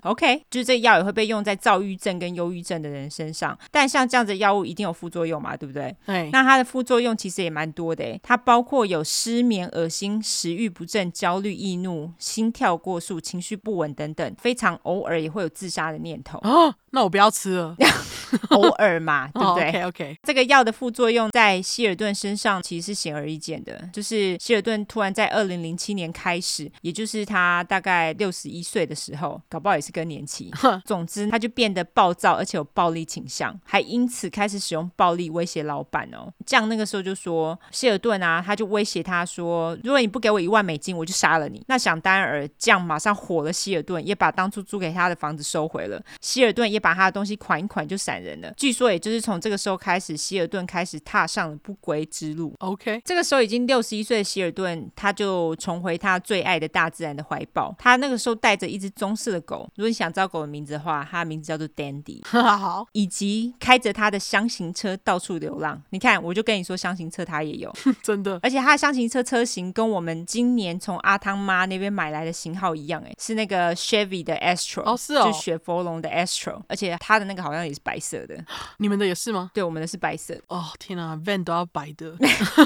Speaker 2: OK，就是这药也会被用在躁郁症跟忧郁症的人身上，但像这样子的药物一定有副作用嘛，对不对？
Speaker 1: 哎，，
Speaker 2: 那它的副作用其实也蛮多的诶，欸它包括有失眠、恶心、食欲不振、焦虑、易怒、心跳过速、情绪不稳等等，非常偶尔也会有自杀的念头
Speaker 1: 哦，那我不要吃 了，哦
Speaker 2: 偶尔 嘛，对不对？
Speaker 1: o k OK，
Speaker 2: 这个药的副作用在希尔顿身上其实是显而易见的，就是希尔顿突然在二零零七年开始，也就是他大概六十一岁的时候，搞不好也是更年期。总之，他就变得暴躁，而且有暴力倾向，还因此开始使用暴力威胁老板哦。这样那个时候就说，希尔顿啊，他就威胁他说，如果你不给我一万美金，我就杀了你。那想当然尔，这样马上火了希尔顿，也把当初租给他的房子收回了。希尔顿也把他的东西款一款就闪人了。据说，也就是从这个时候开始，希尔顿开始踏上了不归之路。
Speaker 1: OK，
Speaker 2: 这个时候已经六十一岁的希尔顿，他就重回他最爱的大自然的怀抱。他那个时候带着一只棕色的狗，如果你想知道狗的名字的话，它的名字叫做 Dandy，
Speaker 1: 好，
Speaker 2: 以及开着他的箱型车到处流浪。你看，我就跟你说，箱型车它也有，
Speaker 1: 真的
Speaker 2: 而且它的箱型车车型跟我们今年从阿汤妈那边买来的型号一样，诶，是那个 Chevy 的 Astro，、
Speaker 1: 哦，是
Speaker 2: 就
Speaker 1: 哦
Speaker 2: 是，雪佛龙的 Astro，而且它的那个好像也是白色的，
Speaker 1: 你们的也是吗？
Speaker 2: 对，我们的是白色的。
Speaker 1: 哦，天哪，van 都要白 的，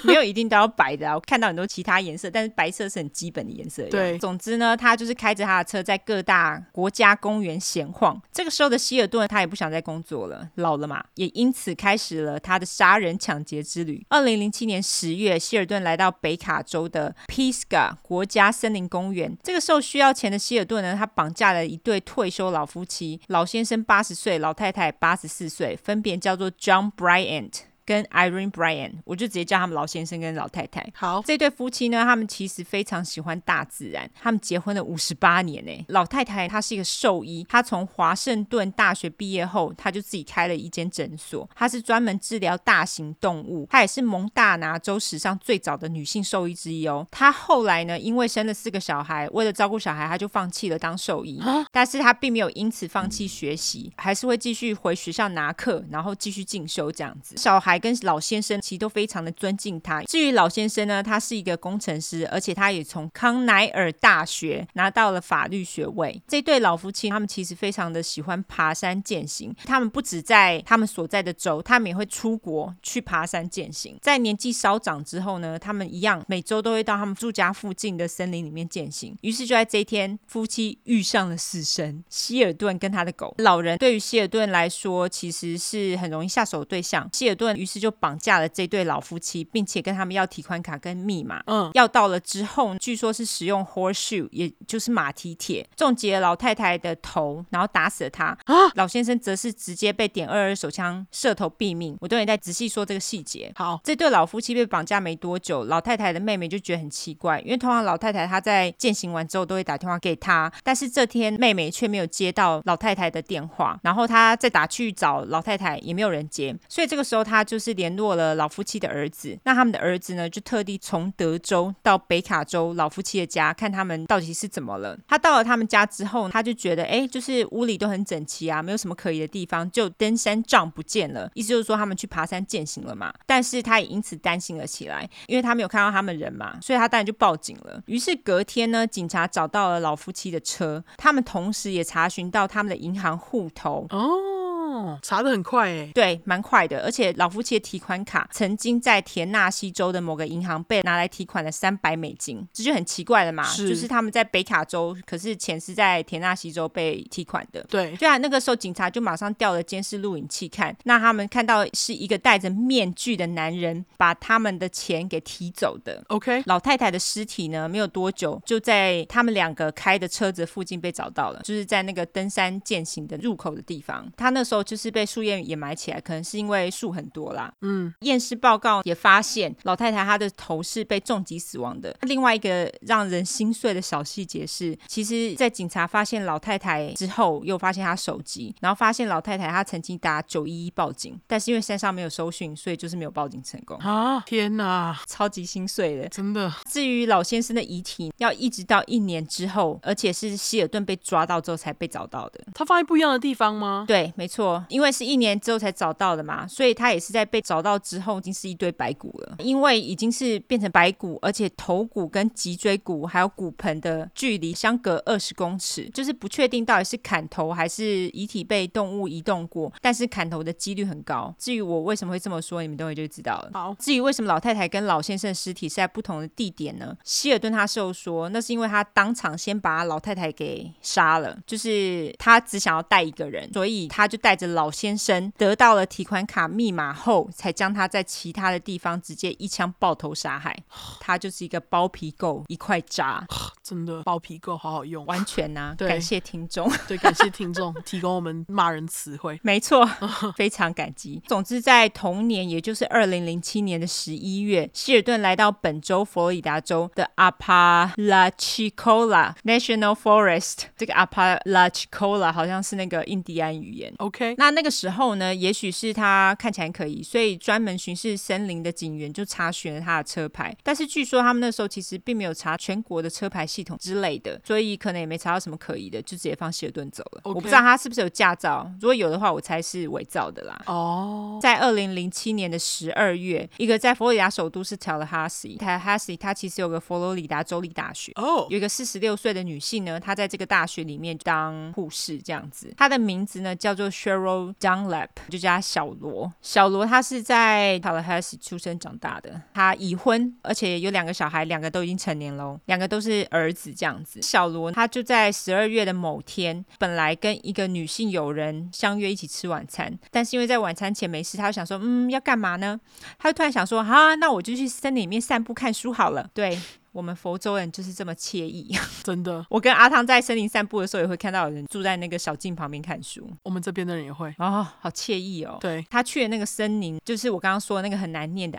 Speaker 2: 没有一定都要白的啊，我看到很多其他颜色，但是白色是很基本的颜色。
Speaker 1: 对
Speaker 2: 总之呢，他就是开着他的车在各大国家公园闲晃。这个时候的希尔顿他也不想再工作了，老了嘛，也因此开始了他的杀人抢劫之旅。二零零七年十月，希尔顿来到北卡州的 Pisgah 国家森林公园。这个时候需要钱的希尔顿呢，他绑架了一对退休老夫妻，老先生八十岁，老太太八十四岁，分别叫做 John Bryant。跟 Irene Bryan，我就直接叫他们老先生跟老太太。
Speaker 1: 好，
Speaker 2: 这对夫妻呢，他们其实非常喜欢大自然，他们结婚了五十八年呢。老太太她是一个兽医，她从华盛顿大学毕业后，她就自己开了一间诊所，她是专门治疗大型动物，她也是蒙大拿州史上最早的女性兽医之一哦。她后来呢，因为生了四个小孩，为了照顾小孩，她就放弃了当兽医。但是他并没有因此放弃学习，还是会继续回学校拿课，然后继续进修这样子。小孩跟老先生其实都非常的尊敬他。至于老先生呢，他是一个工程师，而且他也从康奈尔大学拿到了法律学位。这对老夫妻他们其实非常的喜欢爬山践行，他们不止在他们所在的州，他们也会出国去爬山践行。在年纪稍长之后呢，他们一样每周都会到他们住家附近的森林里面践行。于是就在这一天，夫妻遇上了死神希尔顿跟他的狗。老人对于希尔顿来说，其实是很容易下手的对象。希尔顿于是就绑架了这对老夫妻，并且跟他们要提款卡跟密码。
Speaker 1: 嗯，
Speaker 2: 要到了之后，据说是使用 horseshoe，也就是马蹄铁，重击了老太太的头，然后打死了她。
Speaker 1: 啊
Speaker 2: 老先生则是直接被点二二手枪射头毙命。我等会再仔细说这个细节。
Speaker 1: 好，
Speaker 2: 这对老夫妻被绑架没多久，老太太的妹妹就觉得很奇怪，因为通常老太太她在践行完之后都会打电话给她，但是这天妹妹却没有接到老太太的电话，然后她再打去找老太太也没有人接，所以这个时候她就是联络了老夫妻的儿子，那他们的儿子呢就特地从德州到北卡州老夫妻的家看他们到底是怎么了。他到了他们家之后，他就觉得哎，就是屋里都很整齐啊，没有什么可疑的地方，就登山杖不见了，意思就是说他们去爬山践行了嘛。但是他也因此担心了起来，因为他没有看到他们人嘛，所以他当然就报警了。于是隔天呢，警察找到了老夫妻的车，他们同时也查询到他们的银行户头。
Speaker 1: 哦，查的很快哎，
Speaker 2: 对，蛮快的。而且老夫妻的提款卡曾经在田纳西州的某个银行被拿来提款了三百美金，这就很奇怪了嘛。
Speaker 1: 是
Speaker 2: 就是他们在北卡州，可是钱是在田纳西州被提款的。
Speaker 1: 对，
Speaker 2: 对啊，那个时候警察就马上调了监视录影器看，那他们看到是一个戴着面具的男人把他们的钱给提走的。
Speaker 1: OK，
Speaker 2: 老太太的尸体呢，没有多久就在他们两个开的车子附近被找到了，就是在那个登山践行的入口的地方。她那时候就是被树叶掩埋起来，可能是因为树很多啦。
Speaker 1: 嗯，
Speaker 2: 验尸报告也发现，老太太她的头是被重击死亡的。另外一个让人心碎的小细节是，其实，在警察发现老太太之后，又发现她手机，然后发现老太太她曾经打九一一报警，但是因为山上没有搜讯，所以就是没有报警成功，
Speaker 1: 啊，天哪，
Speaker 2: 超级心碎的。
Speaker 1: 真的
Speaker 2: 至于老先生的遗体，要一直到一年之后，而且是希尔顿被抓到之后才被找到的。
Speaker 1: 他放在不一样的地方吗？
Speaker 2: 对，没错，因为是一年之后才找到的嘛，所以他也是在被找到之后，已经是一堆白骨了。因为已经是变成白骨，而且头骨跟脊椎骨还有骨盆的距离相隔二十公尺，就是不确定到底是砍头还是遗体被动物移动过，但是砍头的几率很高。至于我为什么会这么说，你们等会就知道了。
Speaker 1: 好，
Speaker 2: 至于为什么老太太跟老先生的尸体是在不同的地点呢？希尔顿他是有说，那是因为他当场先把老太太给杀了，就是他只想要带一个人，所以他就带着老先生得到了提款卡密码后，才将他在其他的地方直接一枪爆头杀害。他就是一个包皮垢，一块渣，
Speaker 1: 真的包皮够好好用，
Speaker 2: 完全呐、
Speaker 1: 对
Speaker 2: 感谢听众。
Speaker 1: 对，感谢听众提供我们骂人词汇。
Speaker 2: 没错，非常感激。总之，在同年，也就是二零零七年的十一月，希尔顿来到本州佛罗里达州的 Apalachicola National Forest。这个 Apalachicola 好像是那个印第安语言。
Speaker 1: OK，
Speaker 2: 那那个时候呢，也许是他看起来很可疑，所以专门巡视森林的警员就查询了他的车牌。但是据说他们那时候其实并没有查全国的车牌系统之类的，所以可能也没查到什么可疑的，就直接放希尔顿走了。
Speaker 1: OK
Speaker 2: 我不知道他是不是有驾照，如果有的话，我猜是伪造的啦。
Speaker 1: 哦，
Speaker 2: 在二零零七年的十二月，一个在佛罗里达首都是 Tallahassee，Tallahassee 它其实有个佛罗里达州立大学，
Speaker 1: 哦，
Speaker 2: 有一个四十六岁的女性呢，她在这个大学里面当护士这样子。她的名字呢叫做 Cheryl Dunlap，就叫她小罗。小罗她是在 Tallahassee 出生长大的，她已婚，而且有两个小孩，两个都已经成年喽，两个都是儿子这样子。小罗她就在十二月的某天，本来跟一个女性友人相约一起吃晚餐，但是因为在晚餐前没事，她就想说，嗯，要干嘛呢？她就突然想说，啊，那我就去森林里面散步看书好了。对。我们佛州人就是这么惬意。
Speaker 1: 真的，
Speaker 2: 我跟阿汤在森林散步的时候，也会看到有人住在那个小径旁边看书，
Speaker 1: 我们这边的人也会。
Speaker 2: 哦，好惬意哦。
Speaker 1: 对，
Speaker 2: 他去的那个森林，就是我刚刚说的那个很难念的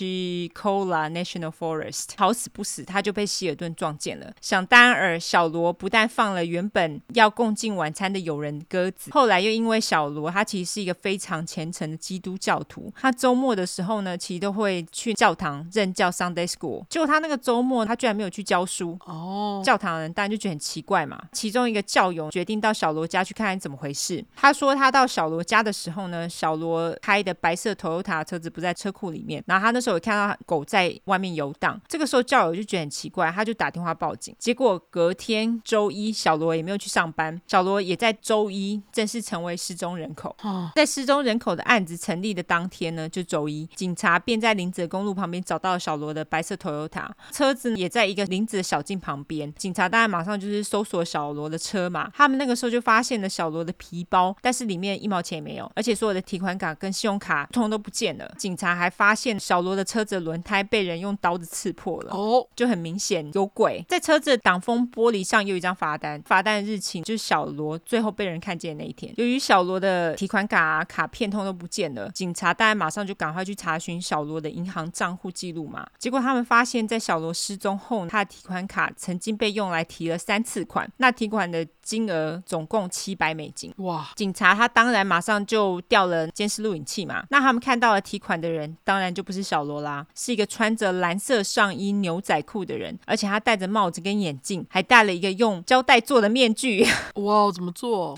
Speaker 2: Apalachicola National Forest。好死不死，他就被希尔顿撞见了。想当然尔，小罗不但放了原本要共进晚餐的友人鸽子，后来又因为小罗他其实是一个非常虔诚的基督教徒，他周末的时候呢，其实都会去教堂任教 Sunday School。结果他那个周末，他居然没有去教书，
Speaker 1: 哦，
Speaker 2: 教堂的人当然就觉得很奇怪嘛。其中一个教友决定到小罗家去看看怎么回事。他说他到小罗家的时候呢，小罗开的白色 Toyota 车子不在车库里面，然后他那时候有看到狗在外面游荡。这个时候教友就觉得很奇怪，他就打电话报警。结果隔天周一，小罗也没有去上班，小罗也在周一正式成为失踪人口。
Speaker 1: 哦，
Speaker 2: 在失踪人口的案子成立的当天呢，就周一，警察便在林泽公路旁边找到了小罗的白色 Toyota。嘛，车子也在一个林子的小径旁边。警察当然马上就是搜索小罗的车嘛，他们那个时候就发现了小罗的皮包，但是里面一毛钱也没有，而且所有的提款卡跟信用卡通通都不见了。警察还发现小罗的车子的轮胎被人用刀子刺破了。
Speaker 1: 哦，
Speaker 2: 就很明显有鬼，在车子的挡风玻璃上有一张罚单，罚单的日期就是小罗最后被人看见的那一天。由于小罗的提款卡、啊、卡片通都不见了，警察当然马上就赶快去查询小罗的银行账户记录嘛。结果他们发现，在小罗失踪后，他的提款卡曾经被用来提了三次款，那提款的金额总共七百美金。
Speaker 1: 哇，
Speaker 2: 警察他当然马上就调了监视录影器嘛，那他们看到了提款的人，当然就不是小罗啦，是一个穿着蓝色上衣、牛仔裤的人，而且他戴着帽子跟眼镜，还戴了一个用胶带做的面具。
Speaker 1: 哇，怎么做？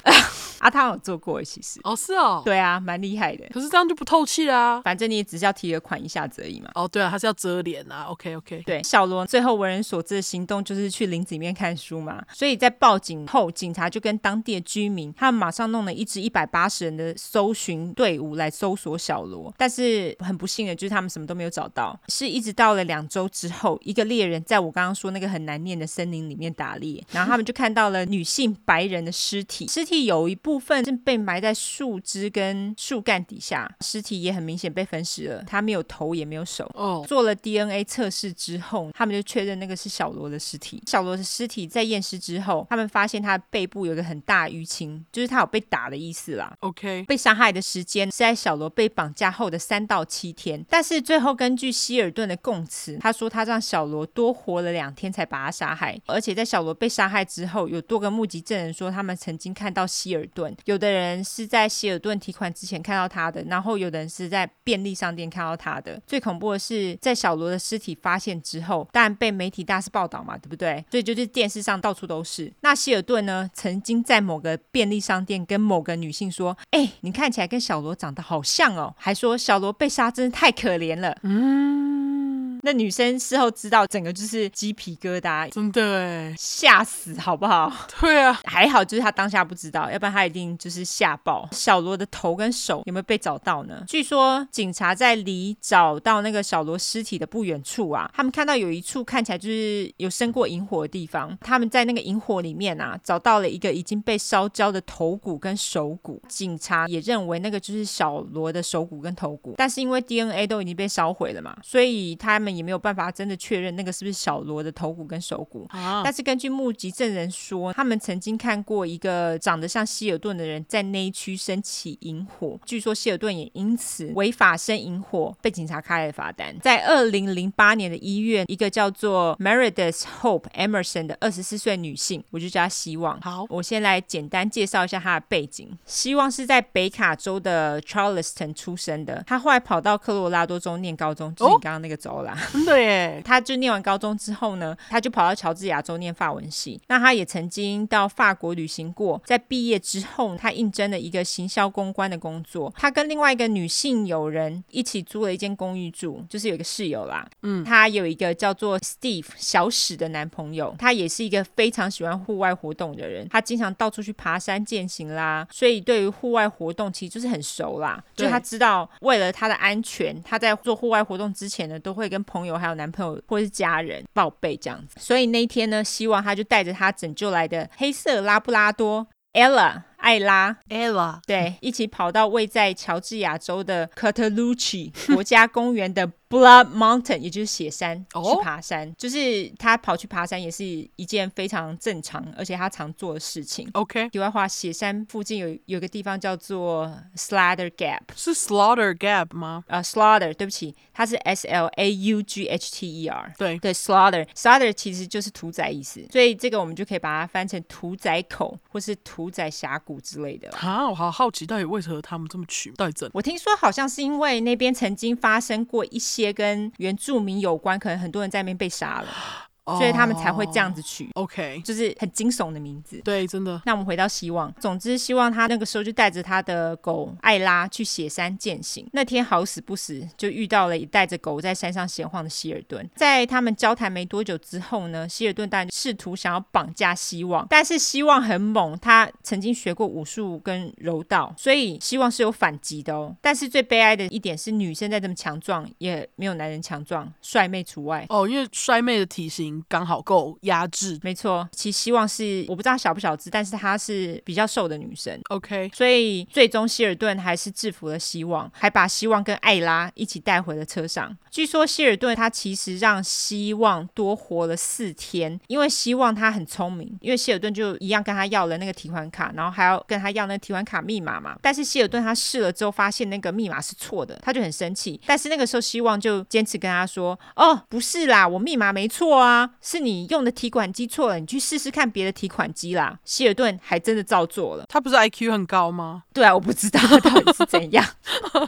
Speaker 2: 阿汤有做过耶，其实，
Speaker 1: 哦，是哦，
Speaker 2: 对啊，蛮厉害的。
Speaker 1: 可是这样就不透气啦、
Speaker 2: 反正你也只是要提了款一下子而已嘛。
Speaker 1: 哦，对啊，他是要遮脸啊。OK OK，
Speaker 2: 对，小罗最后为人所知的行动就是去林子里面看书嘛，所以在报警后，警察就跟当地的居民，他们马上弄了一支一百八十人的搜寻队伍来搜索小罗，但是很不幸的就是他们什么都没有找到，是一直到了两周之后，一个猎人在我刚刚说那个很难念的森林里面打猎，然后他们就看到了女性白人的尸体，尸体有一部分是被埋在树枝跟树干底下，尸体也很明显被分尸了，他没有头也没有手，
Speaker 1: 哦，
Speaker 2: 做了 DNA 测试之后，他们就确认那个是小罗的尸体。小罗的尸体在验尸之后，他们发现他的背部有一个很大的淤青，就是他有被打的意思啦。
Speaker 1: OK，
Speaker 2: 被杀害的时间是在小罗被绑架后的三到七天，但是最后根据希尔顿的供词，他说他让小罗多活了两天才把他杀害，而且在小罗被杀害之后，有多个目击证人说他们曾经看到希尔顿，有的人是在希尔顿提款之前看到他的，然后有的人是在便利商店看到他的。最恐怖的是，在小罗的尸体发现之后，当然被媒体大肆报道嘛，对不对？所以就是电视上到处都是。那希尔顿呢，曾经在某个便利商店跟某个女性说：“哎、你看起来跟小罗长得好像哦。”还说小罗被杀真的太可怜了。
Speaker 1: 嗯，
Speaker 2: 那女生事后知道，整个就是鸡皮疙瘩，
Speaker 1: 真的哎，
Speaker 2: 吓死好不好？
Speaker 1: 对啊，
Speaker 2: 还好，就是他当下不知道，要不然他一定就是吓爆。小罗的头跟手有没有被找到呢？据说警察在离找到那个小罗尸体的不远处啊，他们看到有一处看起来就是有生过萤火的地方，他们在那个萤火里面啊，找到了一个已经被烧焦的头骨跟手骨。警察也认为那个就是小罗的手骨跟头骨，但是因为 DNA 都已经被烧毁了嘛，所以他们也没有办法真的确认那个是不是小罗的头骨跟手骨。
Speaker 1: 啊，
Speaker 2: 但是根据目击证人说，他们曾经看过一个长得像希尔顿的人在那一区升起萤火，据说希尔顿也因此违法生萤火被警察开了罚单。在二零零八年的一月，一个叫做 Meredith Hope Emerson 的二十四岁女性，我就叫她希望。
Speaker 1: 好
Speaker 2: 我先来简单介绍一下她的背景。希望是在北卡州的 Charleston 出生的，她后来跑到科罗拉多州念高中，就是你
Speaker 1: 哦
Speaker 2: 刚刚那个州啦。
Speaker 1: 真的耶，
Speaker 2: 他就念完高中之后呢，他就跑到乔治亚州念法文系。那他也曾经到法国旅行过。在毕业之后，他应征了一个行销公关的工作。他跟另外一个女性友人一起租了一间公寓住，就是有一个室友啦。
Speaker 1: 嗯
Speaker 2: 他有一个叫做 Steve 小史的男朋友，他也是一个非常喜欢户外活动的人。他经常到处去爬山健行啦，所以对于户外活动其实就是很熟啦。就
Speaker 1: 对
Speaker 2: 是他知道为了他的安全，他在做户外活动之前呢，都会跟朋友还有男朋友或是家人报备这样子。所以那一天呢，希望他就带着他拯救来的黑色拉布拉多 Ella 艾拉
Speaker 1: Ella，
Speaker 2: 对，一起跑到位在乔治亚州的 Cataloochee 国家公园的 Blood Mountain，也就是雪山，
Speaker 1: 哦
Speaker 2: 去爬山。就是他跑去爬山也是一件非常正常，而且他常做的事情。
Speaker 1: OK，
Speaker 2: 题外话，雪山附近有有个地方叫做 Slaughter Gap，
Speaker 1: 是 Slaughter Gap 吗？
Speaker 2: 呃，Slaughter，对不起，它是 S L A U G H T E R。
Speaker 1: 对，
Speaker 2: 对，slaughter，slaughter 其实就是屠宰意思，所以这个我们就可以把它翻成屠宰口或是屠宰峡谷之类的啦。
Speaker 1: 啊，我好好奇，到底为何他们这么取，到底怎？
Speaker 2: 我听说好像是因为那边曾经发生过一些跟原住民有关，可能很多人在那边被杀了。所以他们才会这样子取，
Speaker 1: 哦 OK，
Speaker 2: 就是很惊悚的名字。
Speaker 1: 对，真的，
Speaker 2: 那我们回到希望，总之希望他那个时候就带着他的狗艾拉去雪山践行。那天好死不死就遇到了带着狗在山上闲晃的希尔顿。在他们交谈没多久之后呢，希尔顿当然试图想要绑架希望，但是希望很猛，他曾经学过武术跟柔道，所以希望是有反击的哦。但是最悲哀的一点是，女生再这么强壮，也没有男人强壮，帅妹除外。
Speaker 1: 哦，因为衰妹的体型刚好够压制
Speaker 2: 没错，其实希望是我不知道她小不小只，但是她是比较瘦的女生。
Speaker 1: ，OK，
Speaker 2: 所以最终希尔顿还是制服了希望，还把希望跟艾拉一起带回了车上。据说希尔顿他其实让希望多活了四天，因为希望他很聪明，因为希尔顿就一样跟他要了那个提款卡，然后还要跟他要那个提款卡密码嘛。但是希尔顿他试了之后发现那个密码是错的，他就很生气。但是那个时候希望就坚持跟他说：“哦，不是啦，我密码没错啊，是你用的提款机错了，你去试试看别的提款机啦。”希尔顿还真的照做了。
Speaker 1: 他不是 IQ 很高吗？
Speaker 2: 对啊，我不知道他到底是 怎样，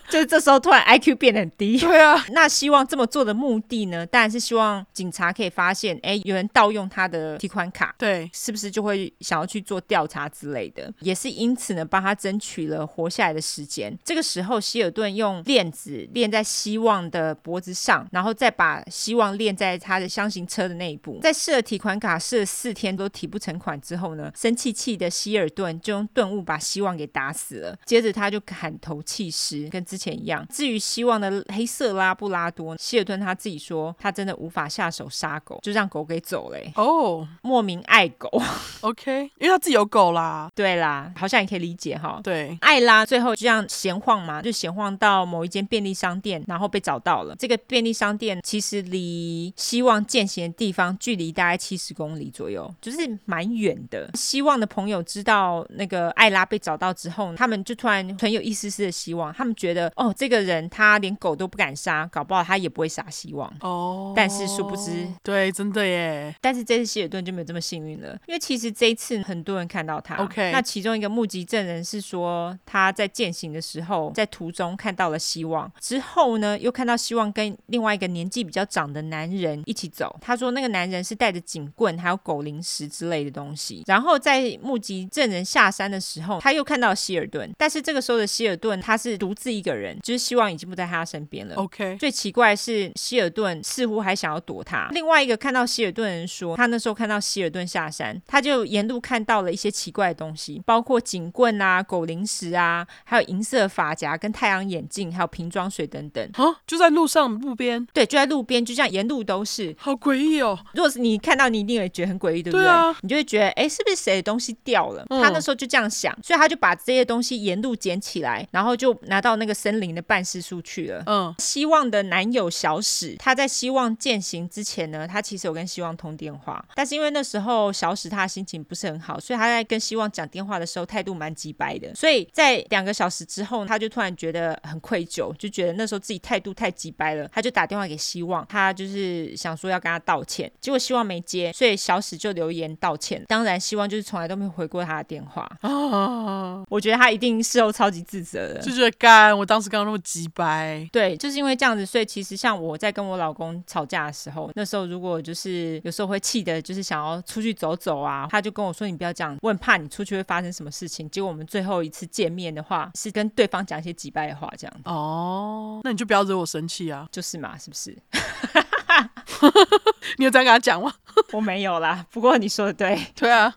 Speaker 2: 就是这时候突然 IQ 变得很低。
Speaker 1: 对啊，
Speaker 2: 那希望这么做的目的呢，当然是希望警察可以发现，哎，有人盗用他的提款卡，
Speaker 1: 对，
Speaker 2: 是不是就会想要去做调查之类的？也是因此呢，帮他争取了活下来的时间。这个时候，希尔顿用链子链在希望的脖子上，然后再把希望链在他的箱型车的内部。在试了提款卡试了四天都提不成款之后呢，生气气的希尔顿就用钝物把希望给打死了。接着他就砍头弃尸，跟之前一样。至于希望的黑色拉布拉多，希尔顿他自己说他真的无法下手杀狗，就让狗给走了、欸
Speaker 1: 哦、
Speaker 2: 莫名爱狗。
Speaker 1: o k 因为他自己有狗啦，
Speaker 2: 对啦，好像也可以理解哈。
Speaker 1: 对，
Speaker 2: 艾拉最后就这样闲晃嘛，就闲晃到某一间便利商店，然后被找到了。这个便利商店其实离希望践行的地方距离大概七十公里左右，就是蛮远的。希望的朋友知道那个艾拉被找到之后，他们就突然很有一丝丝的希望，他们觉得哦，这个人他连狗都不敢杀，搞不好他也不会杀希望。
Speaker 1: 哦、
Speaker 2: 但是殊不知
Speaker 1: 对，真的耶，
Speaker 2: 但是这次希尔顿就没有这么幸运了，因为其实这一次很多人看到他。
Speaker 1: OK
Speaker 2: 那其中一个目击证人是说他在践行的时候，在途中看到了希望，之后呢又看到希望跟另外一个年纪比较长的男人一起走。他说那个男人是带着警棍还有狗零食之类的东西。然后在目击证人下山的时候，他又看到希尔顿，但是这个时候的希尔顿他是独自一个人，就是希望已经不在他身边了。
Speaker 1: ，OK，
Speaker 2: 最奇怪的是，希尔顿似乎还想要躲他。另外一个看到希尔顿的人说，他那时候看到希尔顿下山，他就沿路看到了一些奇怪的东西，包括警棍啊、狗零食啊，还有银色发夹、跟太阳眼镜，还有瓶装水等等。
Speaker 1: 啊，就在路上路边，
Speaker 2: 对，就在路边，就这样沿路都是。
Speaker 1: 好诡异哦，
Speaker 2: 如果是你看到，你一定也觉得很诡异，对不对？
Speaker 1: 对啊
Speaker 2: 你就会觉得，哎，是不是谁的东西掉了？
Speaker 1: 嗯
Speaker 2: 他那时候就这样想，所以他就把这些东西沿路捡起来，然后就拿到那个森林的办事处去了。
Speaker 1: 嗯，
Speaker 2: 希望的男友小史，他在希望践行之前呢，他其实有跟希望通电话，但是因为那时候小史他的心情不是很好，所以他在跟希望讲电话的时候态度蛮急白的，所以在两个小时之后，他就突然觉得很愧疚，就觉得那时候自己态度太急白了，他就打电话给希望，他就是想说要跟他道歉，结果希望没接，所以小史就留言道歉，当然希望就是从来都没有回过他的电话，
Speaker 1: 啊，
Speaker 2: 我觉得他一定事后超级自责的，
Speaker 1: 就觉得干，我当时刚刚那么鸡掰，
Speaker 2: 对，就是因为这样子，所以其实像我在跟我老公吵架的时候，那时候如果就是有时候会气的，就是想要出去走走啊，他就跟我说你不要这样，我很怕你出去会发生什么事情。结果我们最后一次见面的话，是跟对方讲一些击败的话，这样
Speaker 1: 哦，那你就不要惹我生气啊，
Speaker 2: 就是嘛，是不是？
Speaker 1: 你有这样跟他讲吗？
Speaker 2: 我没有啦，不过你说的对。
Speaker 1: 对啊，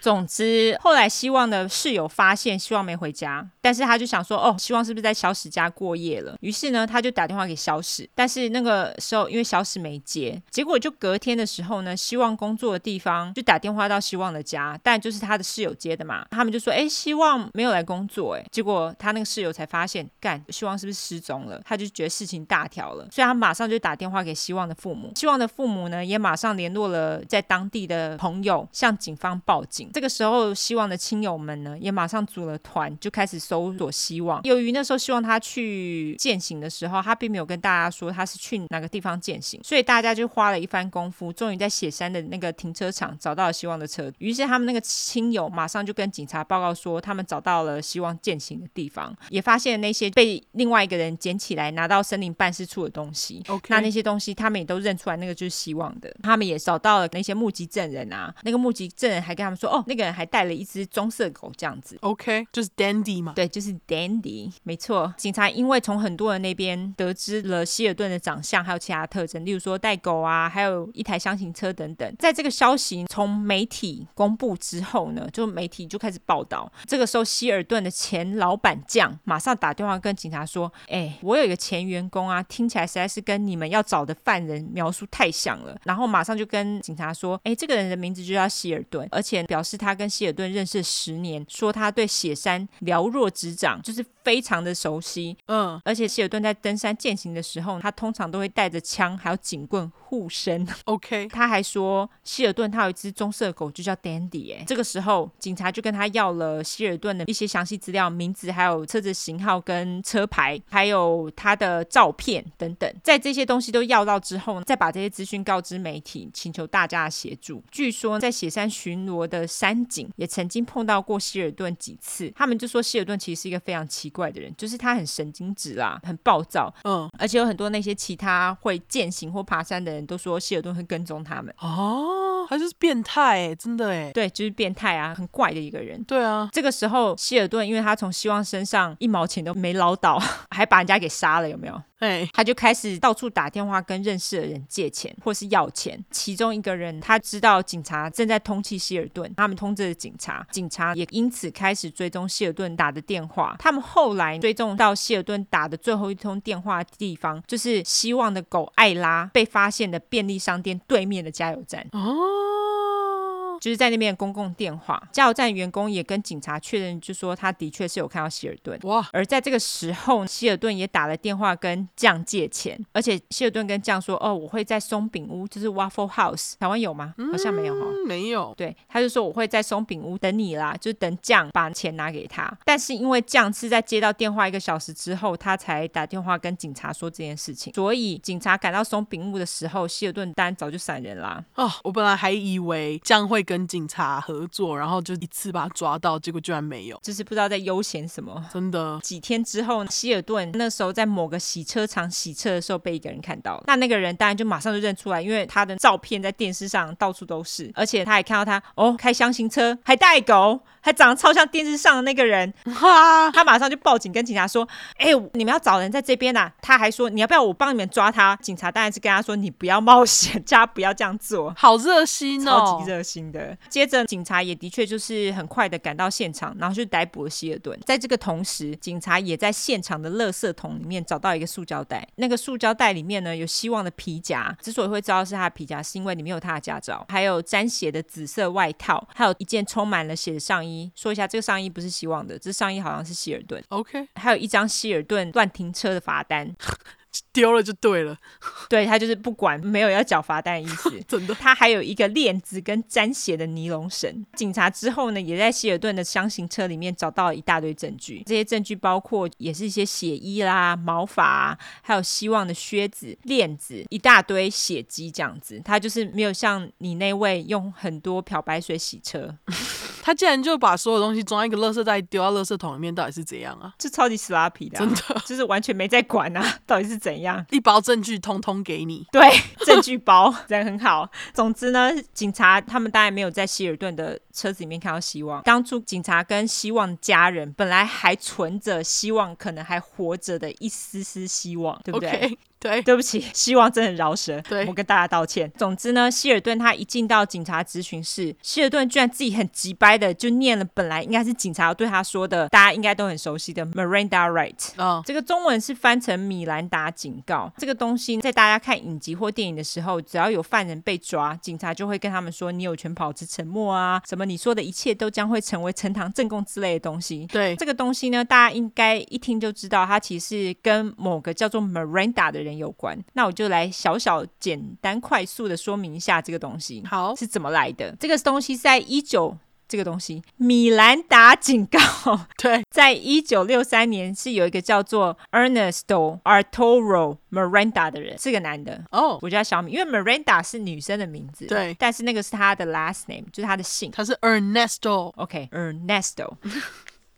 Speaker 2: 总之，后来希望的室友发现希望没回家，但是他就想说，哦，希望是不是在小史家过夜了？于是呢，他就打电话给小史，但是那个时候因为小史没接，结果就隔天的时候呢，希望工作的地方就打电话到希望的家，但就是他的室友接的嘛，他们就说，哎，希望没有来工作，哎，结果他那个室友才发现，干，希望是不是失踪了？他就觉得事情大条了，所以他马上就打电话给希望的父母，希望的父母呢也马上联络了。的在当地的朋友向警方报警。这个时候，希望的亲友们呢，也马上组了团，就开始搜索希望。由于那时候希望他去践行的时候，他并没有跟大家说他是去哪个地方践行，所以大家就花了一番功夫，终于在雪山的那个停车场找到了希望的车。于是他们那个亲友马上就跟警察报告说，他们找到了希望践行的地方，也发现那些被另外一个人捡起来拿到森林办事处的东西。
Speaker 1: OK，
Speaker 2: 那那些东西他们也都认出来，那个就是希望的。他们也找到了那些目击证人啊，那个目击证人还跟他们说，哦，那个人还带了一只棕色狗这样子。
Speaker 1: OK 就是 Dandy 嘛。
Speaker 2: 对，就是 Dandy，没错。警察因为从很多人那边得知了希尔顿的长相，还有其他特征，例如说带狗啊，还有一台箱型车等等。在这个消息从媒体公布之后呢，就媒体就开始报道。这个时候，希尔顿的前老板酱马上打电话跟警察说：“哎，我有一个前员工啊，听起来实在是跟你们要找的犯人描述太像了。”然后马上就跟警察说：“哎，这个人的名字就叫希尔顿，而且表示他跟希尔顿认识十年，说他对雪山了若指掌，就是非常的熟悉。
Speaker 1: 嗯，
Speaker 2: 而且希尔顿在登山践行的时候，他通常都会带着枪还有警棍护身。
Speaker 1: OK，
Speaker 2: 他还说希尔顿他有一只棕色狗，就叫 Dandy 哎、这个时候警察就跟他要了希尔顿的一些详细资料，名字还有车子型号跟车牌，还有他的照片等等。在这些东西都要到之后呢，再把这些资讯告知媒体，请求大家的协助。据说在雪山巡逻的山警也曾经碰到过希尔顿几次，他们就说希尔顿其实是一个非常奇怪的人，就是他很神经质啦，很暴躁，
Speaker 1: 嗯，
Speaker 2: 而且有很多那些其他会践行或爬山的人都说希尔顿会跟踪他们。
Speaker 1: 哦，还是变态哎、真的哎、
Speaker 2: 对，就是变态啊，很怪的一个人。
Speaker 1: 对啊，
Speaker 2: 这个时候，希尔顿因为他从希望身上一毛钱都没捞到， 还把人家给杀了，有没有？
Speaker 1: 哎、
Speaker 2: 他就开始到处打电话跟认识的人借钱或是要钱。其中一个人他知道警察正在通缉希尔顿，他们通知了警察，警察也因此开始追踪希尔顿打的电话。他们后来追踪到希尔顿打的最后一通电话的地方，就是希望的狗艾拉被发现的便利商店对面的加油站。
Speaker 1: 哦，
Speaker 2: 就是在那边的公共电话，加油站员工也跟警察确认，就说他的确是有看到希尔顿。
Speaker 1: 哇，
Speaker 2: 而在这个时候，希尔顿也打了电话跟酱借钱，而且希尔顿跟酱说：“哦，我会在松饼屋，就是 Waffle House，台湾有吗？好像没有哈、
Speaker 1: 嗯没有，
Speaker 2: 对，他就说我会在松饼屋等你啦，就等酱把钱拿给他。但是因为酱是在接到电话一个小时之后，他才打电话跟警察说这件事情，所以警察赶到松饼屋的时候，希尔顿当然早就闪人啦。
Speaker 1: 啊、我本来还以为这样会跟警察合作，然后就一次把他抓到，结果居然没有，
Speaker 2: 就是不知道在悠闲什么，
Speaker 1: 真 的
Speaker 2: 几天之后，希尔顿那时候在某个洗车场洗车的时候被一个人看到了，那那个人当然就马上就认出来，因为他的照片在电视上到处都是，而且他还看到他哦开箱型车，还带狗，还长得超像电视上的那个人，
Speaker 1: 哈，
Speaker 2: 他马上就报警跟警察说，哎、你们要找人在这边啊，他还说你要不要我帮你们抓他？警察当然是跟他说你不要冒险， 叫他不要这样做。
Speaker 1: 好热心
Speaker 2: 超
Speaker 1: 哦
Speaker 2: 级，热心的。接着，警察也的确就是很快的赶到现场，然后去逮捕了希尔顿。在这个同时，警察也在现场的垃圾桶里面找到一个塑胶袋，那个塑胶袋里面呢有希望的皮夹。之所以会知道是他的皮夹，是因为里面有他的驾照，还有沾血的紫色外套，还有一件充满了血的上衣。说一下，这个上衣不是希望的，这上衣好像是希尔顿。
Speaker 1: OK，
Speaker 2: 还有一张希尔顿乱停车的罚单，
Speaker 1: 丢了就对了，
Speaker 2: 对他就是不管，没有要缴罚单的意思。
Speaker 1: 真 的
Speaker 2: 他还有一个链子跟沾血的尼龙绳。警察之后呢，也在希尔顿的箱型车里面找到了一大堆证据，这些证据包括也是一些血衣啦、毛发、啊，还有希望的靴子、链子，一大堆血迹这样子。他就是没有像你那位用很多漂白水洗车，
Speaker 1: 他竟然就把所有东西装在一个垃圾袋，丢到垃圾桶里面，到底是怎样啊？
Speaker 2: 这超级 sloppy 的 啊、
Speaker 1: 真的，
Speaker 2: 就是完全没在管啊，到底是怎样。
Speaker 1: 一包证据通通给你，
Speaker 2: 对，证据包人很好。总之呢，警察他们当然没有在希尔顿的车子里面看到希望。当初警察跟希望家人本来还存着希望，可能还活着的一丝丝希望，对不对
Speaker 1: OK，对，
Speaker 2: 对不起，希望真的很饶舌，
Speaker 1: 对
Speaker 2: 我跟大家道歉。总之呢，希尔顿他一进到警察咨询室，希尔顿居然自己很急掰的就念了本来应该是警察对他说的，大家应该都很熟悉的 Miranda Right。
Speaker 1: 嗯，
Speaker 2: 这个中文是翻成米兰达警告。这个东西在大家看影集或电影的时候，只要有犯人被抓，警察就会跟他们说：“你有权保持沉默啊，什么你说的一切都将会成为呈堂证供之类的东西。
Speaker 1: 对，
Speaker 2: 这个东西呢，大家应该一听就知道，它其实跟某个叫做 Miranda 的人有关。那我就来小小、简单、快速的说明一下这个东西
Speaker 1: 好，
Speaker 2: 是怎么来的。这个东西在一九这个东西，米兰达警告，
Speaker 1: 对，
Speaker 2: 在一九六三年是有一个叫做 Ernesto Arturo Miranda 的人，是个男的，
Speaker 1: 哦，
Speaker 2: 我叫小米，因为 Miranda 是女生的名字，
Speaker 1: 对
Speaker 2: 但是那个是他的 last name，就是他的姓。
Speaker 1: 他是 Ernesto，
Speaker 2: OK，Ernesto、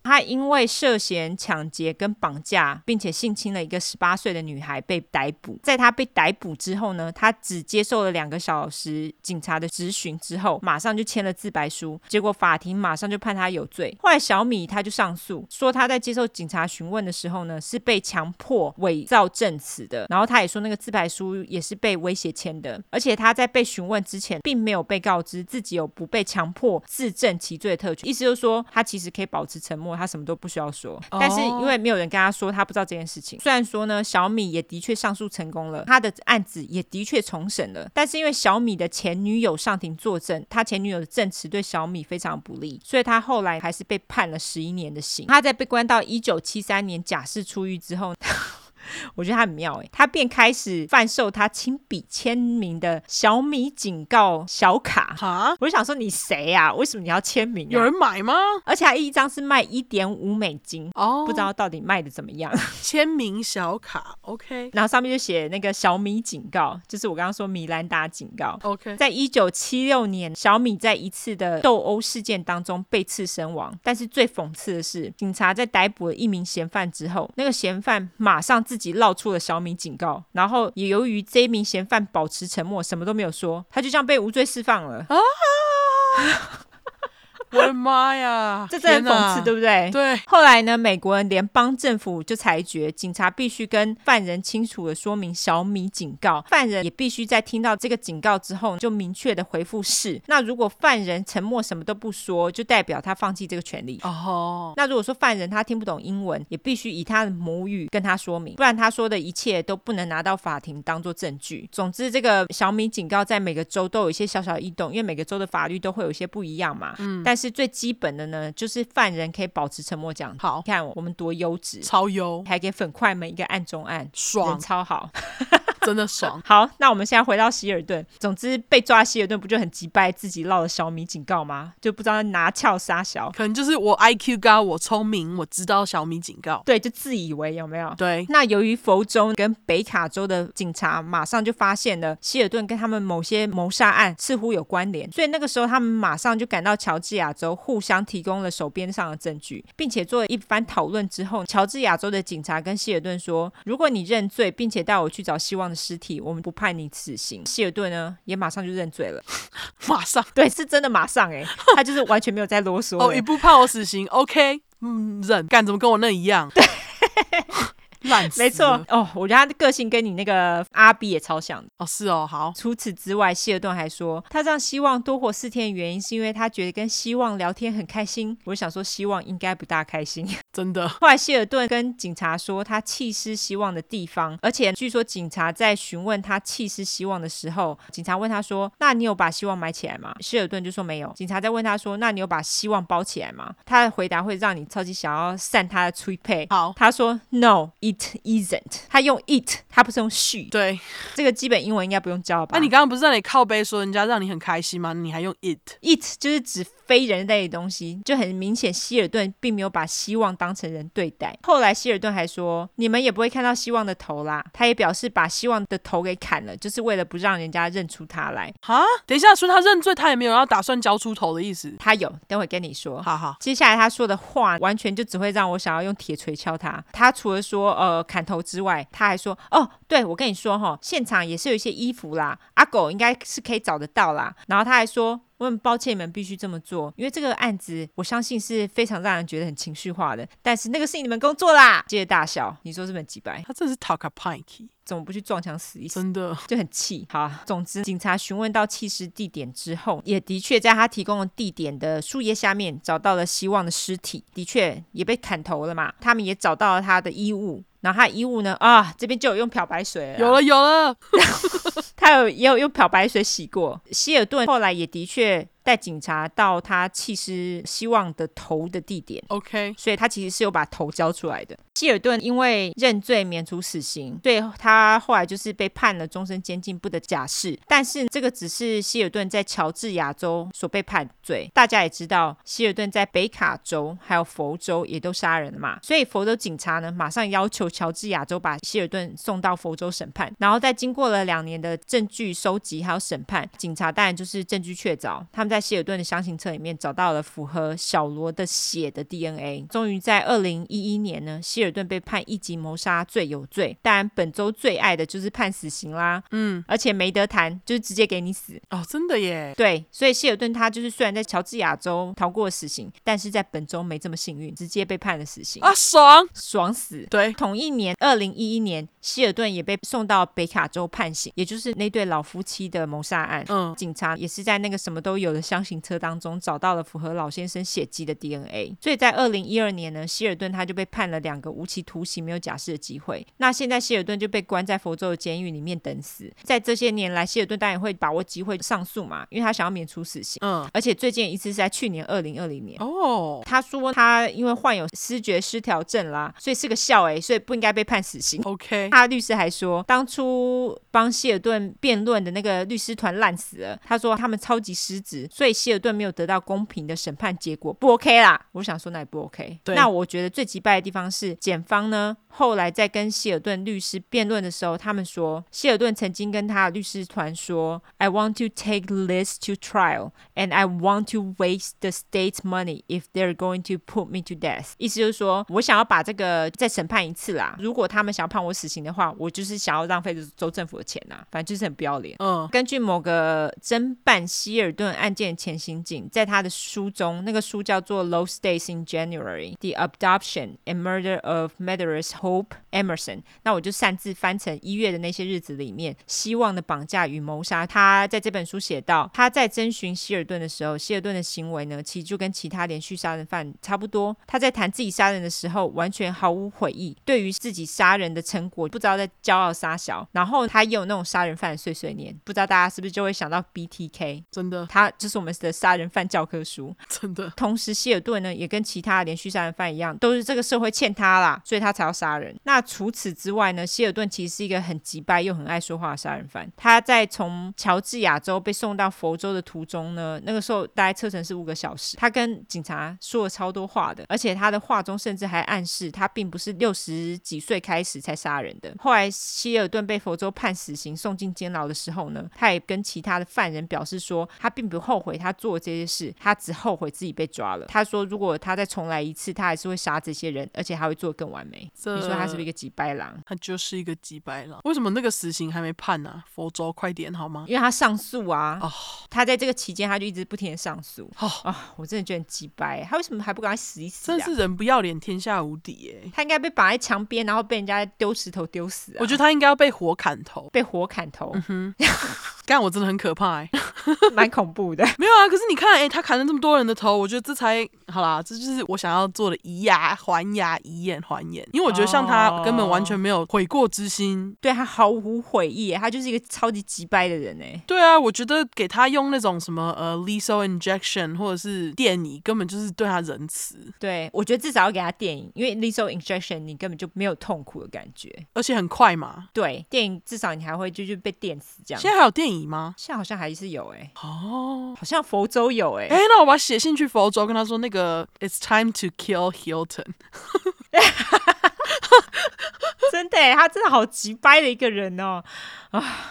Speaker 2: 他因为涉嫌抢劫跟绑架，并且性侵了一个十八岁的女孩被逮捕。在他被逮捕之后呢，他只接受了两个小时警察的质询之后，马上就签了自白书。结果法庭马上就判他有罪。后来小米他就上诉，说他在接受警察询问的时候呢，是被强迫伪造证词的。然后他也说那个自白书也是被威胁签的，而且他在被询问之前，并没有被告知自己有不被强迫自证其罪的特权，意思就是说他其实可以保持沉默，他什么都不需要说。
Speaker 1: 哦
Speaker 2: 但是因为没有人跟他说，他不知道这件事情。虽然说呢，小米也的确上诉成功了，他的案子也的确重审了，但是因为小米的前女友上庭作证，他前女友的证词对小米非常不利，所以他后来还是被判了十一年的刑。他在被关到一九七三年假释出狱之后。 我觉得他很妙诶，他便开始贩售他亲笔签名的小米警告小卡。
Speaker 1: 哈，
Speaker 2: 我就想说，你谁呀、啊？为什么你要签名、啊？
Speaker 1: 有人买吗？
Speaker 2: 而且还一张是卖一点五美金，
Speaker 1: 哦，
Speaker 2: 不知道到底卖的怎么 样。
Speaker 1: 签名小卡，OK
Speaker 2: 然后上面就写那个小米警告，就是我刚刚说米兰达警告。
Speaker 1: OK，
Speaker 2: 在一九七六年，小米在一次的斗殴事件当中被刺身亡。但是最讽刺的是，警察在逮捕了一名嫌犯之后，那个嫌犯马上自己闹出了小米警告，然后也由于这一名嫌犯保持沉默，什么都没有说，他就这样被无罪释放了。
Speaker 1: 哦我的妈呀，
Speaker 2: 这真的很讽刺，对
Speaker 1: 天
Speaker 2: 不对
Speaker 1: 哪？对，
Speaker 2: 后来呢，美国联邦政府就裁决，警察必须跟犯人清楚的说明小米警告，犯人也必须在听到这个警告之后就明确的回复是。那如果犯人沉默什么都不说，就代表他放弃这个权利。
Speaker 1: 哦，
Speaker 2: 那如果说犯人他听不懂英文，也必须以他的母语跟他说明，不然他说的一切都不能拿到法庭当做证据。总之，这个小米警告在每个州都有一些小小的异动，因为每个州的法律都会有一些不一样嘛。嗯，但是最基本的呢，就是犯人可以保持沉默讲。
Speaker 1: 好
Speaker 2: 你看我们多优质，
Speaker 1: 超优，
Speaker 2: 还给粉块们一个暗中暗。人
Speaker 1: 爽，
Speaker 2: 超好，，
Speaker 1: 真的爽
Speaker 2: 好，那我们现在回到希尔顿。总之，被抓希尔顿不就很击败自己落了小米警告吗？就不知道拿翘杀小，
Speaker 1: 可能就是我 IQ 高，我聪明，我知道小米警告，
Speaker 2: 对，就自以为有没有？
Speaker 1: 对，
Speaker 2: 那由于佛州跟北卡州的警察马上就发现了希尔顿跟他们某些谋杀案似乎有关联，所以那个时候他们马上就赶到乔治亚州，互相提供了手边上的证据，并且做了一番讨论之后，乔治亚州的警察跟希尔顿说：“如果你认罪，并且带我去找希望的尸体，我们不判你死刑。”希尔顿呢也马上就认罪了，
Speaker 1: 马上
Speaker 2: 对，是真的马上诶、他就是完全没有在啰嗦
Speaker 1: 哦，
Speaker 2: 了
Speaker 1: 一不判我死刑，OK，嗯，忍，干怎么跟我那一样？对， 烂死，
Speaker 2: 没错，哦，我觉得他的个性跟你那个阿 B 也超像的。
Speaker 1: 哦，是哦，好，
Speaker 2: 除此之外，希尔顿还说，他让希望多活四天的原因是因为他觉得跟希望聊天很开心。我想说，希望应该不大开心。
Speaker 1: 真的，
Speaker 2: 后来，希尔顿跟警察说他弃尸希望的地方，而且据说警察在询问他弃尸希望的时候，警察问他说：“那你有把希望埋起来吗？”希尔顿就说没有。警察在问他说：“那你有把希望包起来吗？”他的回答会让你超级想要扇他的吹配。
Speaker 1: 好，
Speaker 2: 他说：“No，it isn't。”他用 it，他不是用 she。
Speaker 1: 对，
Speaker 2: 这个基本英文应该不用教了吧？
Speaker 1: 那、你刚刚不是让你靠背说人家让你很开心吗？你还用 it，
Speaker 2: it 就是指非人类的东西，就很明显，希尔顿并没有把希望当成人对待。后来希尔顿还说：“你们也不会看到希望的头啦。”他也表示把希望的头给砍了，就是为了不让人家认出他来。
Speaker 1: 哈，等一下说他认罪，他也没有要打算交出头的意思。
Speaker 2: 他有，等会跟你说。
Speaker 1: 好好，
Speaker 2: 接下来他说的话，完全就只会让我想要用铁锤敲他。他除了说呃砍头之外，他还说哦，对我跟你说哈，现场也是有一些衣服啦，阿狗应该是可以找得到啦。然后他还说。我很抱歉，你们必须这么做，因为这个案子我相信是非常让人觉得很情绪化的。但是那个是你们工作啦，接着大笑，你说是不是很鸡掰？
Speaker 1: 他真的是 talk a pike，
Speaker 2: 怎么不去撞墙死一死？
Speaker 1: 真的
Speaker 2: 就很气。好啊，总之，警察询问到弃尸地点之后，也的确在他提供的地点的树叶下面找到了希望的尸体，的确也被砍头了嘛。他们也找到了他的衣物。然后他的衣物呢？啊，这边就有用漂白水了啦，
Speaker 1: 有了有了，
Speaker 2: 他有也有用漂白水洗过。希尔顿后来也的确带警察到他弃尸希望的头的地点。
Speaker 1: OK，
Speaker 2: 所以他其实是有把头交出来的。希尔顿因为认罪免除死刑，所以他后来就是被判了终身监禁，不得假释。但是这个只是希尔顿在乔治亚州所被判罪。大家也知道，希尔顿在北卡州还有佛州也都杀人了嘛，所以佛州警察呢马上要求乔治亚州把希尔顿送到佛州审判。然后在经过了两年的证据收集还有审判，警察当然就是证据确凿，他们在希尔顿的箱型车里面找到了符合小罗的血的 DNA。终于在二零一一年呢，希尔顿被判一级谋杀罪有罪。当然，本周最爱的就是判死刑啦，
Speaker 1: 嗯，
Speaker 2: 而且没得谈，就是直接给你死。
Speaker 1: 哦，真的耶，
Speaker 2: 对，所以希尔顿他就是虽然在乔治亚州逃过死刑，但是在本州没这么幸运，直接被判了死刑，
Speaker 1: 啊，爽，
Speaker 2: 爽死！
Speaker 1: 对，
Speaker 2: 同一年，二零一一年，希尔顿也被送到北卡州判刑，也就是那对老夫妻的谋杀案。
Speaker 1: 嗯，
Speaker 2: 警察也是在那个什么都有的箱型车当中找到了符合老先生血迹的 DNA，所以在二零一二年呢，希尔顿他就被判了两个无期徒刑，没有假释的机会。那现在希尔顿就被关在佛州的监狱里面等死。在这些年来，希尔顿当然会把握机会上诉嘛，因为他想要免除死刑。
Speaker 1: 嗯，
Speaker 2: 而且最近一次是在去年二零二零年，
Speaker 1: 哦，
Speaker 2: 他说他因为患有失觉失调症啦，所以是个笑诶，所以不应该被判死刑。
Speaker 1: OK，
Speaker 2: 他的律师还说，当初帮希尔顿辩论的那个律师团烂死了。他说他们超级失职，所以希尔顿没有得到公平的审判结果，不 OK 啦。我想说那也不 OK。
Speaker 1: 对
Speaker 2: 那我觉得最击败的地方是，检方呢后来在跟希尔顿律师辩论的时候，他们说希尔顿曾经跟他的律师团说：“I want to take this to trial and I want to waste the state's money if they're going to put me to death。”意思就是说我想要把这个再审判一次啦。如果他们想要判我死刑的话，我就是想要浪费州政府的钱呐，反正就是很不要脸。
Speaker 1: 嗯，
Speaker 2: 根据某个侦办希尔顿案件的前刑警在他的书中，那个书叫做《Lost Days in January: The Abduction and Murder of Murderers Hope Emerson》，那我就擅自翻成一月的那些日子里面，希望的绑架与谋杀。他在这本书写道，他在征询希尔顿的时候，希尔顿的行为呢，其实就跟其他连续杀人犯差不多。他在谈自己杀人的时候，完全毫无悔意，对于自己杀人的成果不知道在骄傲撒小。然后他也有那种杀人犯的碎碎念，不知道大家是不是就会想到 BTK，
Speaker 1: 真的，
Speaker 2: 他就是我们的杀人犯教科书。
Speaker 1: 真的，
Speaker 2: 同时，希尔顿呢也跟其他连续杀人犯一样，都是这个社会欠他啦，所以他才要杀人。那除此之外呢，希尔顿其实是一个很急败又很爱说话的杀人犯。他在从乔治亚州被送到佛州的途中呢，那个时候大概车程是五个小时，他跟警察说了超多话的，而且他的话中甚至还暗示他并不是六十几岁开始才杀人的。后来希尔顿被佛州判死刑送进监牢的时候呢，他也跟其他的犯人表示说，他并不后悔他做这些事，他只后悔自己被抓了。他说，如果他再重来一次，他还是会杀这些人，而且还会做得更完美。
Speaker 1: 这
Speaker 2: 你说他是不是一个几白狼？
Speaker 1: 他就是一个鸡白狼。为什么那个死刑还没判呢、佛州，快点好吗？
Speaker 2: 因为他上诉啊，
Speaker 1: 哦
Speaker 2: 他在这个期间他就一直不停的上诉啊、
Speaker 1: 哦
Speaker 2: 我真的觉得很鸡掰，他为什么还不赶快死一死、啊？
Speaker 1: 真是人不要脸，天下无敌耶！
Speaker 2: 他应该被绑在墙边，然后被人家丢石头丢死、啊。
Speaker 1: 我觉得他应该要被火砍头，
Speaker 2: 被火砍头，
Speaker 1: 嗯干我真的很可怕哎。
Speaker 2: 蛮恐怖的。
Speaker 1: 没有啊，可是你看，哎、他砍了这么多人的头，我觉得这才好啦，这就是我想要做的以牙还牙，以眼还眼。因为我觉得像他
Speaker 2: 哦
Speaker 1: 根本完全没有悔过之心。
Speaker 2: 对他毫无悔意耶，他就是一个超级急掰的人哎。
Speaker 1: 对啊，我觉得给他用那种什么呃 lethal injection 或者是电椅，根本就是对他仁慈，
Speaker 2: 对，我觉得至少要给他电影，因为 lethal injection 你根本就没有痛苦的感觉。
Speaker 1: 而且很快嘛。
Speaker 2: 对，电影至少你还会就是被电死这样。
Speaker 1: 现在还有电椅吗？
Speaker 2: 现在好像还是有哎，
Speaker 1: 哦，
Speaker 2: 好像佛州有哎
Speaker 1: 哎、，那我把它写信去佛州，跟他说那个 It's time to kill Hilton。
Speaker 2: 真的哎，他真的好急掰的一个人哦。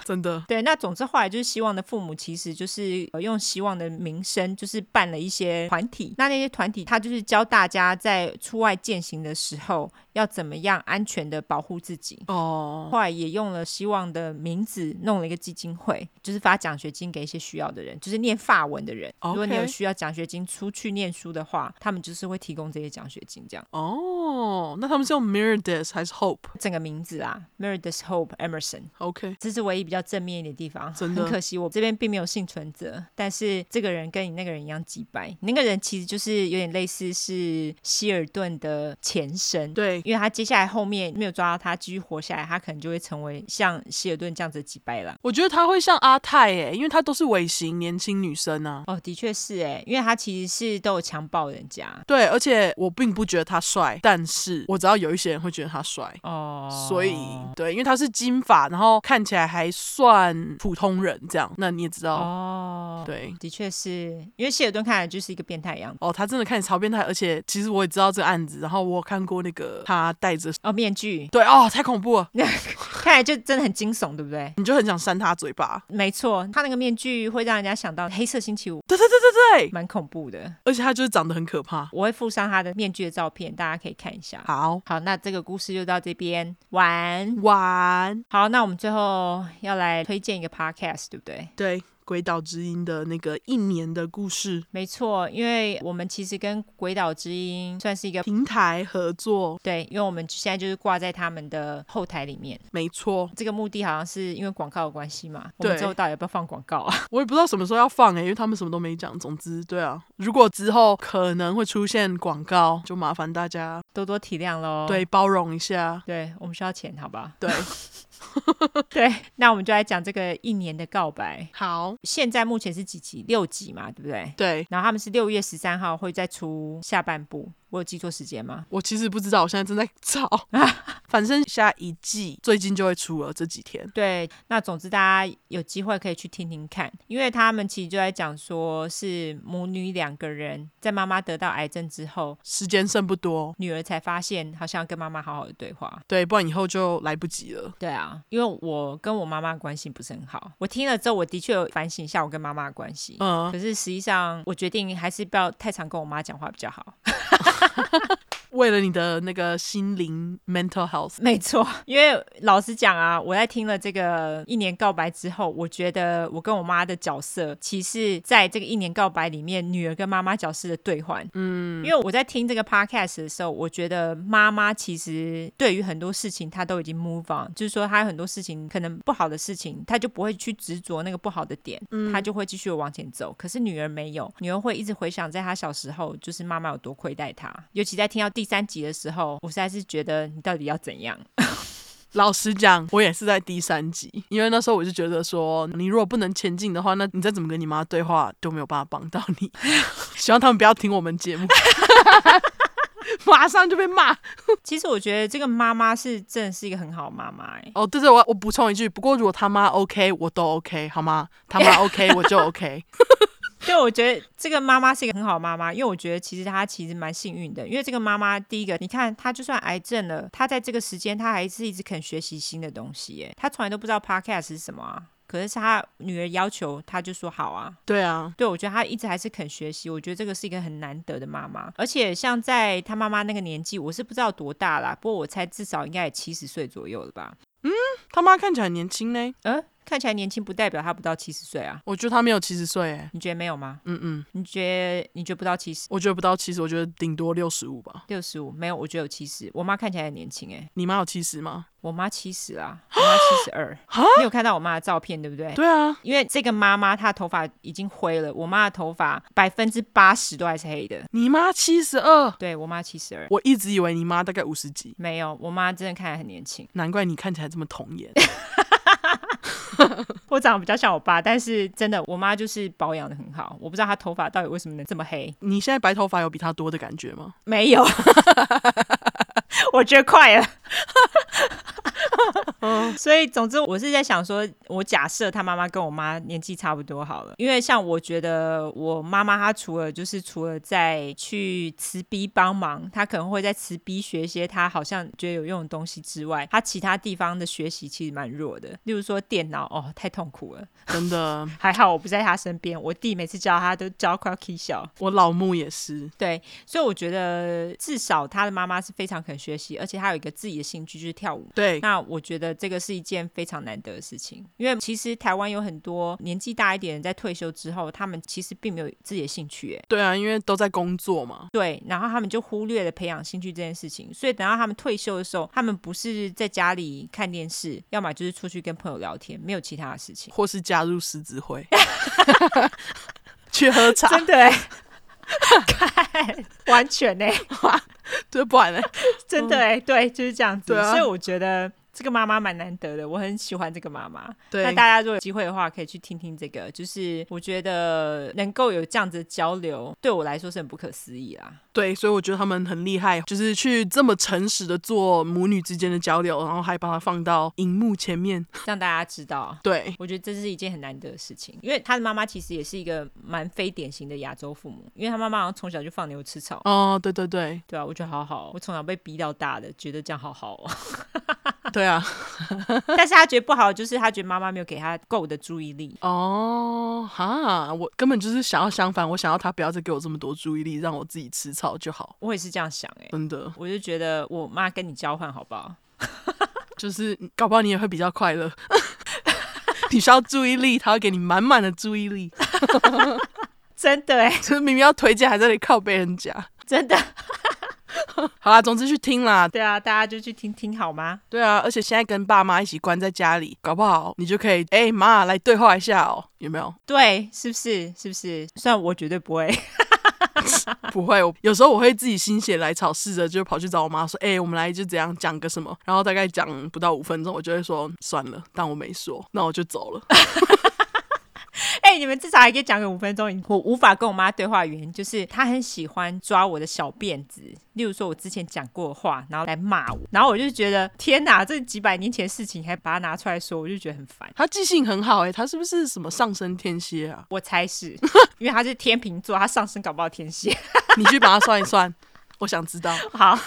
Speaker 1: 真的，
Speaker 2: 对，那总之后来就是希望的父母，其实就是呃用希望的名声，就是办了一些团体。那那些团体，他就是教大家在出外践行的时候，要怎么样安全的保护自己。
Speaker 1: 哦，
Speaker 2: 后来也用了希望的名字弄了一个基金会，就是发奖学金给一些需要的人，就是念法文的人。如果你有
Speaker 1: OK
Speaker 2: 需要奖学金出去念书的话，他们就是会提供这些奖学金。这样
Speaker 1: 哦，那他们是用 Mirror This 还是 Hope？
Speaker 2: 整整个名字啊，Meredith Hope Emerson。
Speaker 1: OK，
Speaker 2: 这是唯一比较正面一点的地方，
Speaker 1: 真的
Speaker 2: 很可惜我这边并没有幸存者，但是这个人跟你那个人一样几百，那个人其实就是有点类似是希尔顿的前身，
Speaker 1: 对，
Speaker 2: 因为他接下来后面没有抓到他继续活下来，他可能就会成为像希尔顿这样子的几百了。
Speaker 1: 我觉得她会像阿泰诶、因为她都是尾型年轻女生啊。
Speaker 2: 哦，的确是哎，因为他其实是都有强暴人家
Speaker 1: 对，而且我并不觉得他帅，但是我知道有一些人会觉得他帅，
Speaker 2: 哦，
Speaker 1: 所以对，因为他是金发，然后看起来还算普通人这样，那你也知道，
Speaker 2: 哦，
Speaker 1: 对。
Speaker 2: 的确是因为希尔顿看起来就是一个变态的样子
Speaker 1: 哦，他真的看起来超变态，而且其实我也知道这个案子，然后我有看过那个他戴着，
Speaker 2: 哦，面具
Speaker 1: 对哦，太恐怖了，
Speaker 2: 看起来就真的很惊悚，对不对？
Speaker 1: 你就很想扇他嘴巴，
Speaker 2: 没错，他那个面具会让人家想到黑色星期五，
Speaker 1: 对对对对对，
Speaker 2: 蛮恐怖的。
Speaker 1: 而且他就是长得很可怕。
Speaker 2: 我会附上他的面具的照片，大家可以看一下。
Speaker 1: 好，
Speaker 2: 好，那这个故事就到这边，晚安。
Speaker 1: 晚
Speaker 2: 好，那我们最后要来推荐一个 podcast，对不对？
Speaker 1: 对《鬼岛之音》的那个一年的故事
Speaker 2: 没错，因为我们其实跟鬼岛之音算是一个
Speaker 1: 平台合作，
Speaker 2: 对，因为我们现在就是挂在他们的后台里面。
Speaker 1: 没错，
Speaker 2: 这个目的好像是因为广告的关系嘛，我们
Speaker 1: 对
Speaker 2: 之后到底要不要放广告啊？
Speaker 1: 我也不知道什么时候要放欸诶、因为他们什么都没讲。总之，对啊，如果之后可能会出现广告，就麻烦大家
Speaker 2: 多多体谅喽。
Speaker 1: 对包容一下。
Speaker 2: 对，我们需要钱，好 吧？
Speaker 1: 对，
Speaker 2: 对，那我们就来讲这个一年的告白。
Speaker 1: 好，
Speaker 2: 现在目前是几集？六集嘛，对不对？
Speaker 1: 对
Speaker 2: 然后他们是六月十三号会再出下半部，我有记错时间吗？
Speaker 1: 我其实不知道，我现在正在找，反正下一季最近就会出了，这几天。
Speaker 2: 对，那总之大家有机会可以去听听看，因为他们其实就在讲说是母女两个人在妈妈得到癌症之后，
Speaker 1: 时间剩不多，
Speaker 2: 女儿才发现好像要跟妈妈好好的对话。
Speaker 1: 对，不然以后就来不及了。
Speaker 2: 对啊，因为我跟我妈妈关系不是很好，我听了之后我的确有反省一下我跟妈妈的关系，
Speaker 1: 嗯，
Speaker 2: 可是实际上我决定还是不要太常跟我妈讲话比较好。
Speaker 1: 为了你的那个心灵 mental health，
Speaker 2: 没错，因为老实讲啊，我在听了这个一年告白之后，我觉得我跟我妈的角色，其实在这个一年告白里面，女儿跟妈妈角色的兑换。嗯，因为我在听这个 podcast 的时候，我觉得妈妈其实对于很多事情她都已经 move on，就是说她有很多事情可能不好的事情，她就不会去执着那个不好的点，她就会继续往前走。可是女儿没有，女儿会一直回想在她小时候，就是妈妈有多亏待她。尤其在听到第三集的时候，我实在是觉得你到底要怎样？
Speaker 1: 老实讲，我也是在第三集，因为那时候我就觉得说，你如果不能前进的话，那你再怎么跟你妈对话都没有办法帮到你。 希望他们不要听我们节目， 马上就被骂。
Speaker 2: 其实我觉得这个妈妈是真的是一个很好的妈妈、欸，
Speaker 1: 哦，对对，我我补充一句，不过如果他妈 OK，我都 OK，好吗？他妈 OK，我就 OK。
Speaker 2: 对，我觉得这个妈妈是一个很好的妈妈，因为我觉得其实她其实蛮幸运的，因为这个妈妈第一个，你看她就算癌症了，她在这个时间她还是一直肯学习新的东西、欸，她从来都不知道 podcast 是什么啊。可是她女儿要求，她就说好啊。
Speaker 1: 对啊，
Speaker 2: 对，我觉得她一直还是肯学习，我觉得这个是一个很难得的妈妈。而且像在她妈妈那个年纪，我是不知道多大啦，不过我猜至少应该也七十岁左右了吧。
Speaker 1: 他妈看起来很年轻呢，
Speaker 2: 嗯，看起来年轻不代表她不到七十岁啊。
Speaker 1: 我觉得他没有七十岁，哎，
Speaker 2: 你觉得没有吗？
Speaker 1: 嗯嗯，
Speaker 2: 你觉得你觉得不到七十？
Speaker 1: 我觉得不到七十，我觉得顶多六十五吧。
Speaker 2: 六十五没有，我觉得有七十。我妈看起来很年轻哎、
Speaker 1: 你妈有七十吗？
Speaker 2: 我妈七十啊，我妈七十 二。你有看到我妈的照片对不对？
Speaker 1: 对啊，
Speaker 2: 因为这个妈妈她的头发已经灰了，我妈的头发百分之八十都还是黑的。
Speaker 1: 你妈七十二，
Speaker 2: 对我妈七十二，
Speaker 1: 我一直以为你妈大概五十几，
Speaker 2: 没有，我妈真的看起来很年轻。
Speaker 1: 难怪你看起来这么童 颜。
Speaker 2: 我长得比较像我爸，但是真的我妈就是保养的很好。我不知道她头发到底为什么能这么黑，
Speaker 1: 你现在白头发有比她多的感觉吗？
Speaker 2: 没有， 我觉得快了。所以，总之，我是在想说，我假设他妈妈跟我妈年纪差不多好了，因为像我觉得我妈妈她除了就是除了在去慈逼帮忙，她可能会在慈逼学一些她好像觉得有用的东西之外，她其他地方的学习其实蛮弱的，例如说电脑哦，太痛苦了，
Speaker 1: 真的，
Speaker 2: 还好我不在她身边，我弟每次教她都教快要气笑。
Speaker 1: 我老木也是。
Speaker 2: 对，所以我觉得至少他的妈妈是非常肯学习，而且他有一个自己的兴趣，就是跳舞。
Speaker 1: 对，
Speaker 2: 那我觉得这个是一件非常难得的事情，因为其实台湾有很多年纪大一点的人在退休之后，他们其实并没有自己的兴趣，哎，
Speaker 1: 对啊，因为都在工作嘛。
Speaker 2: 对，然后他们就忽略了培养兴趣这件事情，所以等到他们退休的时候，他们不是在家里看电视，要么就是出去跟朋友聊天，没有其他的事情。
Speaker 1: 或是加入狮子 会， 去喝茶，
Speaker 2: 真的、 欸，看，完全呢、
Speaker 1: 对，不然呢？
Speaker 2: 真的哎、对，就是这样子。
Speaker 1: 对啊
Speaker 2: 所以我觉得这个妈妈蛮难得的，我很喜欢这个妈妈。
Speaker 1: 对
Speaker 2: 那，大家如果有机会的话，可以去听听这个，就是我觉得能够有这样子的交流，对我来说是很不可思议啦。
Speaker 1: 对，所以我觉得他们很厉害，就是去这么诚实的做母女之间的交流，然后还把它放到荧幕前面。
Speaker 2: 让大家知道，
Speaker 1: 对，
Speaker 2: 我觉得这是一件很难得的事情，因为他的妈妈其实也是一个蛮非典型的亚洲父母，因为他妈妈好像从小就放牛吃草。
Speaker 1: 哦，对对对，
Speaker 2: 对啊，我觉得好好哦，我从小被逼到大的，觉得这样好好哦。
Speaker 1: 对啊，
Speaker 2: 但是他觉得不好，就是他觉得妈妈没有给他够的注意力。
Speaker 1: 哦，哈，我根本就是想要相反，我想要他不要再给我这么多注意力，让我自己吃草就好。
Speaker 2: 我也是这样想哎、
Speaker 1: 真的，
Speaker 2: 我就觉得我妈跟你交换好不好？
Speaker 1: 就是搞不好你也会比较快乐。 你需要注意力，他会给你满满的注意力。
Speaker 2: 真的哎、
Speaker 1: 就是明明要推荐，还在那里靠被人家。
Speaker 2: 真的，
Speaker 1: 好啦，总之去听啦。
Speaker 2: 对啊，大家就去听听好吗？
Speaker 1: 对啊，而且现在跟爸妈一起关在家里，搞不好你就可以，哎、妈，来对话一下哦，有没有？
Speaker 2: 对，是不是？是不是？虽然我绝对不会，
Speaker 1: 不会，我有时候我会自己心血来潮，试着就跑去找我妈说，哎、我们来就怎样讲个什么，然后大概讲不到五分钟，我就会说算了，当我没说，那我就走了。
Speaker 2: 哎、你们至少还可以讲个五分钟。我无法跟我妈对话的原因就是她很喜欢抓我的小辫子，例如说我之前讲过的话，然后来骂我，然后我就觉得天哪，这几百年前的事情还把它拿出来说，我就觉得很烦。
Speaker 1: 她记性很好、哎，她是不是什么上升天蝎啊？
Speaker 2: 我猜是因为她是天秤座，她上升搞不好天蝎。
Speaker 1: 你去把它算一算， 我想知道。
Speaker 2: 好，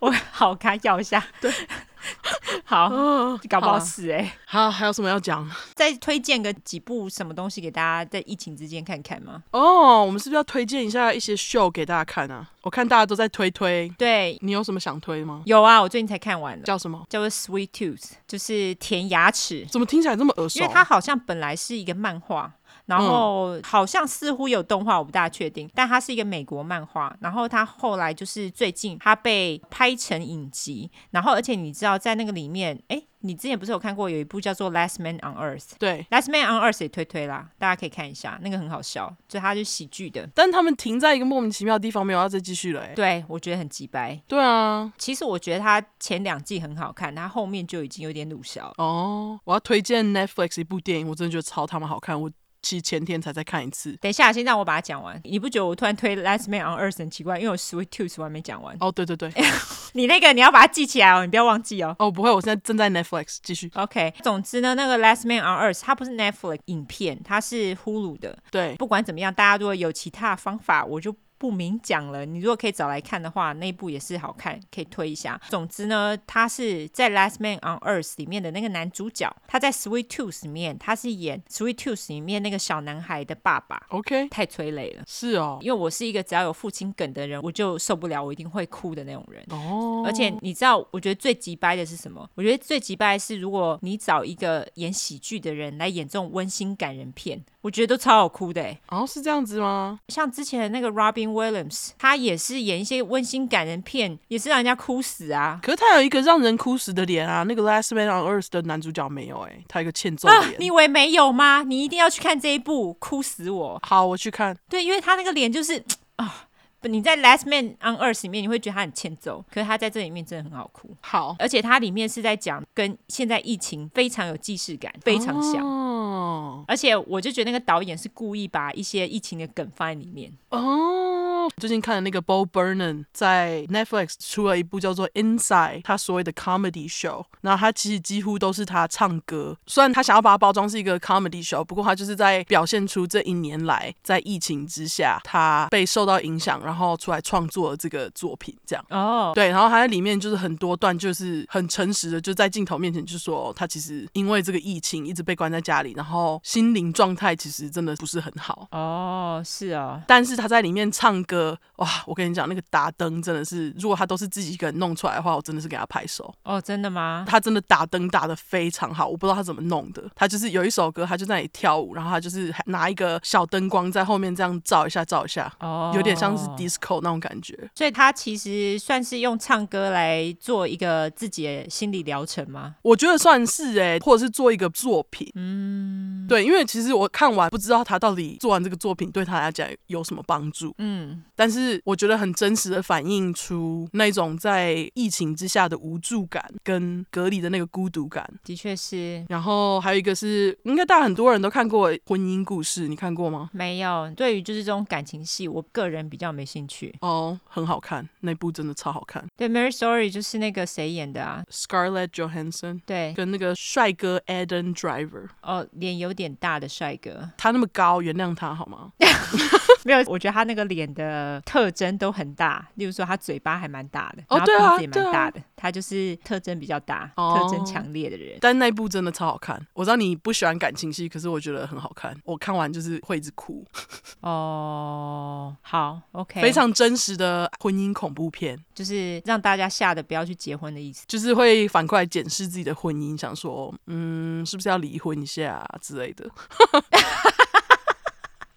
Speaker 2: 我好，我跟她要一下。对， 好，
Speaker 1: 嗯，
Speaker 2: 搞不好
Speaker 1: 啊
Speaker 2: 是哎、
Speaker 1: 好，还有什么要讲？
Speaker 2: 再推荐个几部什么东西给大家，在疫情之间看看吗？
Speaker 1: 哦，我们是不是要推荐一下一些秀给大家看啊？我看大家都在推推，
Speaker 2: 对，
Speaker 1: 你有什么想推的吗？
Speaker 2: 有啊，我最近才看完了，
Speaker 1: 叫什么？
Speaker 2: 叫做《Sweet Tooth》，就是甜牙齿，
Speaker 1: 怎么听起来这么耳熟？
Speaker 2: 因为它好像本来是一个漫画。然后好像似乎有动画，我不大确定，但它是一个美国漫画。然后它后来就是最近它被拍成影集，然后而且你知道在那个里面，哎，你之前不是有看过有一部叫做《Last Man on Earth》，
Speaker 1: 对，
Speaker 2: 《Last Man on Earth》也推推啦，大家可以看一下，那个很好笑，就它是喜剧的。
Speaker 1: 但他们停在一个莫名其妙的地方，没有要再继续了、欸。
Speaker 2: 对，我觉得很鸡掰。
Speaker 1: 对啊，
Speaker 2: 其实我觉得它前两季很好看，它后面就已经有点鲁小了。
Speaker 1: 哦，我要推荐 Netflix 一部电影，我真的觉得超他妈好看。我其实前天才在看一次。
Speaker 2: 等一下，先让我把它讲完。你不觉得我突然推《Last Man on Earth》很奇怪？因为我 Sweet Tooth 我还没讲完。
Speaker 1: 哦，对对 对，
Speaker 2: 你那个你要把它记起来哦，你不要忘记哦。
Speaker 1: 哦不会，我现在正在 Netflix 继续。
Speaker 2: OK，总之呢，那个《Last Man on Earth》它不是 Netflix 影片，它是 Hulu 的。
Speaker 1: 对，
Speaker 2: 不管怎么样，大家如果有其他的方法，我就不明讲了。你如果可以找来看的话，那一部也是好看，可以推一下。总之呢，他是在《Last Man on Earth》里面的那个男主角，他在《Sweet Tooth》里面，他是演《Sweet Tooth》里面那个小男孩的爸爸，
Speaker 1: ，OK，
Speaker 2: 太催泪了。
Speaker 1: 是哦，
Speaker 2: 因为我是一个只要有父亲梗的人，我就受不了，我一定会哭的那种人。
Speaker 1: 哦，
Speaker 2: 而且你知道，我觉得最急掰的是什么？我觉得最急掰的是，如果你找一个演喜剧的人来演这种温馨感人片，我觉得都超好哭的、欸。
Speaker 1: 哦是这样子吗？
Speaker 2: 像之前的那个 Robin Williams，他也是演一些温馨感人片，也是让人家哭死啊。
Speaker 1: 可是他有一个让人哭死的脸啊，那个 Last Man on Earth 的男主角没有哎、他有一个欠揍
Speaker 2: 啊
Speaker 1: 脸。，
Speaker 2: 你以为没有吗？你一定要去看这一部，哭死我！
Speaker 1: 好，我去看。
Speaker 2: 对，因为他那个脸就是啊，你在 Last Man on Earth 里面你会觉得他很欠揍，可是他在这里面真的很好哭，
Speaker 1: 好，
Speaker 2: 而且它里面是在讲跟现在疫情非常有既视感，非常像。
Speaker 1: 哦
Speaker 2: 而且我就觉得那个导演是故意把一些疫情的梗放在里面。
Speaker 1: 哦，最近看的那个 Bo Burnham 在 Netflix 出了一部叫做《Inside》，他所谓的 comedy show，然后他其实几乎都是他唱歌。虽然他想要把它包装是一个 comedy show，不过他就是在表现出这一年来在疫情之下，他被受到影响，然后出来创作的这个作品这样。
Speaker 2: 哦，
Speaker 1: 对，然后他在里面就是很多段，就是很诚实的，就在镜头面前就说，他其实因为这个疫情一直被关在家里，然后心灵状态其实真的不是很好。
Speaker 2: 哦，是哦，
Speaker 1: 但是他在里面唱歌个哇，我跟你讲，那个打灯真的是，如果他都是自己一个人弄出来的话，我真的是给他拍手。
Speaker 2: 哦，真的吗？
Speaker 1: 他真的打灯打得非常好，我不知道他怎么弄的。他就是有一首歌，他就在那里跳舞，然后他就是还拿一个小灯光在后面这样照一下照一下，
Speaker 2: 哦，
Speaker 1: 有点像是 disco 那种感觉。
Speaker 2: 所以他其实算是用唱歌来做一个自己的心理疗程吗？
Speaker 1: 我觉得算是哎、或者是做一个作品，
Speaker 2: 嗯
Speaker 1: 对，因为其实我看完不知道他到底做完这个作品对他来讲有什么帮助，
Speaker 2: 嗯，
Speaker 1: 但是我觉得很真实的反映出那种在疫情之下的无助感跟隔离的那个孤独感。
Speaker 2: 的确是
Speaker 1: 然后还有一个是，应该大家很多人都看过《婚姻故事》，你看过吗？
Speaker 2: 没有。对于就是这种感情戏，我个人比较没兴趣。
Speaker 1: 哦，很好看，那部真的超好看。
Speaker 2: 对，《Mary Story》就是那个谁演的啊？
Speaker 1: Scarlett Johansson
Speaker 2: 对，
Speaker 1: 跟那个帅哥 Adam Driver，
Speaker 2: 哦，脸有点大的帅哥，
Speaker 1: 他那么高，原谅他好吗？
Speaker 2: 没有，我觉得他那个脸的特征都很大，例如说他嘴巴还蛮大的，
Speaker 1: 哦
Speaker 2: 然后
Speaker 1: 对啊
Speaker 2: 鼻子也
Speaker 1: 对啊
Speaker 2: 蛮大的，他就是特征比较大、
Speaker 1: 哦
Speaker 2: 特征强烈的人。
Speaker 1: 但那部真的超好看。我知道你不喜欢感情戏，可是我觉得很好看。我看完就是会一直哭，
Speaker 2: 哦，好，OK，
Speaker 1: 非常真实的婚姻恐怖片，
Speaker 2: 就是让大家吓得不要去结婚的意思。
Speaker 1: 就是会反过来检视自己的婚姻，想说，嗯，是不是要离婚一下、啊之类的。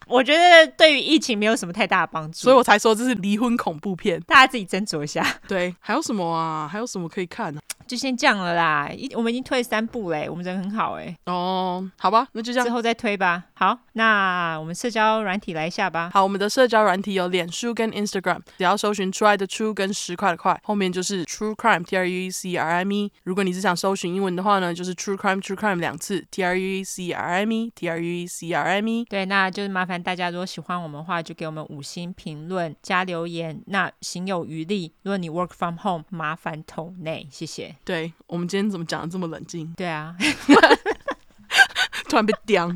Speaker 2: 我觉得对于疫情没有什么太大的帮助，
Speaker 1: 所以我才说这是离婚恐怖片。
Speaker 2: 大家自己斟酌一下，
Speaker 1: 对，还有什么啊？还有什么可以看呢、
Speaker 2: 就先这样了啦。一我们已经退三步嘞，我们人很好哎，
Speaker 1: 哦，好吧，那就这样
Speaker 2: 之。后再推吧。好，那我们社交软体来一下吧。
Speaker 1: 好，我们的社交软体有脸书跟 Instagram，只要搜寻出来的 True 跟十块的块，后面就是 True Crime T R U E C R I M E。如果你是想搜寻英文的话呢，就是 True Crime True Crime 两次 T R U E C R I M E T R U E C R I M E。
Speaker 2: 对，那就是麻烦大家，如果喜欢我们的话，就给我们五星评论加留言。那行有余力，如果你 work from home，麻烦投内，谢谢。
Speaker 1: 对我们今天怎么讲的这么冷静，
Speaker 2: 对啊，
Speaker 1: 突然被 刁。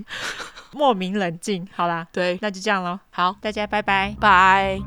Speaker 2: 莫名冷静。好啦，
Speaker 1: 对，
Speaker 2: 那就这样喽，
Speaker 1: 好，
Speaker 2: 大家拜拜。
Speaker 1: 拜。